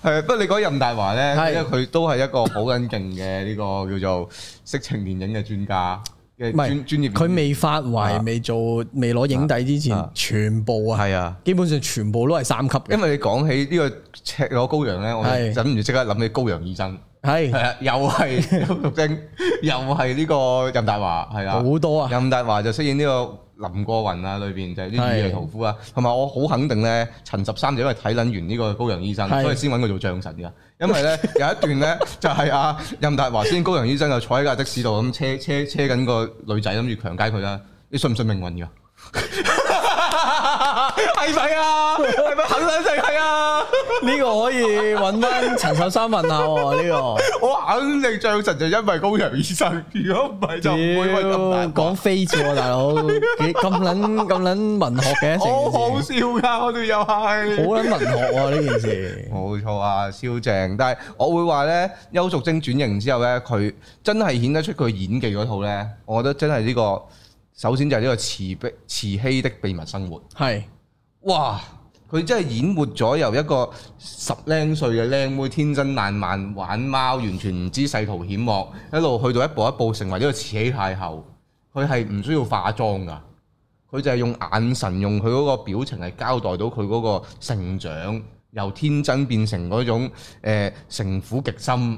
[SPEAKER 1] 係，不過你講任大華咧，
[SPEAKER 2] 係
[SPEAKER 1] 因為佢都係一個好撚勁嘅呢個叫做色情電影嘅專家嘅
[SPEAKER 2] 唔
[SPEAKER 1] 專專業演
[SPEAKER 2] 係
[SPEAKER 1] 員。
[SPEAKER 2] 佢未發
[SPEAKER 1] 啊
[SPEAKER 2] 圍、未做、未攞影帝之
[SPEAKER 1] 啊
[SPEAKER 2] 前，全部啊，
[SPEAKER 1] 係啊，
[SPEAKER 2] 基本上全部都係三級嘅
[SPEAKER 1] 因，為你講起呢個赤裸羔羊咧，我
[SPEAKER 2] 係
[SPEAKER 1] 忍唔住即刻諗起羔羊醫生，係
[SPEAKER 2] 係
[SPEAKER 1] 啊，又 係邱淑貞，又係呢個任大華，係啊。
[SPEAKER 2] 好多啊！
[SPEAKER 1] 任達華就飾演呢個林過雲啊，裏邊就係啲雨夜屠夫啊，同埋我好肯定咧，陳十三就因為睇撚完呢個高陽醫生，
[SPEAKER 2] 係
[SPEAKER 1] 所以先揾佢做將臣㗎。因為咧 有一段咧就係啊任達華先高陽醫生就坐喺架的士度咁車車車緊個女仔，諗住強姦佢啦。你信唔信命運㗎？係咪啊？係咪肯定係啊？
[SPEAKER 2] 呢個可以揾翻陳秀珊問下喎，啊呢
[SPEAKER 1] 我肯定將臣就因為高陽醫生，如果唔係
[SPEAKER 2] 個
[SPEAKER 1] 就唔會揾任達華
[SPEAKER 2] 屌講飛喎，大佬幾咁撚咁撚文學嘅
[SPEAKER 1] 好好
[SPEAKER 2] 成件事，
[SPEAKER 1] 笑㗎，我哋又係
[SPEAKER 2] 好撚文學喎呢 件事，
[SPEAKER 1] 冇錯啊，超正！但係我會話咧，邱淑貞轉型之後咧，佢真係顯得出佢演技嗰套咧，我覺得真係呢、個首先就係呢個慈悲慈禧的秘密生活，
[SPEAKER 2] 係
[SPEAKER 1] 哇！佢真係演活咗由一個十零歲嘅靚妹天真爛漫玩貓，完全唔知世途險惡，一路去到一步一步成為呢個慈禧太后。佢係唔需要化妝㗎，佢就係用眼神、用佢嗰個表情係交代到佢嗰個成長，由天真變成嗰種、呃、城府極深，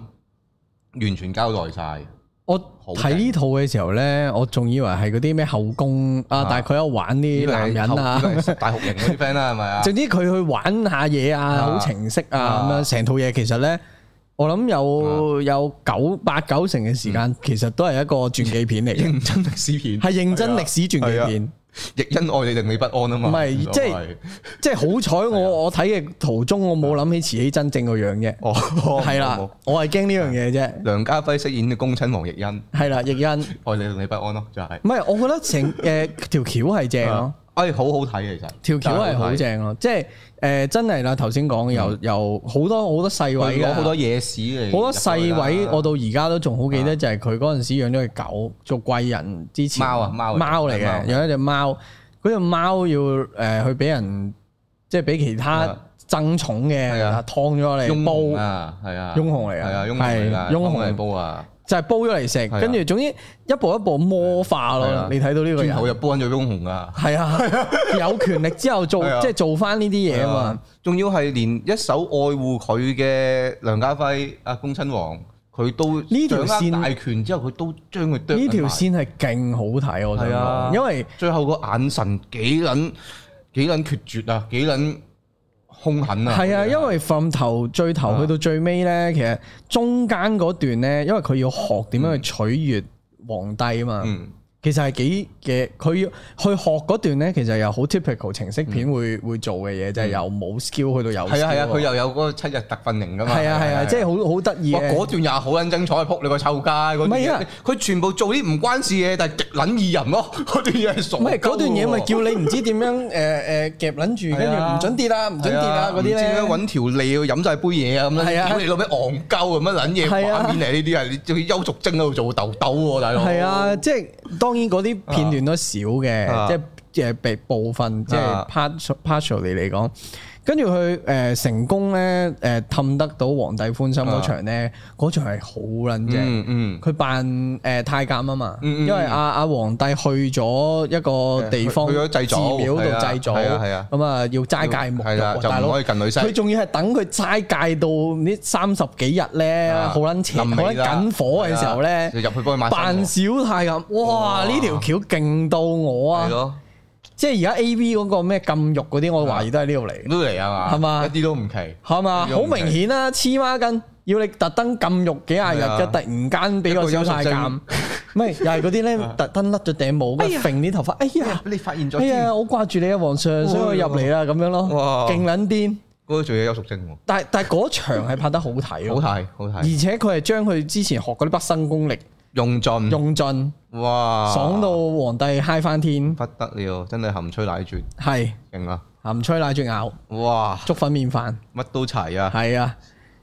[SPEAKER 1] 完全交代晒。
[SPEAKER 2] 我
[SPEAKER 1] 好
[SPEAKER 2] 睇呢套嘅時候咧，我仲以為係嗰啲咩後宮
[SPEAKER 1] 啊
[SPEAKER 2] 啊，但係佢有玩
[SPEAKER 1] 呢
[SPEAKER 2] 啲
[SPEAKER 1] 個係
[SPEAKER 2] 男人
[SPEAKER 1] 後呢
[SPEAKER 2] 啊
[SPEAKER 1] 個。係大酷型嗰啲 friend 啦，係咪 啊？
[SPEAKER 2] 總之佢去玩下嘢啊，
[SPEAKER 1] 啊
[SPEAKER 2] 好情色啊咁
[SPEAKER 1] 啊
[SPEAKER 2] 樣，成套嘢其實咧，我諗有有九八九成嘅時間，其實都係一個傳記片嚟嘅，
[SPEAKER 1] 認真歷史片，
[SPEAKER 2] 係認真歷史傳記
[SPEAKER 1] 係
[SPEAKER 2] 片。
[SPEAKER 1] 亦因愛你令你不安啊嘛。
[SPEAKER 2] 唔係
[SPEAKER 1] 冇所
[SPEAKER 2] 即係
[SPEAKER 1] 謂
[SPEAKER 2] 即係好彩我我睇嘅途中，我冇諗起慈禧真正個樣啫。
[SPEAKER 1] 哦，
[SPEAKER 2] 係
[SPEAKER 1] 冇
[SPEAKER 2] 啦，我係驚呢樣嘢啫。
[SPEAKER 1] 梁家輝飾演嘅公親王奕欣，
[SPEAKER 2] 係啦，奕欣，
[SPEAKER 1] 愛你令你不安咯，就係、
[SPEAKER 2] 唔係我覺得成誒條橋係正咯。
[SPEAKER 1] 哎，好好睇嘅其實，
[SPEAKER 2] 條橋係好正咯，即係誒、呃真係啦，頭先講又又好多好多細
[SPEAKER 1] 佢嗯
[SPEAKER 2] 位
[SPEAKER 1] 攞
[SPEAKER 2] 嘅，
[SPEAKER 1] 好多野史嚟，
[SPEAKER 2] 好多細位，我到而家都仲好記
[SPEAKER 1] 啊
[SPEAKER 2] 得，就係佢嗰陣時養咗隻狗做貴人之前，
[SPEAKER 1] 貓啊貓嚟嘅
[SPEAKER 2] 貓嚟
[SPEAKER 1] 貓
[SPEAKER 2] 嘅，養一隻貓，嗰只貓要誒去俾人即係俾其他
[SPEAKER 1] 啊
[SPEAKER 2] 爭寵
[SPEAKER 1] 係啊
[SPEAKER 2] 嘅，劏咗嚟
[SPEAKER 1] 翁紅
[SPEAKER 2] 煲，
[SPEAKER 1] 啊，係啊，
[SPEAKER 2] 翁紅嚟㗎
[SPEAKER 1] 係啊，翁紅嚟㗎，
[SPEAKER 2] 係翁紅
[SPEAKER 1] 嚟煲啊，
[SPEAKER 2] 就係煲咗嚟食，
[SPEAKER 1] 係啊
[SPEAKER 2] 跟住總之一步一步魔化
[SPEAKER 1] 係啊
[SPEAKER 2] 咯。你睇到呢個
[SPEAKER 1] 轉
[SPEAKER 2] 人
[SPEAKER 1] 頭。又煲緊咗翁紅啊，
[SPEAKER 2] 係啊，有權力之後做
[SPEAKER 1] 係啊
[SPEAKER 2] 即係做翻呢啲嘢啊
[SPEAKER 1] 係
[SPEAKER 2] 嘛
[SPEAKER 1] 啊，仲要係連一手愛護佢嘅梁家輝啊，公親王，佢都
[SPEAKER 2] 呢條
[SPEAKER 1] 掌握
[SPEAKER 2] 線
[SPEAKER 1] 大權之後，佢都將佢啄緊
[SPEAKER 2] 呢條
[SPEAKER 1] 埋
[SPEAKER 2] 線係勁好睇，我想
[SPEAKER 1] 係啊
[SPEAKER 2] 講，因為
[SPEAKER 1] 最後個眼神幾撚幾撚決絕啊，幾撚兇狠啊，
[SPEAKER 2] 係啊，
[SPEAKER 1] 佢
[SPEAKER 2] 因為 from 頭最頭去到最尾咧，其實中間嗰段咧，因為佢要學點樣去取悦皇帝啊嘛，
[SPEAKER 1] 嗯
[SPEAKER 2] 其實係幾嘅，佢要去學嗰段咧，其實又好 typical 情色片會會做嘅嘢，就係由冇 skill 去到有 skill。
[SPEAKER 1] 嗯係啊係啊，佢又有嗰個七日特訓營㗎嘛，
[SPEAKER 2] 係啊係啊，即係好好得意
[SPEAKER 1] 哇！
[SPEAKER 2] 嘅
[SPEAKER 1] 嗰段又好撚精彩，撲你個臭街嗰
[SPEAKER 2] 唔
[SPEAKER 1] 段
[SPEAKER 2] 係啊
[SPEAKER 1] 嘢，佢全部做啲唔關事嘅嘢，但係極撚易人咯。 嗰段嘢係傻鳩
[SPEAKER 2] 唔
[SPEAKER 1] 喎。
[SPEAKER 2] 係嗰段嘢咪叫你唔知點樣誒誒夾撚
[SPEAKER 1] 係
[SPEAKER 2] 住，跟住
[SPEAKER 1] 啊
[SPEAKER 2] 唔準跌啦，唔準跌啦嗰啲
[SPEAKER 1] 唔知點
[SPEAKER 2] 咧
[SPEAKER 1] 樣。揾條脷要飲晒杯嘢啊咁樣，
[SPEAKER 2] 係啊
[SPEAKER 1] 屌你老味戇鳩咁樣撚嘢
[SPEAKER 2] 係啊
[SPEAKER 1] 畫面嚟呢啲係，你仲要邱淑貞喺度啊做豆豆喎，大佬。
[SPEAKER 2] 係啊，即係當然嗰啲片段都少嘅，
[SPEAKER 1] 啊
[SPEAKER 2] 即係即係被部分即
[SPEAKER 1] 啊
[SPEAKER 2] 係 part partially 嚟講，跟住佢誒成功咧誒氹得到皇帝歡心嗰場咧，嗰場係好撚正。
[SPEAKER 1] 啊嗯嗯
[SPEAKER 2] 佢扮誒太監啊嘛，
[SPEAKER 1] 嗯嗯
[SPEAKER 2] 因為阿阿皇帝去咗一個地方
[SPEAKER 1] 去去咗
[SPEAKER 2] 寺
[SPEAKER 1] 祭祖
[SPEAKER 2] 廟度
[SPEAKER 1] 係啊
[SPEAKER 2] 祭祖，
[SPEAKER 1] 係啊係啊
[SPEAKER 2] 咁啊要齋戒沐
[SPEAKER 1] 係
[SPEAKER 2] 浴
[SPEAKER 1] 啦，
[SPEAKER 2] 喎，
[SPEAKER 1] 就
[SPEAKER 2] 大
[SPEAKER 1] 唔
[SPEAKER 2] 佬
[SPEAKER 1] 可以近女色。
[SPEAKER 2] 佢仲要係等佢齋戒到呢三十幾日咧
[SPEAKER 1] 啊，
[SPEAKER 2] 好撚邪，
[SPEAKER 1] 臨
[SPEAKER 2] 好
[SPEAKER 1] 尾
[SPEAKER 2] 撚
[SPEAKER 1] 啦
[SPEAKER 2] 緊火嘅時候咧
[SPEAKER 1] 啊就。入去幫佢買
[SPEAKER 2] 扮
[SPEAKER 1] 新
[SPEAKER 2] 小太咁，
[SPEAKER 1] 哇
[SPEAKER 2] 哇！呢條橋勁到我
[SPEAKER 1] 貨係
[SPEAKER 2] 啊！
[SPEAKER 1] 咯，
[SPEAKER 2] 即係而家 A V 嗰個咩禁欲嗰啲，我懷疑都係呢度嚟，
[SPEAKER 1] 都嚟啊嘛，
[SPEAKER 2] 係嘛
[SPEAKER 1] 一啲都唔奇。
[SPEAKER 2] 係嘛？
[SPEAKER 1] 啊呢個
[SPEAKER 2] 好
[SPEAKER 1] 唔係
[SPEAKER 2] 明顯啊啦，黐孖筋，要你特登禁欲幾廿日
[SPEAKER 1] 係啊
[SPEAKER 2] 嘅，突然間俾
[SPEAKER 1] 一個
[SPEAKER 2] 個小
[SPEAKER 1] 邱淑
[SPEAKER 2] 太
[SPEAKER 1] 貞
[SPEAKER 2] 監，唔係又係 嗰啲咧，特登甩咗頂帽，跟住揈啲頭髮，哎呀，
[SPEAKER 1] 你發現咗
[SPEAKER 2] 哎呀，
[SPEAKER 1] 添，
[SPEAKER 2] 我掛住你啊，皇上，所以我入嚟啦，咁樣咯，
[SPEAKER 1] 哇
[SPEAKER 2] 勁撚癲。
[SPEAKER 1] 嗰個做嘢有屬性喎，
[SPEAKER 2] 但係但係嗰場係拍得好睇
[SPEAKER 1] 好
[SPEAKER 2] 咯，
[SPEAKER 1] 睇好
[SPEAKER 2] 而
[SPEAKER 1] 睇，
[SPEAKER 2] 且佢係將佢之前學嗰啲畢生功力
[SPEAKER 1] 用盡
[SPEAKER 2] 用盡，
[SPEAKER 1] 哇，
[SPEAKER 2] 爽到皇帝嗨翻天，
[SPEAKER 1] 不得了，真係含吹奶絕，
[SPEAKER 2] 係
[SPEAKER 1] 勁啊！
[SPEAKER 2] 含吹奶住咬，
[SPEAKER 1] 哇，
[SPEAKER 2] 粥粉面飯。
[SPEAKER 1] 乜都齊啊！
[SPEAKER 2] 係啊。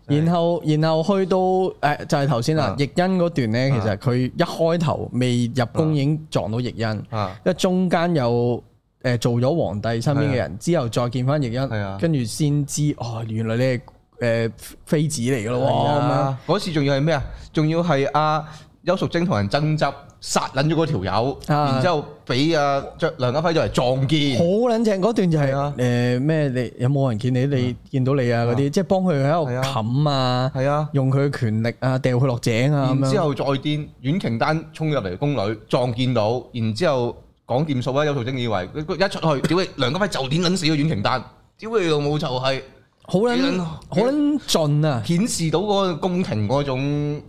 [SPEAKER 2] 然後，然後去到誒、就係頭先啦
[SPEAKER 1] 啊，
[SPEAKER 2] 譯恩嗰段咧，其實
[SPEAKER 1] 啊
[SPEAKER 2] 佢一開頭未入宮已經撞到譯恩，
[SPEAKER 1] 啊，
[SPEAKER 2] 因為中間有誒、做咗皇帝身邊嘅人，之後再見翻譯
[SPEAKER 1] 啊係啊
[SPEAKER 2] 恩，跟住先知哦，原來你係誒妃子嚟嘅咯
[SPEAKER 1] 係
[SPEAKER 2] 喎，咁樣
[SPEAKER 1] 啊嗰次仲要係咩啊？仲要係阿邱淑貞同人爭執，殺撚咗嗰條友，
[SPEAKER 2] 啊
[SPEAKER 1] 然之後俾阿張梁家輝就嚟撞
[SPEAKER 2] 好
[SPEAKER 1] 見，
[SPEAKER 2] 撚正嗰段就係
[SPEAKER 1] 係啊
[SPEAKER 2] 誒咩？你有冇人見你？你見到你啊嗰啲，即係幫佢喺度
[SPEAKER 1] 係啊
[SPEAKER 2] 冚啊，
[SPEAKER 1] 係啊！
[SPEAKER 2] 用佢嘅權力啊，掉佢落井啊
[SPEAKER 1] 然
[SPEAKER 2] 咁
[SPEAKER 1] 之
[SPEAKER 2] 樣。
[SPEAKER 1] 後再癲，阮瓊丹衝入嚟宮女撞見到，然之後講掂數啦。啊邱淑貞以為佢佢一出去，屌你梁家輝就點撚死咗阮瓊丹，屌你老母就係
[SPEAKER 2] 好
[SPEAKER 1] 幾
[SPEAKER 2] 撚
[SPEAKER 1] 撚
[SPEAKER 2] 好撚盡啊！
[SPEAKER 1] 顯示到嗰個宮廷嗰種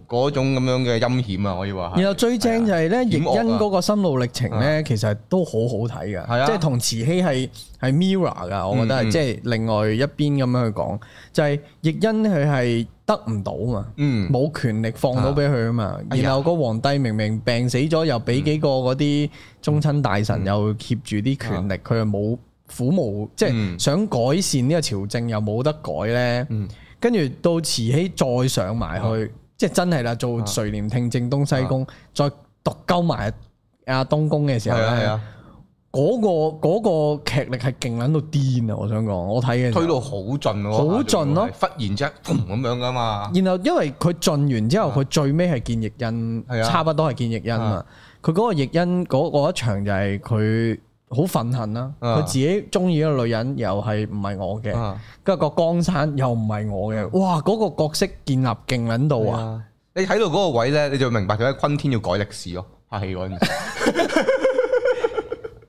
[SPEAKER 1] 嗰種咁樣嘅陰險啊！可以話係
[SPEAKER 2] 然後最正就係咧，
[SPEAKER 1] 險
[SPEAKER 2] 奕
[SPEAKER 1] 惡啊啊
[SPEAKER 2] 恩嗰個心路歷程咧，其實都好好睇
[SPEAKER 1] 係
[SPEAKER 2] 噶，
[SPEAKER 1] 啊
[SPEAKER 2] 即係同慈禧係係 mirror 噶，我覺得
[SPEAKER 1] 嗯
[SPEAKER 2] 係
[SPEAKER 1] 嗯
[SPEAKER 2] 即係另外一邊咁樣去講，就係奕恩佢係得唔到啊嘛，
[SPEAKER 1] 嗯。
[SPEAKER 2] 冇權力放到俾佢啊嘛，
[SPEAKER 1] 哎呀
[SPEAKER 2] 然後個皇帝明明病死咗，又俾幾個嗰啲宗親大
[SPEAKER 1] 嗯
[SPEAKER 2] 臣又挾住啲權力，佢又冇苦無，即係
[SPEAKER 1] 啊嗯
[SPEAKER 2] 想改善呢個朝政又冇得改咧
[SPEAKER 1] 嗯，
[SPEAKER 2] 跟住到慈禧再上埋
[SPEAKER 1] 啊
[SPEAKER 2] 去，即係真係啦，做垂簾聽政東西宮，再獨鳩埋阿東宮嘅時候
[SPEAKER 1] 係啊係
[SPEAKER 2] 咧
[SPEAKER 1] 啊，，
[SPEAKER 2] 嗰個嗰個劇力係勁撚到癲啊！我想講，我睇嘅時候
[SPEAKER 1] 推到好盡喎，
[SPEAKER 2] 好盡咯
[SPEAKER 1] 忽然之間砰咁樣噶嘛，
[SPEAKER 2] 然後因為佢盡完之後，佢最尾係見譯恩，
[SPEAKER 1] 啊係啊
[SPEAKER 2] 差不多係見譯恩啊
[SPEAKER 1] 啊。
[SPEAKER 2] 佢嗰個譯恩嗰嗰一場就係佢好憤恨啦，
[SPEAKER 1] 啊
[SPEAKER 2] 佢自己中意嗰個女人又係唔係我嘅，
[SPEAKER 1] 啊
[SPEAKER 2] 跟住個江山又唔係我嘅，哇！嗰個角色建立勁撚到
[SPEAKER 1] 係
[SPEAKER 2] 啊！
[SPEAKER 1] 啊！你睇到嗰個位咧，你就明白點解昆天要改歷史咯，拍戲嗰陣 時。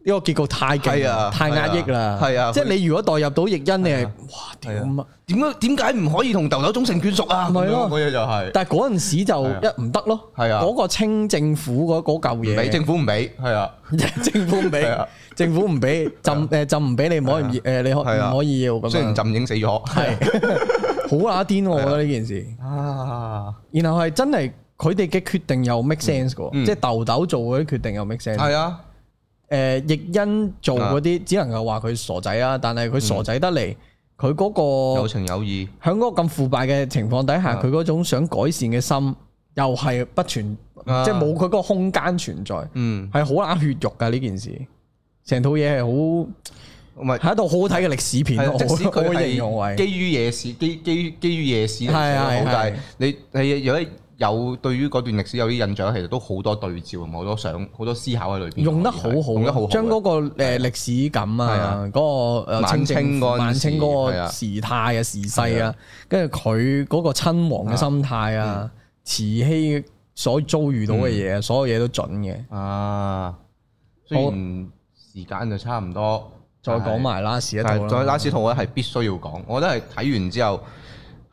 [SPEAKER 2] 呢個結局太勁
[SPEAKER 1] 係
[SPEAKER 2] 啦，
[SPEAKER 1] 啊
[SPEAKER 2] 太壓抑啦，
[SPEAKER 1] 係啊
[SPEAKER 2] 即係
[SPEAKER 1] 佢
[SPEAKER 2] 你如果代入到譯恩，你係哇屌
[SPEAKER 1] 係啊
[SPEAKER 2] 乜？
[SPEAKER 1] 點解點解唔可以同豆豆忠成眷屬啊？
[SPEAKER 2] 咪
[SPEAKER 1] 咁
[SPEAKER 2] 咯
[SPEAKER 1] 樣嗰嘢就係
[SPEAKER 2] 但係嗰陣時就
[SPEAKER 1] 係
[SPEAKER 2] 一唔得咯，
[SPEAKER 1] 係啊
[SPEAKER 2] 嗰個清政府嗰嗰嚿
[SPEAKER 1] 唔俾
[SPEAKER 2] 嘢
[SPEAKER 1] 政。府唔俾，係啊，
[SPEAKER 2] 政府唔俾
[SPEAKER 1] 係啊，啊
[SPEAKER 2] 政府唔俾，浸誒浸唔俾你唔可以誒，你可
[SPEAKER 1] 係啊
[SPEAKER 2] 唔可以要咁
[SPEAKER 1] 雖然
[SPEAKER 2] 樣？
[SPEAKER 1] 朕已經死咗，
[SPEAKER 2] 係好乸癲喎，我覺得呢件事。
[SPEAKER 1] 啊，
[SPEAKER 2] 然後係真係佢哋嘅決定又 make sense 嘅喎，
[SPEAKER 1] 嗯
[SPEAKER 2] 即係豆豆做嗰啲決定又 make sense。
[SPEAKER 1] 係啊，
[SPEAKER 2] 誒，奕恩做嗰啲只能夠話佢傻仔啦，但係
[SPEAKER 1] 嗯
[SPEAKER 2] 佢傻仔得嚟，佢嗰
[SPEAKER 1] 有
[SPEAKER 2] 個
[SPEAKER 1] 情有義，
[SPEAKER 2] 喺嗰個咁腐敗嘅情況底下，
[SPEAKER 1] 啊
[SPEAKER 2] 佢嗰種想改善嘅心又係不存，
[SPEAKER 1] 啊
[SPEAKER 2] 即係冇佢嗰個空間存在，
[SPEAKER 1] 嗯，
[SPEAKER 2] 係好乸血肉㗎呢件事。成套嘢係好。
[SPEAKER 1] 唔係。
[SPEAKER 2] 係一套好好睇嘅歷史片
[SPEAKER 1] 係
[SPEAKER 2] 咯，
[SPEAKER 1] 啊即使
[SPEAKER 2] 我我
[SPEAKER 1] 佢
[SPEAKER 2] 會形容
[SPEAKER 1] 係
[SPEAKER 2] 為
[SPEAKER 1] 基於夜市，基基基於夜市嚟
[SPEAKER 2] 係啊
[SPEAKER 1] 寫
[SPEAKER 2] 係
[SPEAKER 1] 得好，但
[SPEAKER 2] 係
[SPEAKER 1] 係你你有有對於嗰段歷史有啲印象，其實都好多對照，好多想好多思考喺裏邊。
[SPEAKER 2] 用得好好
[SPEAKER 1] 用得好
[SPEAKER 2] 啊，
[SPEAKER 1] 好。
[SPEAKER 2] 將嗰個誒歷史感
[SPEAKER 1] 係
[SPEAKER 2] 啊
[SPEAKER 1] 啊，
[SPEAKER 2] 嗰個誒
[SPEAKER 1] 晚清
[SPEAKER 2] 政府
[SPEAKER 1] 嗰陣時
[SPEAKER 2] 晚清嗰
[SPEAKER 1] 係
[SPEAKER 2] 個
[SPEAKER 1] 啊
[SPEAKER 2] 時態啊、時勢啊，跟住佢嗰個親王嘅心態
[SPEAKER 1] 嗯
[SPEAKER 2] 啊，慈禧所遭遇到嘅嘢啊，所有嘢都準嘅。
[SPEAKER 1] 啊，雖然時間就差唔多，
[SPEAKER 2] 再講埋拉屎一套
[SPEAKER 1] 但係再
[SPEAKER 2] 啦，
[SPEAKER 1] 拉斯套咧係必須要講，我覺得係睇完之後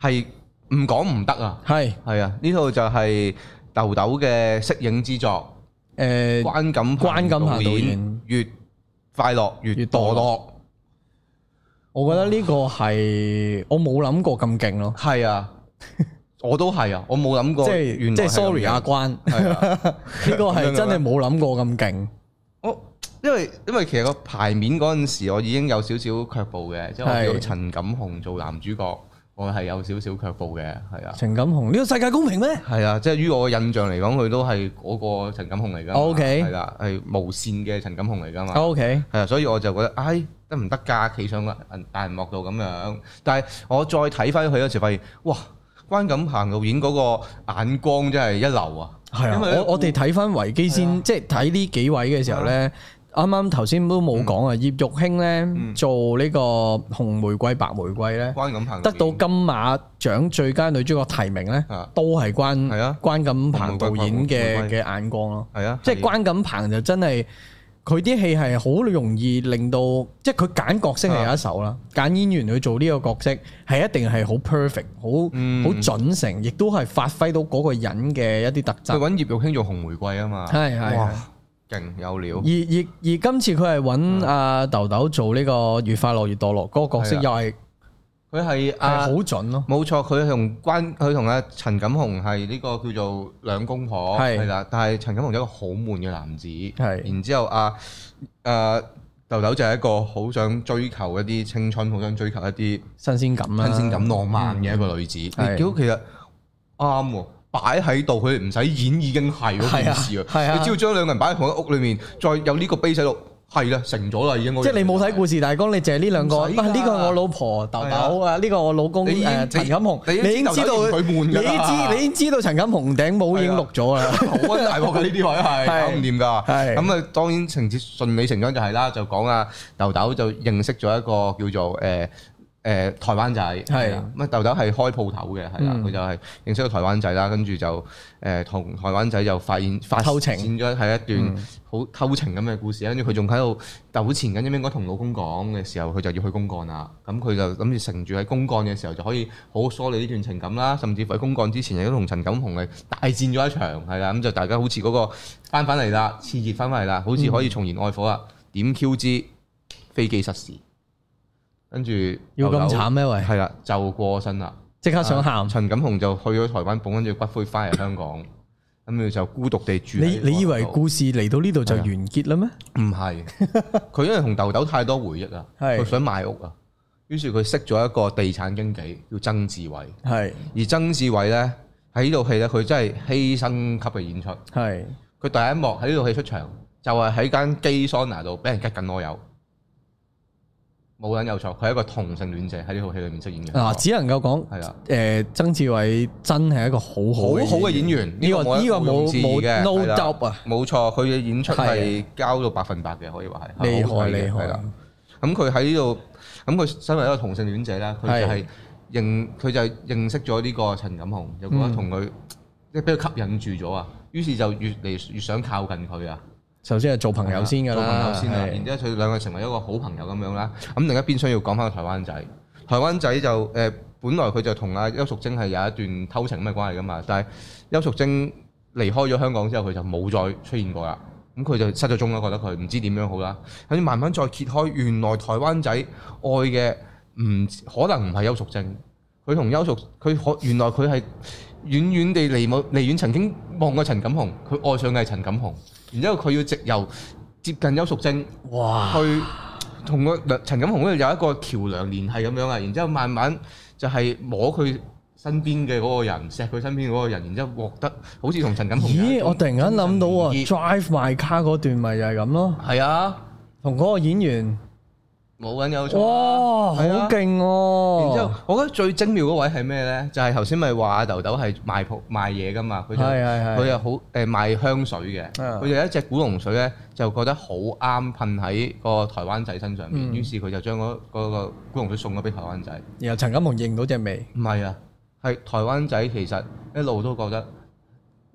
[SPEAKER 1] 係唔講唔得啊！
[SPEAKER 2] 係
[SPEAKER 1] 係啊，呢套就係豆豆嘅適影之作，
[SPEAKER 2] 誒
[SPEAKER 1] 關錦
[SPEAKER 2] 關錦鵬導
[SPEAKER 1] 導
[SPEAKER 2] 演
[SPEAKER 1] 演越快樂越
[SPEAKER 2] 越墮
[SPEAKER 1] 墮落，
[SPEAKER 2] 我覺得呢個係我冇諗過咁勁咯，
[SPEAKER 1] 係 啊，我都係啊，我冇諗過，
[SPEAKER 2] 即係
[SPEAKER 1] 原
[SPEAKER 2] 即
[SPEAKER 1] 來
[SPEAKER 2] 係
[SPEAKER 1] 係咁
[SPEAKER 2] sorry
[SPEAKER 1] 樣
[SPEAKER 2] 阿，關，呢
[SPEAKER 1] 係 啊。
[SPEAKER 2] 個係真係冇諗過咁勁，
[SPEAKER 1] 我因為因為其實個牌面嗰陣時，我已經有少少卻步嘅，即係我
[SPEAKER 2] 係
[SPEAKER 1] 叫陳錦鴻做男主角，我係有少少卻步嘅，係 啊，
[SPEAKER 2] 情感紅呢個世界公平咩？
[SPEAKER 1] 係啊，即係於我嘅印象嚟講，佢都係嗰個陳錦鴻嚟㗎嘛
[SPEAKER 2] 哦 OK 哦
[SPEAKER 1] 係啦，係無線嘅陳錦鴻嚟㗎嘛，
[SPEAKER 2] O K。
[SPEAKER 1] 係啊，所以我就覺得，唉，得唔得㗎？企上個銀大銀幕度咁樣，但係我再睇翻佢嗰時，發現哇，關錦鵬導演嗰個眼光真係一流啊！
[SPEAKER 2] 係啊，
[SPEAKER 1] 因為咧
[SPEAKER 2] 我我哋睇翻維基
[SPEAKER 1] 係
[SPEAKER 2] 先，
[SPEAKER 1] 啊
[SPEAKER 2] 即係睇呢幾位嘅時候咧，啱啱頭先都冇講啊，葉玉卿咧做呢個紅玫瑰白玫瑰咧，
[SPEAKER 1] 關錦鵬
[SPEAKER 2] 得
[SPEAKER 1] 導
[SPEAKER 2] 到
[SPEAKER 1] 演
[SPEAKER 2] 金馬獎最佳女主角提名咧
[SPEAKER 1] 啊，
[SPEAKER 2] 都係關
[SPEAKER 1] 係啊
[SPEAKER 2] 關錦鵬導演
[SPEAKER 1] 紅玫瑰白
[SPEAKER 2] 嘅
[SPEAKER 1] 玫
[SPEAKER 2] 嘅眼光咯，
[SPEAKER 1] 係啊，
[SPEAKER 2] 即係關錦鵬就真係佢啲戲係好容易令到，即係佢揀角色係
[SPEAKER 1] 啊
[SPEAKER 2] 有一手啦，揀演員去做呢個角色係一定係好 perfect，好
[SPEAKER 1] 嗯
[SPEAKER 2] 好準成，亦都係發揮到嗰個人嘅一啲特
[SPEAKER 1] 佢
[SPEAKER 2] 質。
[SPEAKER 1] 揾葉玉卿做紅玫瑰啊嘛，
[SPEAKER 2] 係係
[SPEAKER 1] 哇
[SPEAKER 2] 係，
[SPEAKER 1] 勁有料
[SPEAKER 2] 而而，而今次佢係揾阿豆豆做呢個越快樂越墮落嗰個角色，
[SPEAKER 1] 啊係啊
[SPEAKER 2] 又係
[SPEAKER 1] 佢係
[SPEAKER 2] 係
[SPEAKER 1] 啊
[SPEAKER 2] 好。準咯。
[SPEAKER 1] 冇錯，佢同關佢同阿陳錦鴻係呢個叫做兩公婆
[SPEAKER 2] 係
[SPEAKER 1] 係啦，但係陳錦鴻一個好悶嘅男子，
[SPEAKER 2] 係
[SPEAKER 1] 然之後阿誒豆豆就係一個好想追求一啲青春，好想追求一啲
[SPEAKER 2] 新鮮感啊啦，
[SPEAKER 1] 新鮮感、浪漫嘅一個女子。你
[SPEAKER 2] 嗯係
[SPEAKER 1] 屌其實啱喎。擺喺度，佢哋唔使演已經係嗰件事
[SPEAKER 2] 係啊係啊
[SPEAKER 1] 啊！你只要將兩個人擺喺同一屋裏面，再有呢個 base 喺度，係啦，成咗啦已經嗰樣嘢。
[SPEAKER 2] 即係你冇睇故事大綱，你淨係呢兩個。
[SPEAKER 1] 唔使㗎
[SPEAKER 2] 啊呢個我老婆豆豆
[SPEAKER 1] 係
[SPEAKER 2] 啊，呢個我老公
[SPEAKER 1] 你已經
[SPEAKER 2] 誒陳錦
[SPEAKER 1] 你
[SPEAKER 2] 鴻，
[SPEAKER 1] 已
[SPEAKER 2] 你
[SPEAKER 1] 經
[SPEAKER 2] 已經知道
[SPEAKER 1] 知道佢悶
[SPEAKER 2] 你已
[SPEAKER 1] 㗎
[SPEAKER 2] 經
[SPEAKER 1] 啦啊
[SPEAKER 2] 知你已經知道陳錦鴻頂帽已經錄咗啦。
[SPEAKER 1] 好温大鑊
[SPEAKER 2] 啊
[SPEAKER 1] 嘅呢啲位係
[SPEAKER 2] 係
[SPEAKER 1] 搞唔掂㗎。
[SPEAKER 2] 係
[SPEAKER 1] 咁啊，當然情節順理成章就係啦，就講啊豆豆就認識咗一個叫做誒。呃誒、台灣仔
[SPEAKER 2] 係
[SPEAKER 1] 啦咁啊豆豆係開鋪頭嘅，係啦，
[SPEAKER 2] 嗯
[SPEAKER 1] 佢、就係認識咗台灣仔啦，跟住就誒同、台灣仔就發現發
[SPEAKER 2] 偷情嗯
[SPEAKER 1] 展咗係一段好偷情咁嘅故事，跟住佢仲喺度糾纏緊，應唔應該同老公講嘅時候，佢就要去公幹啦。咁佢就諗住乘住喺公幹嘅時候就可以好好梳理呢段情感啦，甚至乎喺公幹之前亦都同陳錦鴻係大戰咗一場，係啦，咁就大家好似嗰個翻返嚟啦，熾熱翻返嚟啦，好
[SPEAKER 2] 嗯
[SPEAKER 1] 似可以重燃愛火啦。點 Q 之飛機失事，跟住
[SPEAKER 2] 要咁慘咩喂
[SPEAKER 1] 係啦，就過身啦。
[SPEAKER 2] 即刻想喊。
[SPEAKER 1] 陳錦鴻就去咗台灣捧跟住骨灰翻嚟香港，跟住就孤獨地住喺
[SPEAKER 2] 你
[SPEAKER 1] 嗰度。
[SPEAKER 2] 你以為故事嚟到呢度就完結啦咩？
[SPEAKER 1] 唔係，佢因為同豆豆太多回憶啊，
[SPEAKER 2] 係
[SPEAKER 1] 佢想買屋啊，於是佢識咗一個地產經紀叫曾志偉，
[SPEAKER 2] 係
[SPEAKER 1] 而曾志偉呢，喺呢套戲呢，佢真係犧牲級嘅演出。
[SPEAKER 2] 係
[SPEAKER 1] 佢第一幕喺呢套戲出場，就係喺間基桑拿度俾人吉緊我有，冇撚有錯，佢係一個同性戀者喺呢套戲裏面飾演嘅。
[SPEAKER 2] 嗱，只能夠講
[SPEAKER 1] 係啦，啊
[SPEAKER 2] 誒，曾志偉真係一個好
[SPEAKER 1] 好
[SPEAKER 2] 好
[SPEAKER 1] 好嘅演員，
[SPEAKER 2] 呢
[SPEAKER 1] 呢個
[SPEAKER 2] 個
[SPEAKER 1] 我
[SPEAKER 2] 呢個
[SPEAKER 1] 毋庸
[SPEAKER 2] 冇
[SPEAKER 1] 置疑
[SPEAKER 2] 冇
[SPEAKER 1] 嘅
[SPEAKER 2] no
[SPEAKER 1] 係啦
[SPEAKER 2] doubt 啊，
[SPEAKER 1] 冇錯，佢嘅演出
[SPEAKER 2] 係
[SPEAKER 1] 係交到百分百嘅，可以話係啊
[SPEAKER 2] 厲
[SPEAKER 1] 好
[SPEAKER 2] 害
[SPEAKER 1] 睇嘅
[SPEAKER 2] 厲
[SPEAKER 1] 係啦
[SPEAKER 2] 害。
[SPEAKER 1] 咁佢喺呢度，咁佢身為一個同性戀者啦，佢就
[SPEAKER 2] 嗯
[SPEAKER 1] 係認佢就係認識咗呢個陳錦鴻，又覺
[SPEAKER 2] 嗯
[SPEAKER 1] 得同佢即係俾佢吸引住咗啊，於是就越嚟越想靠近佢啊，
[SPEAKER 2] 首先係做朋友先㗎
[SPEAKER 1] 做朋
[SPEAKER 2] 啦，
[SPEAKER 1] 友先啊，
[SPEAKER 2] 係
[SPEAKER 1] 然之後佢兩個成為一個好朋友咁樣啦。咁另一邊廂要講翻個台灣仔，台灣仔就誒、呃本來佢就同阿邱淑貞係有一段偷情咁嘅關係噶嘛，但係邱淑貞離開咗香港之後，佢就冇再出現過啦。咁佢就失咗蹤啦，覺得佢唔知點樣好啦。跟住慢慢再揭開，原來台灣仔愛嘅唔可能唔係邱淑貞，佢同邱淑佢可原來佢係遠遠地離冇離遠曾經望過陳錦鴻，佢愛上嘅係陳錦鴻，然之後佢要直由接近邱淑貞。
[SPEAKER 2] 哇，
[SPEAKER 1] 去同個梁陳錦鴻嗰度有一個橋梁聯繫咁樣啊，然之後慢慢就係摸佢身邊嘅嗰個人，錫佢身邊嗰個人，然之後獲得好似同陳錦鴻有一
[SPEAKER 2] 咦！
[SPEAKER 1] 種
[SPEAKER 2] 我突然間諗到啊
[SPEAKER 1] 精神
[SPEAKER 2] ，Drive My Car 嗰段咪就係咁咯，
[SPEAKER 1] 連結係啊，
[SPEAKER 2] 同嗰個演員，
[SPEAKER 1] 冇緊有錯啊。
[SPEAKER 2] 哇，好
[SPEAKER 1] 係啊
[SPEAKER 2] 勁
[SPEAKER 1] 然
[SPEAKER 2] 哦！
[SPEAKER 1] 之後，我覺得最精妙嗰位係咩咧？就係頭先咪話阿豆豆係賣鋪賣嘢噶嘛，佢就
[SPEAKER 2] 係啊係係
[SPEAKER 1] 佢又好誒賣香水嘅，佢
[SPEAKER 2] 啊
[SPEAKER 1] 就有一隻古龍水咧，就覺得好啱噴喺個台灣仔身上面，
[SPEAKER 2] 嗯
[SPEAKER 1] 於是佢就將嗰嗰個古龍水送咗俾台灣仔。
[SPEAKER 2] 然後陳錦鴻認到隻味，
[SPEAKER 1] 唔係啊，係台灣仔其實一路都覺得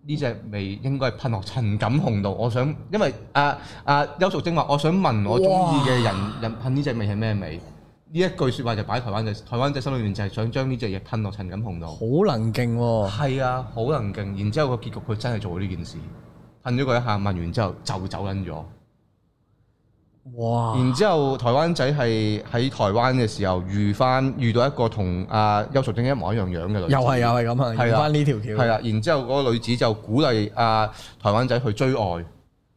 [SPEAKER 1] 呢隻味應該係噴落陳錦鴻度。我想，因為啊啊邱淑貞話，我想問我中意嘅人人噴呢隻味係咩味？呢一句説話就擺台灣仔，台灣仔心裏面就係想將呢隻嘢噴落陳錦鴻度。
[SPEAKER 2] 好能勁喎！
[SPEAKER 1] 係啊，好能勁。然之後個結局佢真係做咗呢件事，噴咗佢一下，問完之後就走撚咗。
[SPEAKER 2] 哇，
[SPEAKER 1] 然之後，台灣仔係喺台灣嘅時候遇翻遇到一個同阿邱淑貞一模一樣樣嘅女仔，
[SPEAKER 2] 又係又係咁啊，
[SPEAKER 1] 係啊
[SPEAKER 2] 用翻呢條橋，
[SPEAKER 1] 係啦，然之後嗰個女子就鼓勵啊台灣仔去追愛，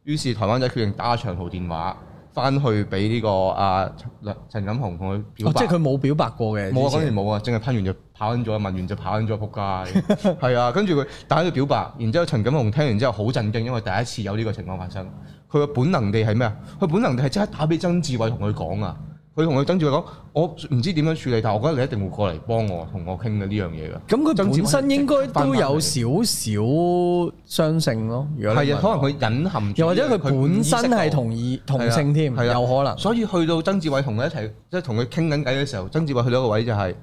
[SPEAKER 1] 於是台灣仔決定打長途電話翻去俾呢、個啊陳陳錦鴻同佢表
[SPEAKER 2] 哦，
[SPEAKER 1] 白。
[SPEAKER 2] 即係佢冇表白過嘅，
[SPEAKER 1] 冇啊！
[SPEAKER 2] 之
[SPEAKER 1] 嗰
[SPEAKER 2] 前
[SPEAKER 1] 年冇啊，淨係噴完就跑緊咗，問完就跑緊咗，仆 街。係啊，跟住佢打咗表白，然之後陳錦鴻聽完之後好震驚，因為第一次有呢個情況發生。佢嘅本能地係咩啊？佢本能地係即刻打俾曾志偉同佢講啊。佢同佢曾志偉講：我唔知點樣處理，但係我覺得你一定會過嚟幫我，同我傾嘅呢樣嘢㗎。
[SPEAKER 2] 咁佢
[SPEAKER 1] 曾志偉
[SPEAKER 2] 本身應該都有
[SPEAKER 1] 即
[SPEAKER 2] 少少雙性咯，如果你
[SPEAKER 1] 係
[SPEAKER 2] 問
[SPEAKER 1] 啊，
[SPEAKER 2] 我
[SPEAKER 1] 可能佢隱含住
[SPEAKER 2] 又或者佢
[SPEAKER 1] 呢樣唔
[SPEAKER 2] 本
[SPEAKER 1] 意識
[SPEAKER 2] 身
[SPEAKER 1] 到
[SPEAKER 2] 係同異同性添，
[SPEAKER 1] 係啊係啊
[SPEAKER 2] 有可能
[SPEAKER 1] 所以去到曾志偉同佢一齊，即係同佢傾緊偈嘅時候，曾志偉去到一個位就係、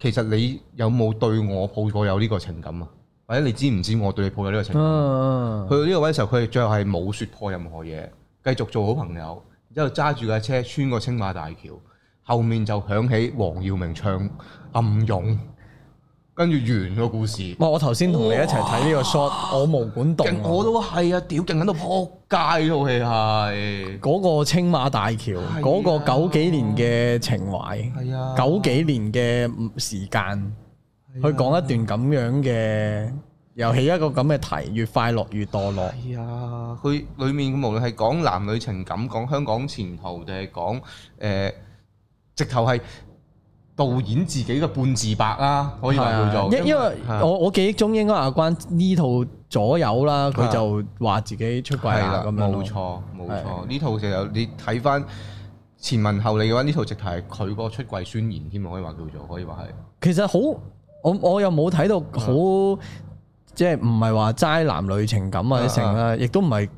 [SPEAKER 1] 其實你有冇對我抱過有呢個情感啊？或者你知唔知我對你抱有呢個情感？
[SPEAKER 2] 嗯。嗯
[SPEAKER 1] 去到呢個位嘅時候，佢哋最後係冇説破任何嘢，繼續做好朋友，之後揸住架車穿過青馬大橋，後面就響起黃耀明唱《暗湧》，跟住完個故事。
[SPEAKER 2] 哇！我頭先同你一齊睇呢個 shot，我毛管動啊
[SPEAKER 1] 勁，我都係啊！屌，勁喺度撲街套戲係。
[SPEAKER 2] 嗰個青馬大橋，
[SPEAKER 1] 係啊
[SPEAKER 2] 嗰個九幾年嘅情懷，
[SPEAKER 1] 係啊
[SPEAKER 2] 九幾年嘅時間，去講一段咁樣嘅，又起一個咁嘅題，越快樂越墮落。
[SPEAKER 1] 係啊，佢裡面無論係講男女情感、講香港前途，定係講誒，直頭係導演自己嘅半自白啦，可以話叫做。
[SPEAKER 2] 因因為
[SPEAKER 1] 係啊
[SPEAKER 2] 我我記憶中應該阿關呢套左右啦，佢就話自己出軌
[SPEAKER 1] 啊係
[SPEAKER 2] 啦
[SPEAKER 1] 啦，
[SPEAKER 2] 咁樣咯
[SPEAKER 1] 冇錯冇錯，呢套就有你睇翻前文後理嘅話，呢套直頭係佢個出櫃宣言添，可以話叫做，可以話係。
[SPEAKER 2] 其實好，我我又冇睇到
[SPEAKER 1] 啊
[SPEAKER 2] 好，即係唔係話齋男女情感
[SPEAKER 1] 啊
[SPEAKER 2] 或者成啦，亦都唔係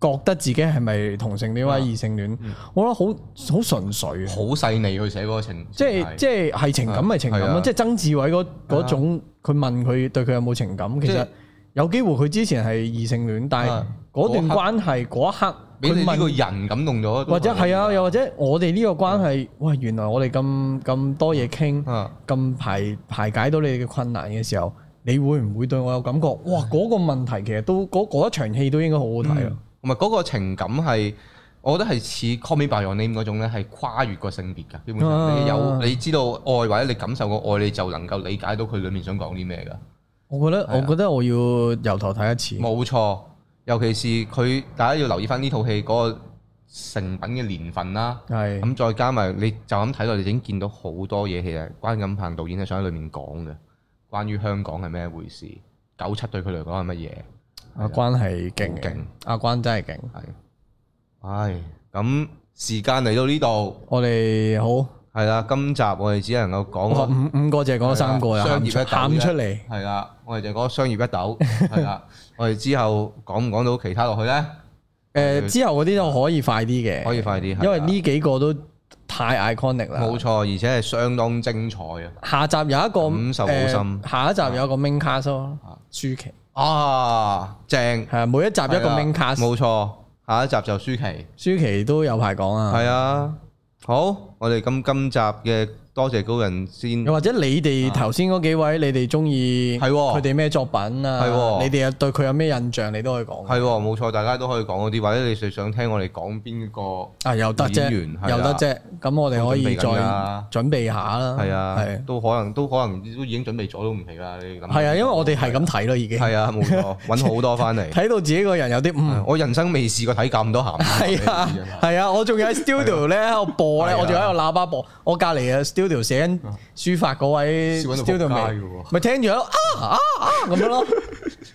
[SPEAKER 2] 覺得自己係咪同性戀或者異性戀，我覺得好好純粹啊！
[SPEAKER 1] 啊嗯好細膩去寫嗰個情，
[SPEAKER 2] 即係即係係情感咪情感
[SPEAKER 1] 係
[SPEAKER 2] 咯
[SPEAKER 1] 啊，
[SPEAKER 2] 即係曾志偉嗰嗰種，佢問佢對佢有冇情感，其
[SPEAKER 1] 即
[SPEAKER 2] 實
[SPEAKER 1] 係
[SPEAKER 2] 有機會佢之前係異性戀，但係
[SPEAKER 1] 啊
[SPEAKER 2] 嗰段
[SPEAKER 1] 嗰刻
[SPEAKER 2] 關係嗰一刻，
[SPEAKER 1] 俾你
[SPEAKER 2] 佢
[SPEAKER 1] 呢個
[SPEAKER 2] 問
[SPEAKER 1] 人感動咗，
[SPEAKER 2] 或者係啊，又或者我哋呢個關係，喂，原來我哋咁咁多嘢傾。
[SPEAKER 1] 啊
[SPEAKER 2] 咁排排解到你嘅困難嘅時候，你會唔會對我有感覺？哇！嗰、個問題其實都嗰嗰一場戲都應該好好睇啊！
[SPEAKER 1] 同埋嗰個情感係，我覺得係似《Call Me by Your Name》嗰種咧，係跨越個性別㗎。基本
[SPEAKER 2] 啊
[SPEAKER 1] 上你有你知道愛或者你感受過愛，你就能夠理解到佢裡面想講啲咩㗎。
[SPEAKER 2] 我覺得
[SPEAKER 1] 係啊
[SPEAKER 2] 我覺得我要由頭睇一次，
[SPEAKER 1] 冇錯，尤其是佢大家要留意翻呢套戲嗰個成品嘅年份啦。
[SPEAKER 2] 係
[SPEAKER 1] 咁再加埋你就咁睇落，你已經見到好多嘢，其實關錦鵬導演係想喺裏面講嘅，關於香港係咩回事，九七對佢嚟講係乜嘢，
[SPEAKER 2] 阿關係勁嘅，
[SPEAKER 1] 勁
[SPEAKER 2] 阿關真係勁。
[SPEAKER 1] 係。唉，咁時間嚟到呢度。
[SPEAKER 2] 我哋好
[SPEAKER 1] 係啦，今集我哋只能夠
[SPEAKER 2] 哇
[SPEAKER 1] 講
[SPEAKER 2] 五五個就係講咗三個啦，
[SPEAKER 1] 啊商
[SPEAKER 2] 喊
[SPEAKER 1] 業
[SPEAKER 2] 出
[SPEAKER 1] 一
[SPEAKER 2] 喊
[SPEAKER 1] 抖啫
[SPEAKER 2] 出嚟。
[SPEAKER 1] 係啦，我哋就講商業一 斗係啦，我哋之後講唔講到其他落去咧？
[SPEAKER 2] 誒之後嗰啲就可以快啲嘅，
[SPEAKER 1] 啊可以快啲，係啦啊
[SPEAKER 2] 因為呢幾個都太 iconic 啦。
[SPEAKER 1] 冇錯，而且係相當精彩啊！
[SPEAKER 2] 下集有一個
[SPEAKER 1] 感受好深
[SPEAKER 2] 誒下一集有一個 main cast 咯
[SPEAKER 1] 啊，
[SPEAKER 2] 舒淇
[SPEAKER 1] 啊，正，
[SPEAKER 2] 係啊，每一集一個
[SPEAKER 1] 係啦
[SPEAKER 2] main cast。
[SPEAKER 1] 冇錯，下一集就舒淇，
[SPEAKER 2] 舒淇都有排講啊，
[SPEAKER 1] 係啊，好，我哋今今集嘅多謝高人先
[SPEAKER 2] 又，或者你哋頭先嗰幾位，你哋中意
[SPEAKER 1] 啊係喎
[SPEAKER 2] 佢哋咩作品啊？
[SPEAKER 1] 係喎
[SPEAKER 2] 你哋又對佢有咩印象？你都可以講
[SPEAKER 1] 係喎，冇錯，大家都可以講嗰啲，或者你最想聽我哋講邊個？
[SPEAKER 2] 啊，又得啫
[SPEAKER 1] 演員係，啦
[SPEAKER 2] 又得啫。咁我哋可以再
[SPEAKER 1] 都準備緊啦
[SPEAKER 2] 準備下啦。
[SPEAKER 1] 係啊
[SPEAKER 2] 係，
[SPEAKER 1] 都可能都可能都已經準備咗都唔奇啦，你咁
[SPEAKER 2] 係啊，因為我哋係咁睇咯，已經
[SPEAKER 1] 係啊，冇錯，揾好多翻嚟。
[SPEAKER 2] 睇到自己個人有啲嗯，
[SPEAKER 1] 我人生未試過睇咁多鹹片。
[SPEAKER 2] 係啊
[SPEAKER 1] 你知，
[SPEAKER 2] 係啊，我仲要喺 studio 咧喺度播咧，
[SPEAKER 1] 係啊
[SPEAKER 2] 我仲喺度喇叭播，我隔離嘅 studio 寫緊書法嗰位
[SPEAKER 1] 笑緊到仆街
[SPEAKER 2] studio
[SPEAKER 1] 嘅
[SPEAKER 2] 咪
[SPEAKER 1] 喎
[SPEAKER 2] 咪聽住喺度啊啊啊咁樣 咯。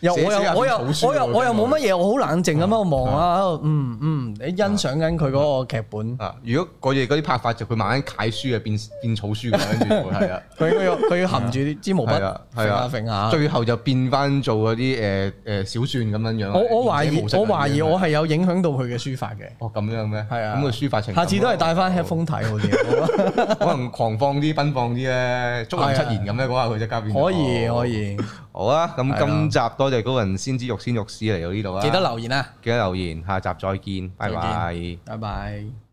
[SPEAKER 2] 又我
[SPEAKER 1] 寫寫
[SPEAKER 2] 又
[SPEAKER 1] 下
[SPEAKER 2] 我又
[SPEAKER 1] 本草書
[SPEAKER 2] 我
[SPEAKER 1] 喎
[SPEAKER 2] 又我又
[SPEAKER 1] 真係
[SPEAKER 2] 冇乜嘢，我好冷靜咁樣望啊，喺度嗯嗯，你欣賞緊佢嗰個劇本，
[SPEAKER 1] 啊！如果嗰嘢嗰啲拍法就佢慢慢楷書啊，變變草書咁樣，跟住係 啊，
[SPEAKER 2] 佢佢要佢要含住支毛筆
[SPEAKER 1] 係啊，
[SPEAKER 2] 揈
[SPEAKER 1] 係
[SPEAKER 2] 下
[SPEAKER 1] 啊，
[SPEAKER 2] 揈下。
[SPEAKER 1] 最後就變翻做嗰啲誒誒小篆咁樣樣啊。
[SPEAKER 2] 我我懷疑
[SPEAKER 1] 連寫
[SPEAKER 2] 我
[SPEAKER 1] 模式啊
[SPEAKER 2] 懷疑我係有影響到佢嘅書法嘅，
[SPEAKER 1] 哦咁樣咩？
[SPEAKER 2] 係啊
[SPEAKER 1] 咁個書法情
[SPEAKER 2] 下
[SPEAKER 1] 感哦
[SPEAKER 2] 次都係戴翻 headphone 睇好啊 啲，
[SPEAKER 1] 可能狂放啲、奔放啲咧，竹林七賢咁咧，嗰下佢只交變咗。
[SPEAKER 2] 啊可以可以，
[SPEAKER 1] 好啊！
[SPEAKER 2] 係啊
[SPEAKER 1] 咁今集多謝高人先知肉先肉師嚟到呢度啊！
[SPEAKER 2] 記得留言啊，
[SPEAKER 1] 記得留言，下集再見，拜
[SPEAKER 2] 再見
[SPEAKER 1] 拜。
[SPEAKER 2] 拜拜。